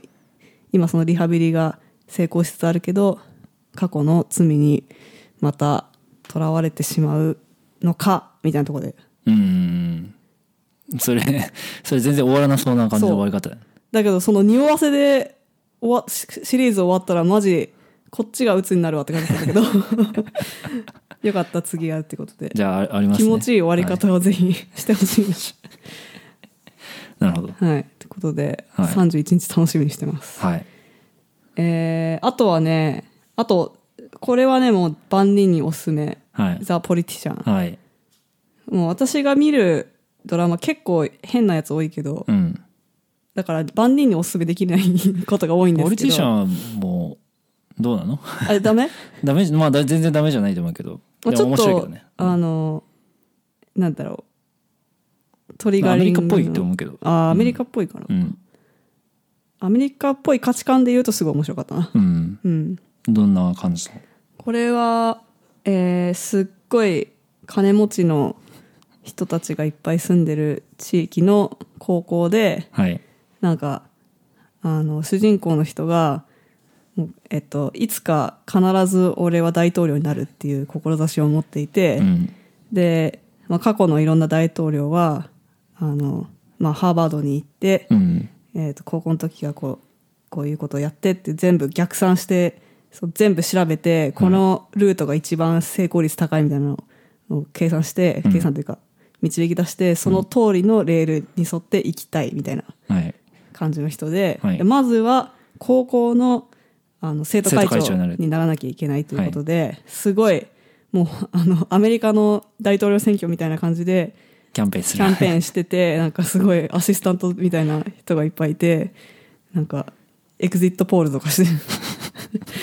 [SPEAKER 1] 今そのリハビリが成功しつつあるけど過去の罪にまた囚われてしまうのかみたいなところで
[SPEAKER 2] うんそれそれ全然終わらなそうな感じの終わり方だよ
[SPEAKER 1] だけどその匂わせで終わ
[SPEAKER 2] (laughs)
[SPEAKER 1] シシリーズ終わったらマジこっちが鬱になるわって感じだったけどよかった次やるってことで
[SPEAKER 2] じゃあああります
[SPEAKER 1] 気
[SPEAKER 2] ね
[SPEAKER 1] 持ちいい終わり
[SPEAKER 2] は
[SPEAKER 1] 方をぜひしてほしい
[SPEAKER 2] (laughs)
[SPEAKER 1] です
[SPEAKER 2] いなるほど
[SPEAKER 1] はいということで、
[SPEAKER 2] はい
[SPEAKER 1] 31日楽しみにしてます
[SPEAKER 2] はい
[SPEAKER 1] えーあとはねあとこれはねもう万人におすすめ
[SPEAKER 2] は
[SPEAKER 1] 「
[SPEAKER 2] い
[SPEAKER 1] ザ・ポリティシャン
[SPEAKER 2] はい」
[SPEAKER 1] もう私が見るドラマ結構変なやつ多いけど、
[SPEAKER 2] うん
[SPEAKER 1] だから万人におすすめできないことが多いんですけど
[SPEAKER 2] ポリティシャンはもうどうなの (laughs)
[SPEAKER 1] あれダメ
[SPEAKER 2] ダメじまあだ全然ダメじゃないと思うけど
[SPEAKER 1] まあ
[SPEAKER 2] で
[SPEAKER 1] ち
[SPEAKER 2] も
[SPEAKER 1] ょっ
[SPEAKER 2] 面白いけ
[SPEAKER 1] と、
[SPEAKER 2] どね
[SPEAKER 1] あのなんだろうトリ
[SPEAKER 2] ま
[SPEAKER 1] ガ
[SPEAKER 2] あア
[SPEAKER 1] ー
[SPEAKER 2] メ
[SPEAKER 1] リ
[SPEAKER 2] リ
[SPEAKER 1] ング
[SPEAKER 2] カっぽいって思うけど
[SPEAKER 1] あーアメリカっぽいかな、
[SPEAKER 2] うん
[SPEAKER 1] アメリカっぽい価値観で言うとすごい面白かったな
[SPEAKER 2] うん
[SPEAKER 1] うん
[SPEAKER 2] どんな感じの
[SPEAKER 1] これは、えーすっごい金持ちの人たちがいっぱい住んでる地域の高校で
[SPEAKER 2] はい
[SPEAKER 1] なんかあの主人公の人が、もうえっと、いつか必ず俺は大統領になるっていう志を持っていて、
[SPEAKER 2] うん
[SPEAKER 1] で、まあ、過去のいろんな大統領はあの、まあ、ハーバードに行って、
[SPEAKER 2] うん
[SPEAKER 1] えー、と高校の時がこうこういうことをやってって全部逆算してそう全部調べてこのルートが一番成功率高いみたいなのを計算して、
[SPEAKER 2] うん
[SPEAKER 1] 計算というか導き出してその通りのレールに沿って行きたいみたいな
[SPEAKER 2] はい
[SPEAKER 1] 感じの人で,で、
[SPEAKER 2] はい
[SPEAKER 1] まずは高校のあの生徒会
[SPEAKER 2] 生徒会
[SPEAKER 1] 長
[SPEAKER 2] 長になる
[SPEAKER 1] にならなきゃいけないということで、すごいもうあのアメリカの大統領選挙みたいな感じで
[SPEAKER 2] キャンペーンす
[SPEAKER 1] キ
[SPEAKER 2] る
[SPEAKER 1] ャンペー
[SPEAKER 2] ン
[SPEAKER 1] ンしてて、なんかすごいアシスタントみたいな人がいっぱいいて、なんか、エクジットポールとかして、
[SPEAKER 2] (laughs) (laughs)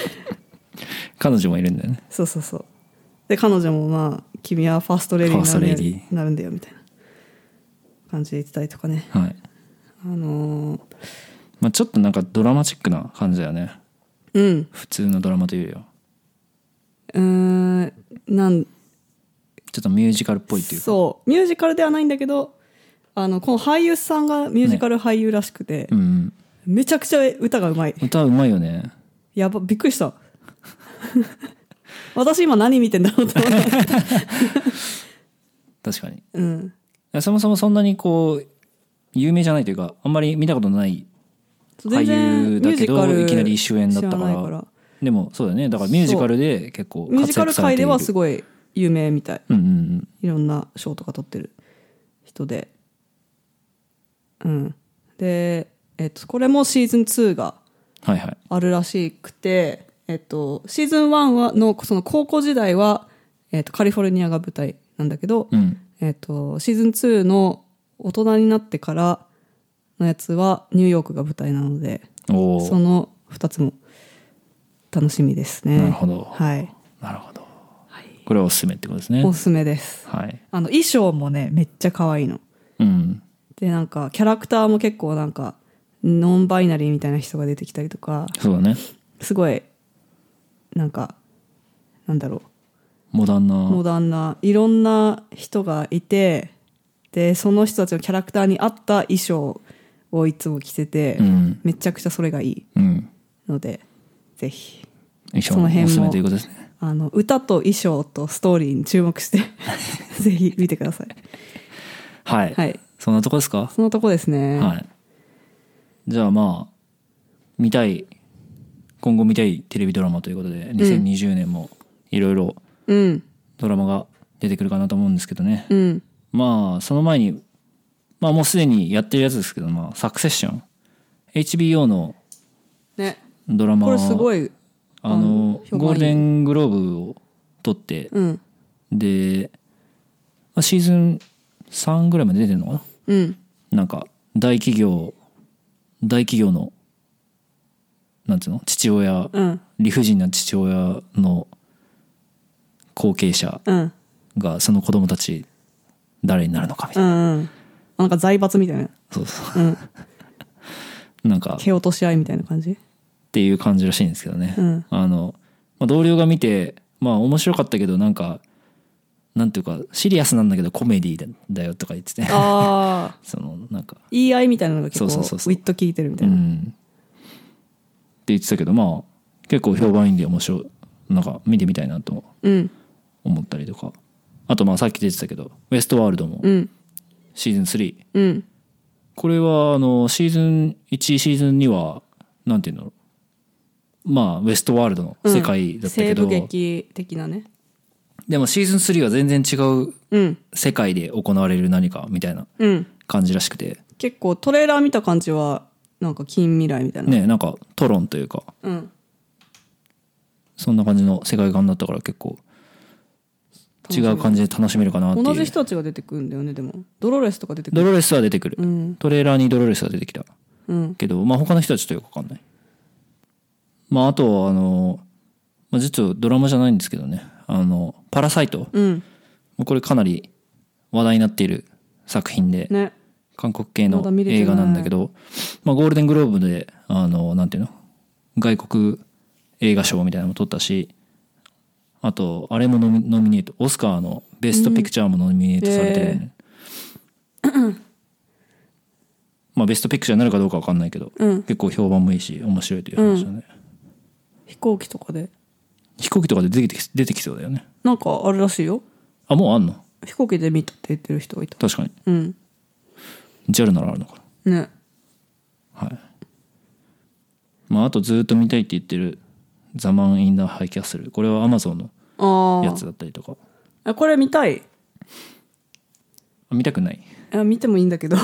[SPEAKER 2] 彼女もいるんだよね
[SPEAKER 1] そうそうそう。で、彼女もまあ、君はファーストレディーになる,、
[SPEAKER 2] ファーストレディ
[SPEAKER 1] なるんだよ、みたいな感じで言ってたりとかね。
[SPEAKER 2] はい
[SPEAKER 1] あのー
[SPEAKER 2] まあちょっとなんかドラマチックな感じだよね
[SPEAKER 1] うん、
[SPEAKER 2] 普通のドラマというよりは
[SPEAKER 1] うーん、なん、
[SPEAKER 2] ちょっとミュージカルっぽいっていうか
[SPEAKER 1] そう、ミュージカルではないんだけど、あの、この俳優さんがミュージカル俳優らしくて、
[SPEAKER 2] うん
[SPEAKER 1] めちゃくちゃ歌がうまい。
[SPEAKER 2] 歌うまいよね
[SPEAKER 1] やば、びっくり
[SPEAKER 2] (laughs)
[SPEAKER 1] した。私今何見てんだろうと思って。
[SPEAKER 2] 確かに
[SPEAKER 1] うん、
[SPEAKER 2] そもそもそんなにこう有名じゃないというかあんまり見たことない
[SPEAKER 1] 全
[SPEAKER 2] 俳
[SPEAKER 1] 然ミュ
[SPEAKER 2] 優だ
[SPEAKER 1] ー
[SPEAKER 2] け
[SPEAKER 1] ジ
[SPEAKER 2] ど
[SPEAKER 1] カル
[SPEAKER 2] いきなり主演だったから
[SPEAKER 1] 知ないから
[SPEAKER 2] でもそうだよねだからミュージカルで結構
[SPEAKER 1] ミュージ
[SPEAKER 2] 活
[SPEAKER 1] カル
[SPEAKER 2] 躍され
[SPEAKER 1] 界
[SPEAKER 2] てい
[SPEAKER 1] で
[SPEAKER 2] る
[SPEAKER 1] はすごい有名みたい
[SPEAKER 2] うんうんうん
[SPEAKER 1] いろんな賞とか取ってる人でうんで、えっと、これもシーズン2が
[SPEAKER 2] はいはい
[SPEAKER 1] あるらしくて、えっと、シーズン1はのその高校時代は、えっと、カリフォルニアが舞台なんだけど、
[SPEAKER 2] うん
[SPEAKER 1] えっと、シーズン2の大人になってからのやつはニューヨークが舞台なので
[SPEAKER 2] お
[SPEAKER 1] そ
[SPEAKER 2] お
[SPEAKER 1] の2つも楽しみですね。
[SPEAKER 2] なるほど
[SPEAKER 1] はい。
[SPEAKER 2] なるほどこれはおすすめってことですね
[SPEAKER 1] おすすめです。
[SPEAKER 2] はい
[SPEAKER 1] あの、衣装もね、めっちゃ可愛いの。
[SPEAKER 2] うん
[SPEAKER 1] で、なんか、キャラクターも結構なんか、ノンバイナリーみたいな人が出てきたりとか、
[SPEAKER 2] そうだね
[SPEAKER 1] すごい、なんか、なんだろ
[SPEAKER 2] モダンな
[SPEAKER 1] う、モダンな、いろんな人がいて、で、その人たちのキャラクターに合った衣装をいつも着てて、
[SPEAKER 2] うん
[SPEAKER 1] めちゃくちゃそれがいい
[SPEAKER 2] うん
[SPEAKER 1] ので、ぜひ。
[SPEAKER 2] 衣装
[SPEAKER 1] その辺も
[SPEAKER 2] もおすすめということですね
[SPEAKER 1] あの歌と衣装とストーリーに注目
[SPEAKER 2] (laughs)
[SPEAKER 1] してぜひ見てください
[SPEAKER 2] はい、
[SPEAKER 1] はい
[SPEAKER 2] そんなとこですか
[SPEAKER 1] そのとこですね
[SPEAKER 2] はい。じゃあまあ、見たい、今後見たいテレビドラマということで、2020年もいろいろ
[SPEAKER 1] うん
[SPEAKER 2] ドラマが出てくるかなと思うんですけどね。
[SPEAKER 1] うん
[SPEAKER 2] まあ、その前に、まあもうすでにやってるやつですけど、まあ、サクセッション。HBO の
[SPEAKER 1] ね
[SPEAKER 2] ドラマ
[SPEAKER 1] これすご
[SPEAKER 2] い、
[SPEAKER 1] い
[SPEAKER 2] あの、
[SPEAKER 1] 評判いい
[SPEAKER 2] ゴールデングローブを取って、
[SPEAKER 1] うん
[SPEAKER 2] で、まあ、シーズン3ぐらいまで出てるのかな
[SPEAKER 1] うん
[SPEAKER 2] なんか大企業大企業のなんつうの父親
[SPEAKER 1] うん
[SPEAKER 2] 理不尽な父親の後継者
[SPEAKER 1] うん
[SPEAKER 2] がその子供たち誰になるのかみた
[SPEAKER 1] う
[SPEAKER 2] いな、
[SPEAKER 1] んうんなんか財閥みたいな
[SPEAKER 2] そうそ
[SPEAKER 1] うん
[SPEAKER 2] うなんかっ
[SPEAKER 1] 蹴落とし合いみたいな感じ
[SPEAKER 2] ていう感じらしいんですけどね、
[SPEAKER 1] うん
[SPEAKER 2] あの、まあ、同僚が見てまあ面白かったけどなんかなんていうかシリアスなんだけどコメディだだよとか言ってて
[SPEAKER 1] ああ
[SPEAKER 2] (laughs) そのなんか
[SPEAKER 1] (laughs) 言い合いみたいなのが結構
[SPEAKER 2] そうそうそうそう
[SPEAKER 1] ウィット効いてるみたいうな、
[SPEAKER 2] んって言ってたけどまあ結構評判いいんで面白いなんか見てみたいなと
[SPEAKER 1] うん
[SPEAKER 2] 思ったりとかあとまあさっき出てたけど「ウエストワールド」も
[SPEAKER 1] うん
[SPEAKER 2] シーズン3、
[SPEAKER 1] うん
[SPEAKER 2] これはあのシーズン1シーズン2はなんていうんだろうまあウエストワールドの世界だったけ
[SPEAKER 1] 西
[SPEAKER 2] ど、
[SPEAKER 1] 部劇的なね
[SPEAKER 2] でもシーズン3は全然違う
[SPEAKER 1] うん
[SPEAKER 2] 世界で行われる何かみたいな
[SPEAKER 1] うん
[SPEAKER 2] 感じらしくて
[SPEAKER 1] 結構トレーラー見た感じはなんか近未来みたいな、
[SPEAKER 2] ねなんかトロンというか
[SPEAKER 1] うん
[SPEAKER 2] そんな感じの世界観だったから結構違う感じで楽しめるかなって
[SPEAKER 1] 同
[SPEAKER 2] い
[SPEAKER 1] じ
[SPEAKER 2] う
[SPEAKER 1] 人たちが出てくるんだよねでもドロレスとか出てくる
[SPEAKER 2] ドロレスは出てくる、
[SPEAKER 1] うん
[SPEAKER 2] トレーラーにドロレスは出てきた
[SPEAKER 1] うん
[SPEAKER 2] けどまあ他の人はちょっとよくわかんないまああとあの、まあ、実はドラマじゃないんですけどね「あのパラサイト」
[SPEAKER 1] うん
[SPEAKER 2] もうこれかなり話題になっている作品で、
[SPEAKER 1] ね
[SPEAKER 2] 韓国系の
[SPEAKER 1] まだ見れてない
[SPEAKER 2] 映画なんだけど、まあ、ゴールデングローブであのなんていうの外国映画賞みたいなのも取ったしあとあれもノミノミネートオスカーのベストピクチャーもノミネートされて、
[SPEAKER 1] へ
[SPEAKER 2] (clears throat) まあベストピクチャーになるかどうかわかんないけど、
[SPEAKER 1] うん
[SPEAKER 2] 結構評判もいいし面白いという話だね、
[SPEAKER 1] 飛行機とかで
[SPEAKER 2] 飛行機とかで出てき出てきそうだよね
[SPEAKER 1] なんかあるらしいよ
[SPEAKER 2] あもうあんの
[SPEAKER 1] 飛行機で見たって言ってる人がいた
[SPEAKER 2] 確かに
[SPEAKER 1] うん
[SPEAKER 2] JAL ならあるのかな
[SPEAKER 1] ね
[SPEAKER 2] はい。まあ、あとずっと見たいって言ってる「ザ・マン・イン・ダ・ハイ・キャッスル」これはアマゾンの
[SPEAKER 1] あ
[SPEAKER 2] や
[SPEAKER 1] あ
[SPEAKER 2] つだったりとか
[SPEAKER 1] あこれ見たい
[SPEAKER 2] あ見たくない
[SPEAKER 1] あ見てもいいんだけ
[SPEAKER 2] (laughs)
[SPEAKER 1] ど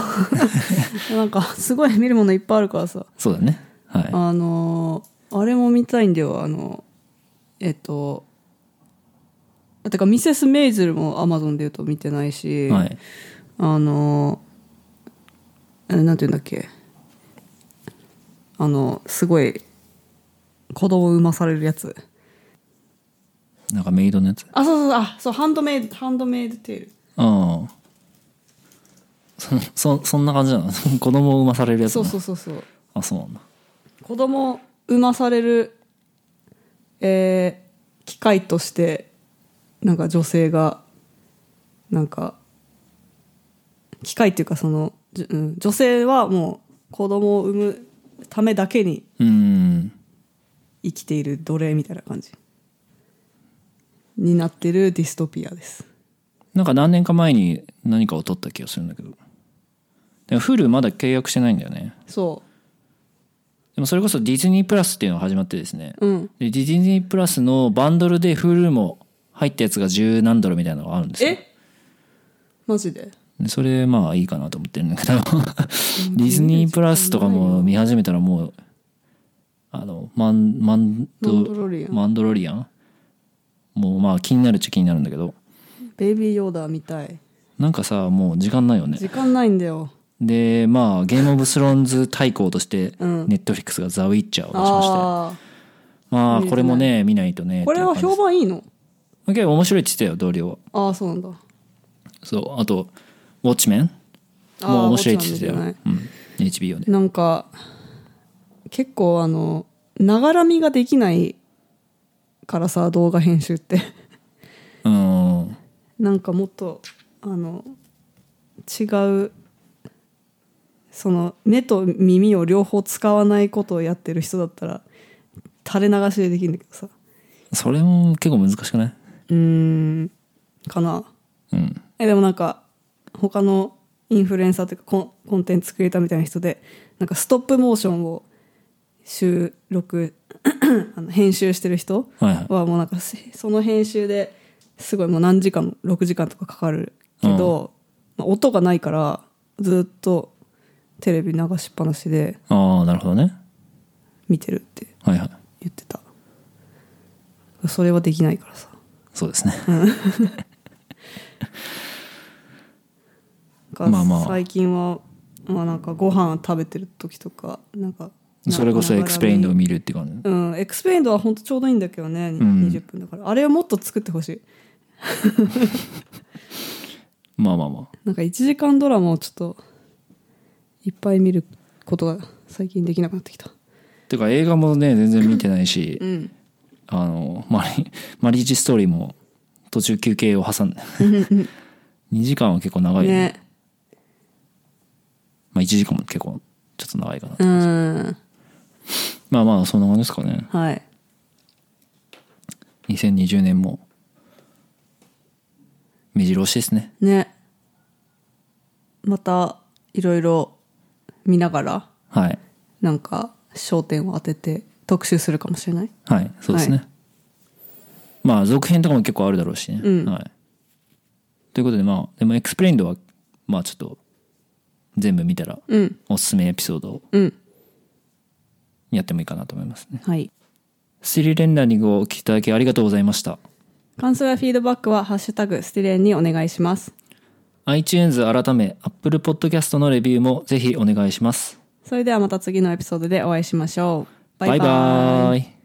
[SPEAKER 1] なんかすごい見るものいっぱいあるからさ
[SPEAKER 2] そうだねはい
[SPEAKER 1] あのーあれも見たいんだよあのえっとあてかミセス・メイズルもアマゾンで言うと見てないし、
[SPEAKER 2] はい
[SPEAKER 1] あのーえなんて言うんだっけあのすごい子供を産まされるやつ
[SPEAKER 2] なんかメイドのやつあ
[SPEAKER 1] あそうそうそうあそうハンドメイドハンドメイドテール
[SPEAKER 2] あそそそんな感じなの (laughs) 子供を産まされるやつ
[SPEAKER 1] そ
[SPEAKER 2] な
[SPEAKER 1] う
[SPEAKER 2] の
[SPEAKER 1] そうそうそう
[SPEAKER 2] あそうなんだ
[SPEAKER 1] 子供を産まされる、えー機会としてなんか女性がなんか機会っていうかその、じゅうん、女性はもう子供を産むためだけに
[SPEAKER 2] うーん
[SPEAKER 1] 生きている奴隷みたいな感じになってるディストピアです
[SPEAKER 2] なんか何年か前に何かを取った気がするんだけどでもフルまだ契約してないんだよね
[SPEAKER 1] そ
[SPEAKER 2] でもそれこそディズニープラスっていうのが始まってですね、
[SPEAKER 1] ううん
[SPEAKER 2] でディズニープラスのバンドルで Hulu も入ったやつが十何ドルみたいなのがあるんですよ
[SPEAKER 1] えマジで
[SPEAKER 2] でそれまあいいかなと思ってるんだけどディズニープラスとかも見始めたらもうあのマンマンド
[SPEAKER 1] マンドロリアン
[SPEAKER 2] マンドロリアンもうまあ気になるっちゃ気になるんだけど
[SPEAKER 1] ベイビーヨーダーみたい
[SPEAKER 2] なんかさもう時間ないよね
[SPEAKER 1] 時間ないんだよ
[SPEAKER 2] でまあゲームオブスローンズ対抗として
[SPEAKER 1] うん
[SPEAKER 2] ネットフリックスが「ザ・ウィッチャー」を出しまして、
[SPEAKER 1] ああ
[SPEAKER 2] まあこれもね見ないとね
[SPEAKER 1] ーこれは
[SPEAKER 2] っていう感
[SPEAKER 1] 評判いいの
[SPEAKER 2] じ結構面白いって言ってたよ同僚は
[SPEAKER 1] ああそうなんだ
[SPEAKER 2] そうあと「ウォッチメン」
[SPEAKER 1] あー
[SPEAKER 2] もう面白いって言ってた
[SPEAKER 1] ウォッ
[SPEAKER 2] よ
[SPEAKER 1] チ、
[SPEAKER 2] うん、HBO で
[SPEAKER 1] なんか結構あのながらみができないからさ動画編集って
[SPEAKER 2] うん
[SPEAKER 1] なんかもっとあの違うその目と耳を両方使わないことをやってる人だったら垂れ流しでできるんだけどさ
[SPEAKER 2] それも結構難しくないう
[SPEAKER 1] ーんかな
[SPEAKER 2] うん
[SPEAKER 1] えでもなんか他のインフルエンサーというかコンコンテンツクリエイターみたいな人でなんかストップモーションを収録 (clears throat) あの編集してる人
[SPEAKER 2] はいはい
[SPEAKER 1] はもうなんかせその編集ですごいもう何時間も6時間とかかかるけど、まあ音がないからずっとテレビ流しっぱなしで
[SPEAKER 2] ああなるほどね
[SPEAKER 1] 見てるって
[SPEAKER 2] はいはい
[SPEAKER 1] 言ってたそれはできないからさ
[SPEAKER 2] そうですね
[SPEAKER 1] が
[SPEAKER 2] まあまあ
[SPEAKER 1] 最近はまあなんかご飯食べてる時とかなんかな
[SPEAKER 2] それこそエクスプレインドを
[SPEAKER 1] なが
[SPEAKER 2] 見るっていう感
[SPEAKER 1] らにうんエクスプレインドは本当ちょうどいいんだけどね、に
[SPEAKER 2] うん
[SPEAKER 1] 20分だからあれをもっと作ってほしい
[SPEAKER 2] じまあまあまあ
[SPEAKER 1] なんか1時間ドラマをちょっといっぱい見ることが最近できなくなってきた
[SPEAKER 2] てか映画もね全然見てないし、
[SPEAKER 1] うん
[SPEAKER 2] あのマリマリージストーリーも途中休憩を
[SPEAKER 1] (laughs)
[SPEAKER 2] 挟んで2時間は結構長い、
[SPEAKER 1] ね
[SPEAKER 2] まあ1時間も結構ちょっと長いかな、
[SPEAKER 1] うん
[SPEAKER 2] まあまあそんな感じですかね
[SPEAKER 1] はい
[SPEAKER 2] 2020年も目白押しですね
[SPEAKER 1] ねまたいろいろ見ながら
[SPEAKER 2] はい
[SPEAKER 1] なんか焦点を当てて特集するかもしれない
[SPEAKER 2] はいそうですね、まあ続編とかも結構あるだろうしね、
[SPEAKER 1] うん
[SPEAKER 2] はい、ということでまあでもエクスプレインドはまあちょっと全部見たら
[SPEAKER 1] うん
[SPEAKER 2] おすすめエピソードを
[SPEAKER 1] うん
[SPEAKER 2] やってもいいかなと思いますね
[SPEAKER 1] はい
[SPEAKER 2] スリーレンダリングをお聞きいただきありがとうございました
[SPEAKER 1] 感想やフィードバックは「ハッシュタグスティレン」にお願いします
[SPEAKER 2] iTunes 改め Apple Podcast のレビューもぜひお願いします
[SPEAKER 1] それではまた次のエピソードでお会いしましょうバイバ
[SPEAKER 2] バイ
[SPEAKER 1] イ
[SPEAKER 2] バイ